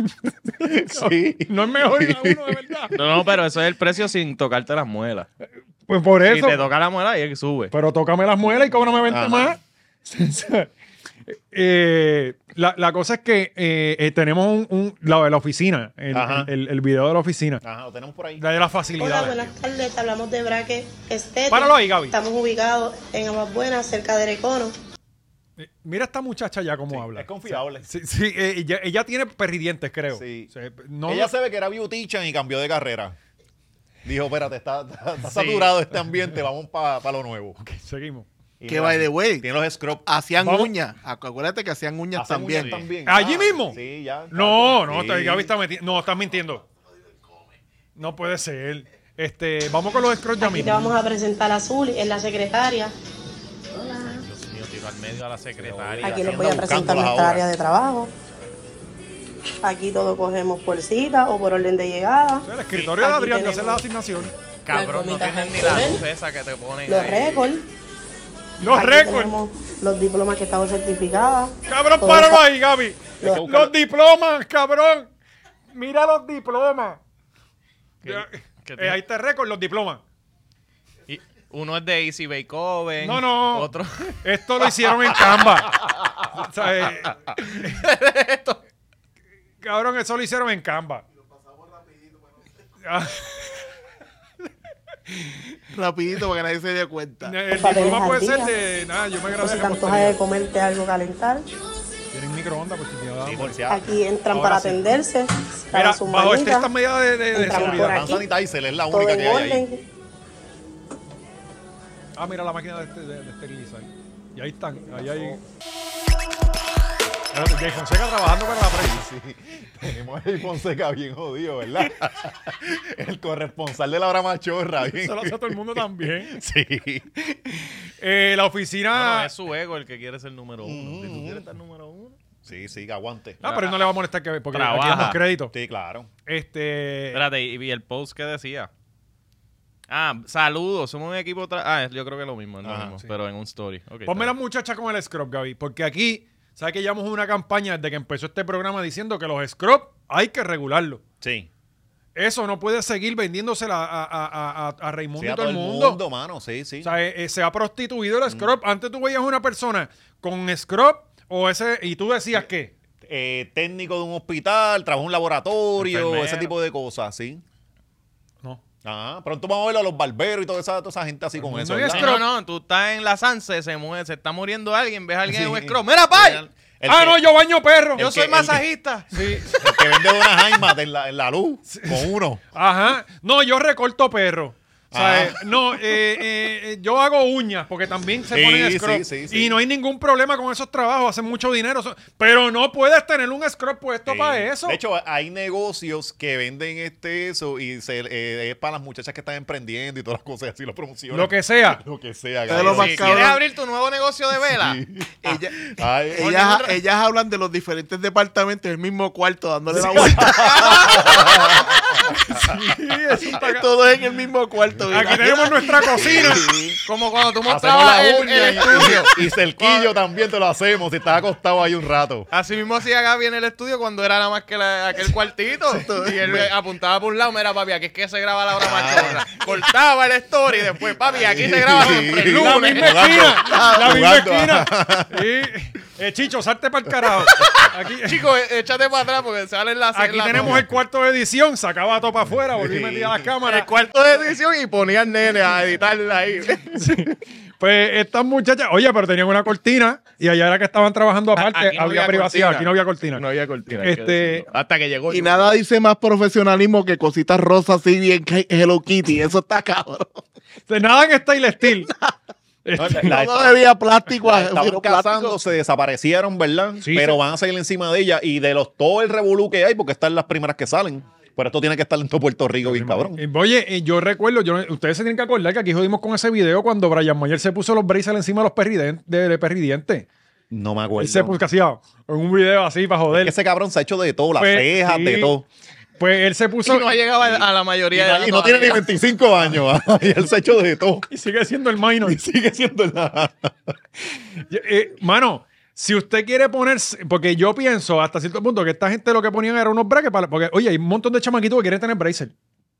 Speaker 2: ¿eh? sí.
Speaker 1: No es mejor ir a uno, de verdad.
Speaker 5: No, no, pero eso es el precio sin tocarte las muelas.
Speaker 1: Pues por
Speaker 5: Si
Speaker 1: eso.
Speaker 5: te toca la muela, ahí es que sube.
Speaker 1: Pero tócame las muelas y cóbrame 20
Speaker 2: Ajá.
Speaker 1: más. Eh, la, la cosa es que eh, eh, tenemos un, un- la de la oficina, el,
Speaker 2: Ajá.
Speaker 1: el- el video de la oficina.
Speaker 2: Ajá, lo tenemos por ahí.
Speaker 1: La de las
Speaker 8: Hola,
Speaker 1: facilidades.
Speaker 8: buenas tardes. Te hablamos de Braque Estética.
Speaker 1: Páralo ahí, Gaby.
Speaker 8: Estamos ubicados en Aguas Buenas, cerca de Recono.
Speaker 1: Eh, Mira esta muchacha ya cómo habla.
Speaker 2: es confiable.
Speaker 1: Sí, sí, eh, ella, ella tiene perridientes, creo.
Speaker 2: Sí.
Speaker 1: O sea, no-
Speaker 2: Ella sabe que era beauty chan y cambió de carrera. Dijo, espérate, está, está- está saturado este ambiente, vamos para lo nuevo.
Speaker 1: Seguimos.
Speaker 2: Y
Speaker 9: Que
Speaker 2: mira,
Speaker 9: by the way.
Speaker 2: Tiene los scrub
Speaker 9: Hacían
Speaker 1: Vamos.
Speaker 9: uñas. Acu- Acuérdate que hacían uñas
Speaker 2: Hacen
Speaker 9: también.
Speaker 2: uñas también.
Speaker 1: ¿Allí
Speaker 2: Ah,
Speaker 1: mismo?
Speaker 2: Sí, ya.
Speaker 1: No, no,
Speaker 2: Sí.
Speaker 1: te- Gaby está meti- No, estás mintiendo. No puede ser. Este, vamos con los scrolls ya
Speaker 8: Aquí te
Speaker 1: mismo.
Speaker 8: vamos a presentar a Zuli, es la secretaria.
Speaker 5: Tiro al medio a la secretaria.
Speaker 8: Aquí les
Speaker 2: anda
Speaker 8: voy a
Speaker 2: buscándolas
Speaker 8: presentar
Speaker 2: ahora.
Speaker 8: nuestra área de trabajo. Aquí todos cogemos por cita o por orden de llegada.
Speaker 1: El escritorio de
Speaker 8: Aquí
Speaker 1: Adrián de
Speaker 8: tenemos
Speaker 1: hacer las asignaciones.
Speaker 5: Cabrón, no
Speaker 8: Las gomitas
Speaker 5: tienes ni la
Speaker 8: Hensel.
Speaker 5: luz esa que te ponen.
Speaker 8: Los
Speaker 5: ahí.
Speaker 8: récords.
Speaker 1: Los
Speaker 8: Aquí
Speaker 1: récords.
Speaker 8: tenemos los diplomas que estamos certificados.
Speaker 1: Cabrón,
Speaker 8: Todo
Speaker 1: páralo
Speaker 8: está-
Speaker 1: ahí, Gaby.
Speaker 8: Los-
Speaker 1: Los, diplomas, cabrón. Mira los diplomas. Ya,
Speaker 5: qué
Speaker 1: eh,
Speaker 5: tiene?
Speaker 1: ahí te récord, los diplomas.
Speaker 5: Y uno es de Easy Bake Oven.
Speaker 1: No, no.
Speaker 5: Otro.
Speaker 1: Esto lo hicieron en Canva. O sea, eh, Cabrón, eso lo hicieron en Canva. Ah,
Speaker 9: Rapidito para que nadie se dé cuenta.
Speaker 1: El
Speaker 8: Papeles
Speaker 1: diploma
Speaker 8: al
Speaker 1: puede ser
Speaker 8: día.
Speaker 1: de. Nada, yo me
Speaker 8: Si
Speaker 1: gracias.
Speaker 8: Pues te antoja de comerte algo calentar,
Speaker 1: Tienen microondas pues, porque te da-
Speaker 2: Sí, por
Speaker 8: Ah,
Speaker 2: si acaso.
Speaker 8: aquí entran para atenderse. para
Speaker 1: Mira,
Speaker 8: sus
Speaker 1: bajo este,
Speaker 8: manitas.
Speaker 1: estas medidas de, de- de
Speaker 8: Entramos por
Speaker 1: seguridad.
Speaker 2: Hand sanitizer es la
Speaker 8: todo
Speaker 2: única
Speaker 8: en
Speaker 2: que hay ahí.
Speaker 8: orden.
Speaker 1: Ah, mira la máquina de, este- de- de esterilizar. Y ahí están, ahí hay. Claro, Jay Fonseca trabajando para la prensa.
Speaker 2: Sí, tenemos el Fonseca bien jodido, ¿verdad? el corresponsal de la brama chorra. Bien.
Speaker 1: Se lo hace a todo el mundo también.
Speaker 2: Sí.
Speaker 1: Eh, la
Speaker 5: No,
Speaker 2: Ah.
Speaker 1: oficina.
Speaker 5: no, es su ego el que quiere ser número uno. Si tú
Speaker 2: Mm.
Speaker 5: quieres estar número uno.
Speaker 2: Sí, sí, aguante.
Speaker 1: Ah, pero él no le va a molestar que porque aquí
Speaker 5: Trabaja.
Speaker 1: damos crédito.
Speaker 2: Sí, claro.
Speaker 1: Este.
Speaker 5: Espérate, y, y el post que decía. Ah, saludos, somos un equipo. tra- Ah, yo creo que es lo mismo, es lo
Speaker 2: Ajá,
Speaker 5: mismo,
Speaker 1: sí.
Speaker 5: pero en un story. Ok,
Speaker 1: Ponme la
Speaker 5: está
Speaker 1: muchacha con el scrub, Gaby, porque aquí, ¿sabes que llevamos una campaña desde que empezó este programa diciendo que los scrub hay que regularlo?
Speaker 2: Sí.
Speaker 1: Eso no puede seguir vendiéndosela a, a- a- a- a Raimundo
Speaker 2: Sí,
Speaker 1: y
Speaker 2: a
Speaker 1: todo el mundo.
Speaker 2: mano. Sí, sí.
Speaker 1: O sea, eh, eh, se ha
Speaker 2: Mm.
Speaker 1: prostituido el scrub. Antes tú veías una persona con scrub o ese y tú decías que
Speaker 2: Eh, técnico de un hospital, trabaja en un laboratorio,
Speaker 5: Enfermero.
Speaker 2: ese tipo de cosas, sí.
Speaker 1: no.
Speaker 2: Ah, pronto vamos a ver a los barberos y toda esa, toda esa gente así con
Speaker 1: mundo
Speaker 2: eso.
Speaker 1: es
Speaker 5: bien.
Speaker 2: ¿verdad?
Speaker 5: Sí, no, no, tú estás en la Sanse, se muere, se está muriendo alguien, ves a alguien en un
Speaker 2: Sí.
Speaker 5: scrum. ¡Mira, pay!
Speaker 2: El
Speaker 1: ah,
Speaker 2: que-
Speaker 1: no, yo baño perro.
Speaker 5: Yo
Speaker 2: el
Speaker 5: soy
Speaker 2: que-
Speaker 5: masajista.
Speaker 1: Sí.
Speaker 2: El que vende una Jaima en la, en la luz con uno.
Speaker 1: Ajá. No, yo recorto perro. O sea,
Speaker 2: Ah.
Speaker 1: eh, no, eh, eh, eh, yo hago uñas porque también se
Speaker 2: Sí,
Speaker 1: ponen
Speaker 2: sí,
Speaker 1: scrub.
Speaker 2: sí, sí.
Speaker 1: Y no hay ningún problema con esos trabajos, hacen mucho dinero. so- Pero no puedes tener un scrub puesto
Speaker 2: Sí.
Speaker 1: para eso.
Speaker 2: Eh, De hecho, hay negocios que venden este eso y se, eh, es para las muchachas que están emprendiendo y todas las cosas así lo promocionan.
Speaker 1: lo que sea.
Speaker 2: Lo que sea,
Speaker 9: Todo lo
Speaker 2: cabrón.
Speaker 9: más
Speaker 5: Si
Speaker 9: cabrón.
Speaker 5: quieres abrir tu nuevo negocio de vela,
Speaker 9: Ella-
Speaker 2: Ay,
Speaker 9: ellas,
Speaker 5: ningún ra-
Speaker 9: ellas hablan de los diferentes departamentos del mismo cuarto, dándole la vuelta.
Speaker 1: Sí, eso está acá.
Speaker 9: Todo es en el mismo cuarto. mira.
Speaker 1: Aquí tenemos nuestra cocina.
Speaker 5: como cuando tú
Speaker 2: Ah, hacemos
Speaker 5: mostrabas
Speaker 2: la
Speaker 5: el,
Speaker 2: uña
Speaker 5: el
Speaker 2: y-
Speaker 5: estudio.
Speaker 2: y, y cerquillo también te lo hacemos si estás acostado ahí un rato.
Speaker 5: Así mismo hacía Gaby en el estudio cuando era nada más que la- aquel cuartito. Y él eh, apuntaba por un lado, mira papi, aquí es que se graba la hora
Speaker 1: Ah.
Speaker 5: machorra. Cortaba el story y después, papi, aquí se graba siempre el
Speaker 1: La
Speaker 5: lunes.
Speaker 1: misma esquina. La misma
Speaker 2: Jugando.
Speaker 1: esquina. Sí. Eh, Chicho, salte para el carajo. Aquí,
Speaker 5: Chicos, eh, échate para atrás porque salen las
Speaker 1: aquí
Speaker 5: las-
Speaker 1: tenemos el cuarto de edición. Sacaba todo para afuera, volví a meter a la cámara.
Speaker 5: el cuarto de edición y ponía al nene a editarla ahí.
Speaker 1: Pues estas muchachas, oye, pero tenían una cortina y allá era que estaban trabajando aparte,
Speaker 5: Aquí no
Speaker 1: había,
Speaker 5: había
Speaker 1: privacidad,
Speaker 5: cortina.
Speaker 1: aquí no había cortina.
Speaker 5: había cortina.
Speaker 1: hay que Este- decirlo.
Speaker 5: Hasta que llegó.
Speaker 9: Y nada dice más profesionalismo que cositas rosas así bien que Hello Kitty. Eso está cabrón.
Speaker 1: De nada en style steel. Este,
Speaker 2: La-
Speaker 6: No debía plástico. a-
Speaker 2: Estaban
Speaker 6: pero plástico.
Speaker 2: casando, se desaparecieron, ¿verdad?
Speaker 1: Sí,
Speaker 2: pero
Speaker 1: sí.
Speaker 2: van a salir encima de ella y de los todo el revolú que hay, porque están las primeras que salen. Pero esto tiene que estar en todo Puerto Rico, bien cabrón.
Speaker 1: eh, Oye, eh, yo recuerdo, yo, ustedes se tienen que acordar que aquí jodimos con ese video cuando Brian Mayer se puso los braces encima de los perriden- de, de perridientes.
Speaker 2: Pues No me
Speaker 1: Él
Speaker 2: acuerdo.
Speaker 1: se puso casi en un video así para joder.
Speaker 2: Ese cabrón se ha hecho de todo, las
Speaker 1: Pues,
Speaker 2: cejas,
Speaker 1: sí.
Speaker 2: de todo.
Speaker 1: Pues él se puso.
Speaker 5: Y no ha llegado a, a la
Speaker 2: Y,
Speaker 5: mayoría de
Speaker 2: no-
Speaker 5: edad
Speaker 2: y no tiene ni
Speaker 5: todavía.
Speaker 2: 25 años. ¿ah? y él se ha hecho de todo.
Speaker 1: Y sigue siendo el minor.
Speaker 2: Y sigue siendo la.
Speaker 1: Eh, mano, si usted quiere ponerse, porque yo pienso hasta cierto punto que esta gente lo que ponían era unos brackets para, porque oye, hay un montón de chamaquitos que quieren tener braces.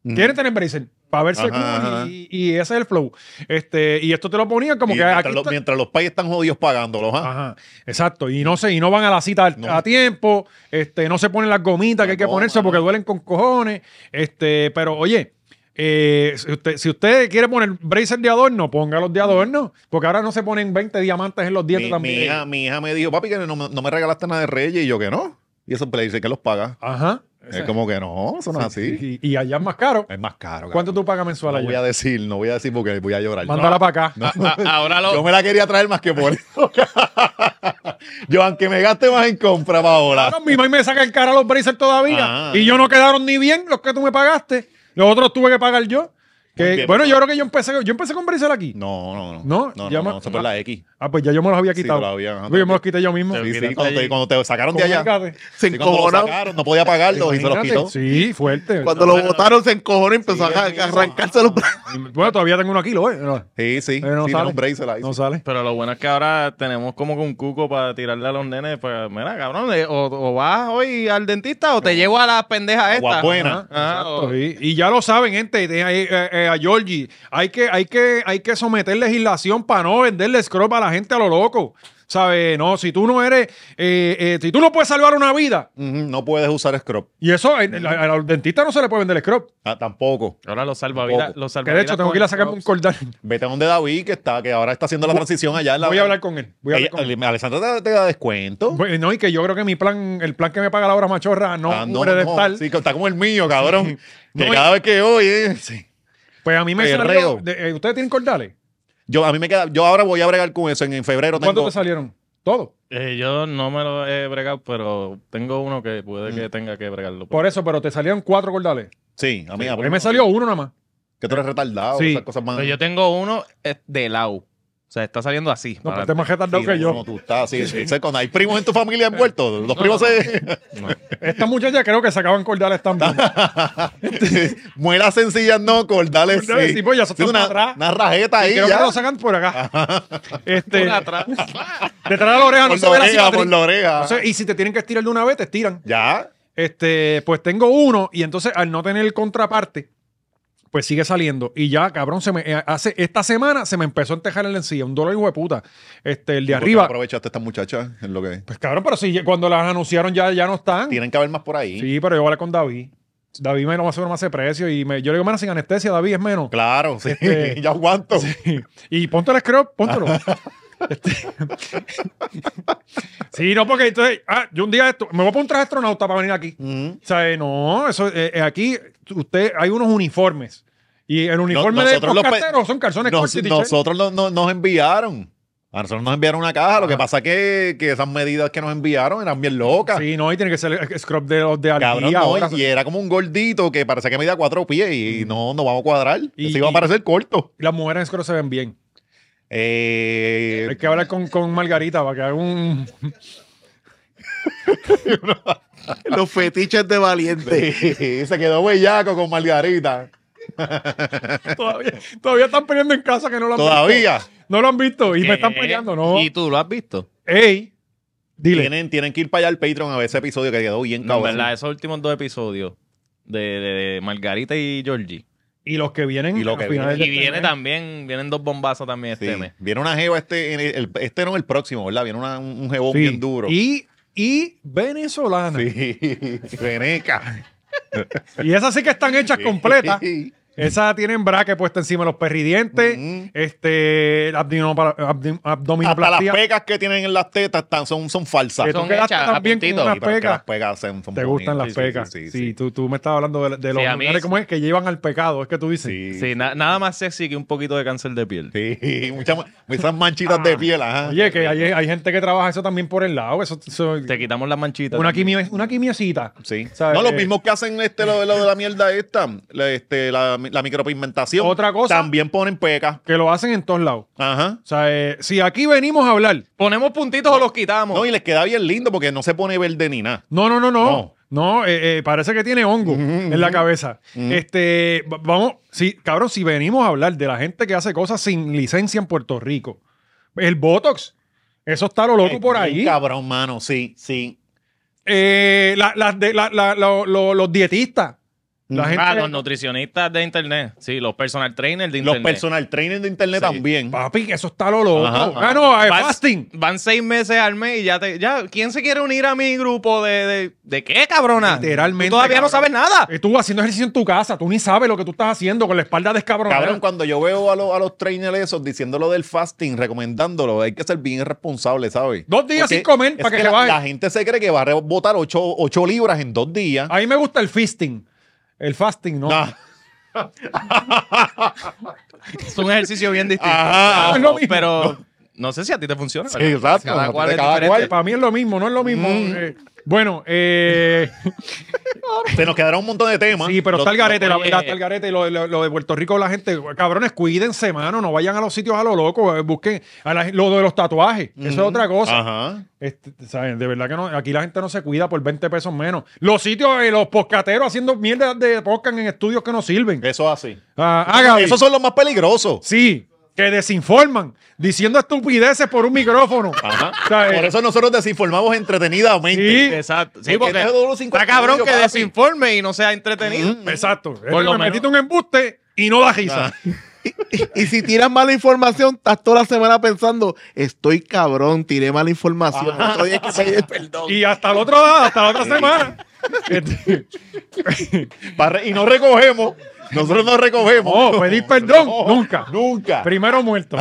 Speaker 1: Quieren tener braces para verse
Speaker 2: Ajá,
Speaker 1: cool
Speaker 2: ajá.
Speaker 1: y, y ese es el flow. Este, y esto te lo ponían como
Speaker 2: Y
Speaker 1: que
Speaker 2: mientras,
Speaker 1: aquí
Speaker 2: los,
Speaker 1: está-
Speaker 2: mientras los pais están jodidos pagándolos. ¿ah?
Speaker 1: Ajá, exacto. Y no sé, y no van a la cita al-
Speaker 2: No.
Speaker 1: a tiempo, este, no se ponen las gomitas que hay que
Speaker 2: No,
Speaker 1: ponerse
Speaker 2: mano.
Speaker 1: porque duelen con cojones. Este, pero oye, eh, si, usted, si usted quiere poner braces de adorno, ponga los de adorno, porque ahora no se ponen 20 diamantes en los dientes
Speaker 2: Mi,
Speaker 1: también.
Speaker 2: mi hija, mi hija me dijo, papi, que no, me- no me regalaste nada de Reyes. Y yo que no. Y eso le dice que los paga.
Speaker 1: Ajá.
Speaker 2: Es como que no, eso no es así.
Speaker 1: Y, y allá es más caro.
Speaker 2: Es más caro.
Speaker 1: ¿Cuánto tú
Speaker 2: cabrón.
Speaker 1: pagas mensual
Speaker 2: No voy a
Speaker 1: allá?
Speaker 2: decir, no voy a decir porque voy a llorar.
Speaker 1: Mándala para acá.
Speaker 5: A- a- ahora
Speaker 2: No, yo
Speaker 5: lo.
Speaker 2: me la quería traer más que por eso. yo, aunque me gaste más en compra para ahora.
Speaker 1: Claro, mi mamá me saca el cara a los braces todavía.
Speaker 2: Ah.
Speaker 1: Y yo no quedaron ni bien los que tú me pagaste. Los otros tuve que pagar yo. Que-
Speaker 2: Muy bien. pues.
Speaker 1: bueno, yo creo que yo empecé, yo empecé con braces aquí.
Speaker 2: No, no, no.
Speaker 1: No,
Speaker 2: no,
Speaker 1: llama-
Speaker 2: no, eso fue la X.
Speaker 1: Ah, pues ya yo me los había
Speaker 2: Sí,
Speaker 1: quitado.
Speaker 2: te lo habían-
Speaker 1: Yo me los quité yo mismo.
Speaker 2: Sí, sí,
Speaker 5: quitaste
Speaker 2: cuando, te,
Speaker 5: allí.
Speaker 2: cuando te sacaron de allá.
Speaker 1: Comunícate.
Speaker 6: Se
Speaker 2: Sí, cuando lo
Speaker 6: encojonó.
Speaker 2: sacaron, no podía pagarlos y se los quitó.
Speaker 1: Imagínate. Sí, fuerte.
Speaker 6: Cuando lo botaron, se encojonó y empezó
Speaker 2: Sí,
Speaker 6: a,
Speaker 2: es
Speaker 6: a
Speaker 2: mismo.
Speaker 6: arrancarse los brazos.
Speaker 1: Bueno, todavía tengo uno aquí, lo ves. No,
Speaker 2: Sí, sí.
Speaker 1: eh, no
Speaker 2: sí,
Speaker 1: sale.
Speaker 2: no, un bracer ahí,
Speaker 1: No
Speaker 2: sí.
Speaker 1: sale.
Speaker 5: Pero lo bueno es que ahora tenemos como que un cuco para tirarle a los nenes. Pues, mira, cabrón, eh, o, o vas hoy al dentista o te llevo a la pendeja esta. Ah,
Speaker 2: Guapuena.
Speaker 5: Ajá, ajá, o-
Speaker 1: Exacto, y, y ya lo saben, gente, de- eh, eh, eh, a Georgie, hay que, hay, que, hay que someter legislación para no venderle scrub a la gente a lo loco. ¿Sabes? No, si tú no eres, eh, eh, si tú no puedes salvar una vida,
Speaker 2: Ujú, No puedes usar scrub.
Speaker 1: y eso, eh, la- a- al dentista no se le puede vender scrub.
Speaker 2: Ah, tampoco.
Speaker 5: Ahora los salvavidas.
Speaker 2: Poco.
Speaker 5: Los
Speaker 1: Que de
Speaker 5: salvavidas
Speaker 1: hecho tengo
Speaker 5: con
Speaker 1: que ir a sacarme un
Speaker 5: scrubs.
Speaker 1: cordal.
Speaker 2: Vete a donde David, que está, que ahora está haciendo la transición allá. en la-
Speaker 1: Voy a hablar con él. Voy a hablar
Speaker 2: Ella-
Speaker 1: con él.
Speaker 2: Alessandra te, te da descuento.
Speaker 1: Bueno, no, y que yo creo que mi plan, el plan que me paga la hora machorra no,
Speaker 2: Ah,
Speaker 1: cubre de tal.
Speaker 2: sí, que está como el mío, cabrón. que
Speaker 1: No, y-
Speaker 2: cada vez que eh, hoy,
Speaker 1: Pues a mí me
Speaker 2: Perreo.
Speaker 1: salió. de- eh, ¿Ustedes tienen cordales?
Speaker 2: Yo, a mí me queda, yo ahora voy a bregar con eso. En, en febrero
Speaker 1: ¿Cuánto
Speaker 2: tengo.
Speaker 1: te salieron? Todo.
Speaker 5: Eh, yo no me lo he bregado, pero tengo uno que puede que tenga que bregarlo.
Speaker 1: Por eso, pero te salieron cuatro cordales.
Speaker 2: Sí, a mí,
Speaker 1: A mí me salió uno nada más.
Speaker 2: Que tú eres retardado.
Speaker 1: Sí.
Speaker 2: Esas cosas más.
Speaker 5: Pero Pues yo tengo uno eh, de lado. O sea, está saliendo así.
Speaker 1: No,
Speaker 5: para-
Speaker 1: pero te más retardado
Speaker 2: Sí,
Speaker 1: que
Speaker 2: no,
Speaker 1: yo.
Speaker 2: no, tú estás, sí, sí. Sé, Cuando hay primos en tu familia envueltos, los primos se.
Speaker 1: Estas muchachas creo que sacaban cordales también.
Speaker 2: Muelas sencillas no, cordales.
Speaker 1: Cordales,
Speaker 2: Sí,
Speaker 1: sí, pues, ya se están
Speaker 2: una,
Speaker 1: para atrás.
Speaker 2: una rajeta
Speaker 1: Y
Speaker 2: ahí.
Speaker 1: creo
Speaker 2: ya.
Speaker 1: que lo sacan por acá. Este,
Speaker 5: Por atrás.
Speaker 1: detrás de la oreja no
Speaker 2: Por
Speaker 1: se
Speaker 2: la
Speaker 1: ve la
Speaker 2: oreja,
Speaker 1: cicatriz.
Speaker 2: por la oreja.
Speaker 1: Entonces, y si te tienen que estirar de una vez, te estiran.
Speaker 2: Ya.
Speaker 1: Este, pues tengo uno y entonces al no tener contraparte, pues sigue saliendo. Y ya, cabrón, se me eh, hace esta semana se me empezó a entejar en la encía, un dolor hijo de puta. Este, el de
Speaker 2: ¿Por qué no
Speaker 1: arriba.
Speaker 2: Aprovechaste a esta muchacha en lo que.
Speaker 1: Pues cabrón, pero si ya- cuando las anunciaron ya, ya no están.
Speaker 2: Tienen que haber más por ahí.
Speaker 1: Sí, pero yo hablé con David. David me lo más seguro me hace precio y me- yo le digo, mano, sin anestesia, David es menos.
Speaker 2: Claro, sí.
Speaker 1: Este-
Speaker 2: ya aguanto.
Speaker 1: Y ponte el scrub, póntelo. Este- sí, no, porque entonces, ah, yo un día esto, me voy a poner un traje astronauta para venir aquí.
Speaker 2: Ujú.
Speaker 1: O sea, eh, no, eso, eh, eh, aquí usted, hay unos uniformes. Y el uniforme de
Speaker 2: nosotros
Speaker 1: los
Speaker 2: los pe-
Speaker 1: casteros son calzones
Speaker 2: Nos-
Speaker 1: cortos y t-shirt.
Speaker 2: nosotros no- no- nos enviaron. A nosotros nos enviaron una caja. Lo que pasa que, que esas medidas que nos enviaron eran bien locas.
Speaker 1: Sí, no, y tiene que ser el scrub de los de
Speaker 2: Cabrón,
Speaker 1: Algía
Speaker 2: no,
Speaker 1: ahora.
Speaker 2: y era como un gordito que parecía que medía cuatro pies y no, no vamos a cuadrar.
Speaker 1: Y-
Speaker 2: Ese iba a
Speaker 1: y-
Speaker 2: parecer corto.
Speaker 1: Las mujeres en scrub se ven bien.
Speaker 2: Eh,
Speaker 1: Hay que hablar con, con Margarita para que haga un...
Speaker 6: Los fetiches de valiente.
Speaker 2: Eh, se quedó bellaco con Margarita.
Speaker 1: todavía, todavía están peleando en casa que no lo han visto.
Speaker 2: Todavía.
Speaker 1: No lo han visto y me están
Speaker 5: ¿Qué?
Speaker 1: peleando, ¿no?
Speaker 5: ¿Y tú lo has visto?
Speaker 1: Ey, dile.
Speaker 2: Tienen, tienen que ir para allá al Patreon a ver ese episodio que quedó bien
Speaker 5: No, en
Speaker 2: cabrón.
Speaker 5: verdad, esos últimos dos episodios de, de Margarita y Georgie.
Speaker 1: Y los que vienen
Speaker 2: Y los
Speaker 1: a
Speaker 2: que
Speaker 1: finales
Speaker 5: Y
Speaker 1: de
Speaker 5: viene
Speaker 1: este mes.
Speaker 5: también, vienen dos bombazos también
Speaker 2: Sí.
Speaker 5: este mes.
Speaker 2: Viene una jeva este, en el- el- este no es el próximo, ¿verdad? Viene una- un un jebón
Speaker 1: Sí.
Speaker 2: bien duro.
Speaker 1: Y, y venezolana.
Speaker 2: Sí, veneca.
Speaker 1: Y esas sí que están hechas completas.
Speaker 2: Sí.
Speaker 1: Esa tienen braque puesta encima de los perridientes,
Speaker 2: Ujú.
Speaker 1: este, abdominopla- abdom-
Speaker 2: Hasta las
Speaker 1: abdominoplastia.
Speaker 2: pecas que tienen en las tetas están- son, son falsas.
Speaker 1: Que tú
Speaker 2: Son-
Speaker 5: Son
Speaker 1: quedaste
Speaker 5: hechas,
Speaker 1: tan
Speaker 5: a
Speaker 1: bien con
Speaker 5: puntito.
Speaker 1: unas
Speaker 2: Sí, pero es que
Speaker 1: pecas.
Speaker 2: las pecas son, son
Speaker 1: Te gustan las
Speaker 2: bonitas.
Speaker 1: pecas.
Speaker 2: Sí,
Speaker 1: Sí,
Speaker 2: sí, sí,
Speaker 1: Tú, tú me estabas hablando de, de los
Speaker 5: Sí, a mí
Speaker 1: lugares,
Speaker 5: es-
Speaker 1: ¿cómo es? Que llevan al pecado, es que tú dices.
Speaker 2: sí.
Speaker 5: Sí, na- nada más sexy que un poquito de cáncer de piel.
Speaker 2: Sí, muchas esas manchitas de piel, ajá.
Speaker 1: Ah. Oye, que hay, hay gente que trabaja eso también por el lado. Eso, eso-
Speaker 5: Te quitamos las manchitas.
Speaker 1: una,
Speaker 5: también.
Speaker 1: quimio, una quimiecita.
Speaker 2: Sí.
Speaker 1: ¿Sabes?
Speaker 2: No, los
Speaker 1: Eh,
Speaker 2: mismos que hacen este, lo, lo de la mierda esta, la, este, la, la micropigmentación.
Speaker 1: Otra cosa.
Speaker 2: También ponen pecas.
Speaker 1: Que lo hacen en todos lados.
Speaker 2: Ajá.
Speaker 1: O sea, eh, si aquí venimos a hablar.
Speaker 5: ¿Ponemos puntitos o los quitamos?
Speaker 2: No, y les queda bien lindo porque no se pone verde ni nada.
Speaker 1: No, no, no, no.
Speaker 2: No.
Speaker 1: No, eh, eh, parece que tiene hongo en la cabeza. Este, va- vamos, sí, cabrón, si venimos a hablar de la gente que hace cosas sin licencia en Puerto Rico, el Botox, eso está lo loco
Speaker 2: Eh,
Speaker 1: por
Speaker 2: bien
Speaker 1: ahí.
Speaker 2: Cabrón, mano, sí, sí.
Speaker 1: Eh, la- las de- la- la- lo- lo- los dietistas,
Speaker 2: Mm.
Speaker 1: la gente.
Speaker 5: Ah, los nutricionistas de internet. Sí, los personal trainers de
Speaker 2: Los
Speaker 5: internet.
Speaker 2: personal trainers de internet
Speaker 5: Sí.
Speaker 2: también.
Speaker 1: Papi, eso está lo loco.
Speaker 2: Ajá, ajá.
Speaker 1: Ah, no, eh,
Speaker 5: Vas-
Speaker 1: fasting.
Speaker 5: Van seis meses al mes y ya te. Ya, ¿quién se quiere unir a mi grupo de. ¿De, de qué, cabrona?
Speaker 1: Literalmente,
Speaker 5: Tú todavía no
Speaker 1: cabrón.
Speaker 5: sabes nada.
Speaker 1: Eh, Tú haciendo ejercicio en tu casa, tú ni sabes lo que tú estás haciendo con la espalda descabronada.
Speaker 2: Cabrón, cuando yo veo a, los- a los trainers esos diciendo lo del fasting, recomendándolo, hay que ser bien responsable, ¿sabes?
Speaker 1: Dos días
Speaker 2: Porque
Speaker 1: sin comer
Speaker 2: es
Speaker 1: para que
Speaker 2: que
Speaker 1: le
Speaker 2: la,
Speaker 1: baje.
Speaker 2: la gente se cree que va a rebotar 8 ocho, ocho libras en dos días. Ah,
Speaker 1: A mí me gusta el fisting. El fasting, ¿no?
Speaker 2: Nah.
Speaker 5: Es un ejercicio bien distinto.
Speaker 2: Ajá,
Speaker 1: es lo mismo.
Speaker 5: Ah, pero no sé si a ti te funciona.
Speaker 2: Ah, Sí,
Speaker 5: ¿verdad?
Speaker 2: exacto.
Speaker 5: Cada cual
Speaker 2: De
Speaker 5: es
Speaker 2: cada
Speaker 5: diferente.
Speaker 1: Para mí es lo mismo, no es lo mismo.
Speaker 2: Mm.
Speaker 1: Eh, bueno, eh,
Speaker 2: Se nos quedará un montón de temas.
Speaker 1: sí, pero
Speaker 2: Los-
Speaker 1: está el garete, la
Speaker 5: oye.
Speaker 1: verdad, está el garete. Lo, lo- lo de Puerto Rico, la gente, cabrones, cuídense, mano, no vayan a los sitios a lo loco, eh, busquen a la- lo de los tatuajes, eso es otra cosa.
Speaker 2: Ajá.
Speaker 1: Este, ¿saben? De verdad que no, aquí la gente no se cuida por 20 pesos menos. Los sitios, eh, los poscateros haciendo mierda de podcast en estudios que no sirven.
Speaker 2: Eh, Eso es así.
Speaker 1: Ah, hágalo.
Speaker 2: Esos son los más peligrosos.
Speaker 1: Sí, que desinforman diciendo estupideces por un micrófono. eh,
Speaker 2: Ajá.
Speaker 1: ¿Sabes?
Speaker 2: Por eso nosotros desinformamos entretenidamente.
Speaker 1: Sí,
Speaker 5: Exacto. Sí,
Speaker 2: Porque
Speaker 5: porque
Speaker 2: eso duró cinco
Speaker 5: está cabrón
Speaker 2: episodios,
Speaker 5: que
Speaker 2: papi.
Speaker 5: desinforme y no sea entretenido.
Speaker 1: exacto. Este
Speaker 5: lo
Speaker 1: me
Speaker 5: menos.
Speaker 1: metiste un embuste y no da risa.
Speaker 6: Y si tiras mala información, estás toda la semana pensando, estoy cabrón, tiré mala información. Otro día que pedir perdón.
Speaker 1: Y hasta el otro, hasta la otra semana. Este,
Speaker 2: Para- y no recogemos. Nosotros no recogemos.
Speaker 1: No, pedir oh, perdón, nunca.
Speaker 2: Nunca.
Speaker 1: primero muerto.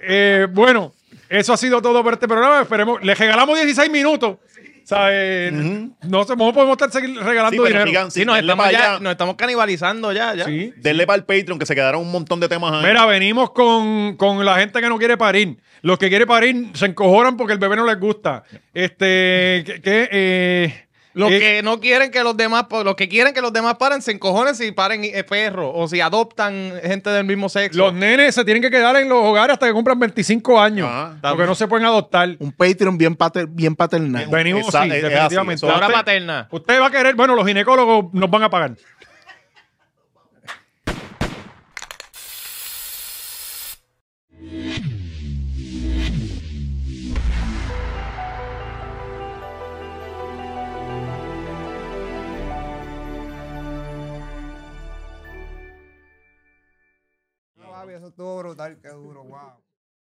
Speaker 1: Eh, bueno, eso ha sido todo por este programa. Esperemos. Les regalamos 16 minutos. O sea, eh, no, sé, no podemos estar seguir
Speaker 2: Sí,
Speaker 1: regalando
Speaker 2: pero
Speaker 1: dinero.
Speaker 2: sigan, sí,
Speaker 5: Sí, nos
Speaker 2: denle
Speaker 5: estamos,
Speaker 2: para
Speaker 5: ya,
Speaker 2: allá.
Speaker 5: nos estamos canibalizando ya. ya.
Speaker 1: Sí.
Speaker 2: Denle para el Patreon que se quedaron un montón de temas ahí.
Speaker 1: Mira, venimos con, con la gente que no quiere parir. Los que quieren parir se encojonan porque el bebé no les gusta. Este, que, que, eh,
Speaker 5: Los
Speaker 1: eh,
Speaker 5: que no quieren que los demás, pues, los que quieren que los demás paren, se encojonen si paren eh, perros o si adoptan gente del mismo sexo.
Speaker 1: los nenes se tienen que quedar en los hogares hasta que cumplan 25 años.
Speaker 2: Ajá,
Speaker 1: porque
Speaker 5: también.
Speaker 1: no se pueden adoptar.
Speaker 6: Un Patreon bien, pater- bien paternal.
Speaker 1: Venimos,
Speaker 2: Esa-
Speaker 1: sí,
Speaker 2: es- es
Speaker 1: definitivamente.
Speaker 2: así,
Speaker 5: la
Speaker 2: eso
Speaker 5: hora
Speaker 2: Usted-
Speaker 5: paterna.
Speaker 1: Usted va a querer, bueno, los ginecólogos nos van a pagar.
Speaker 10: Eso estuvo brutal, qué duro, wow.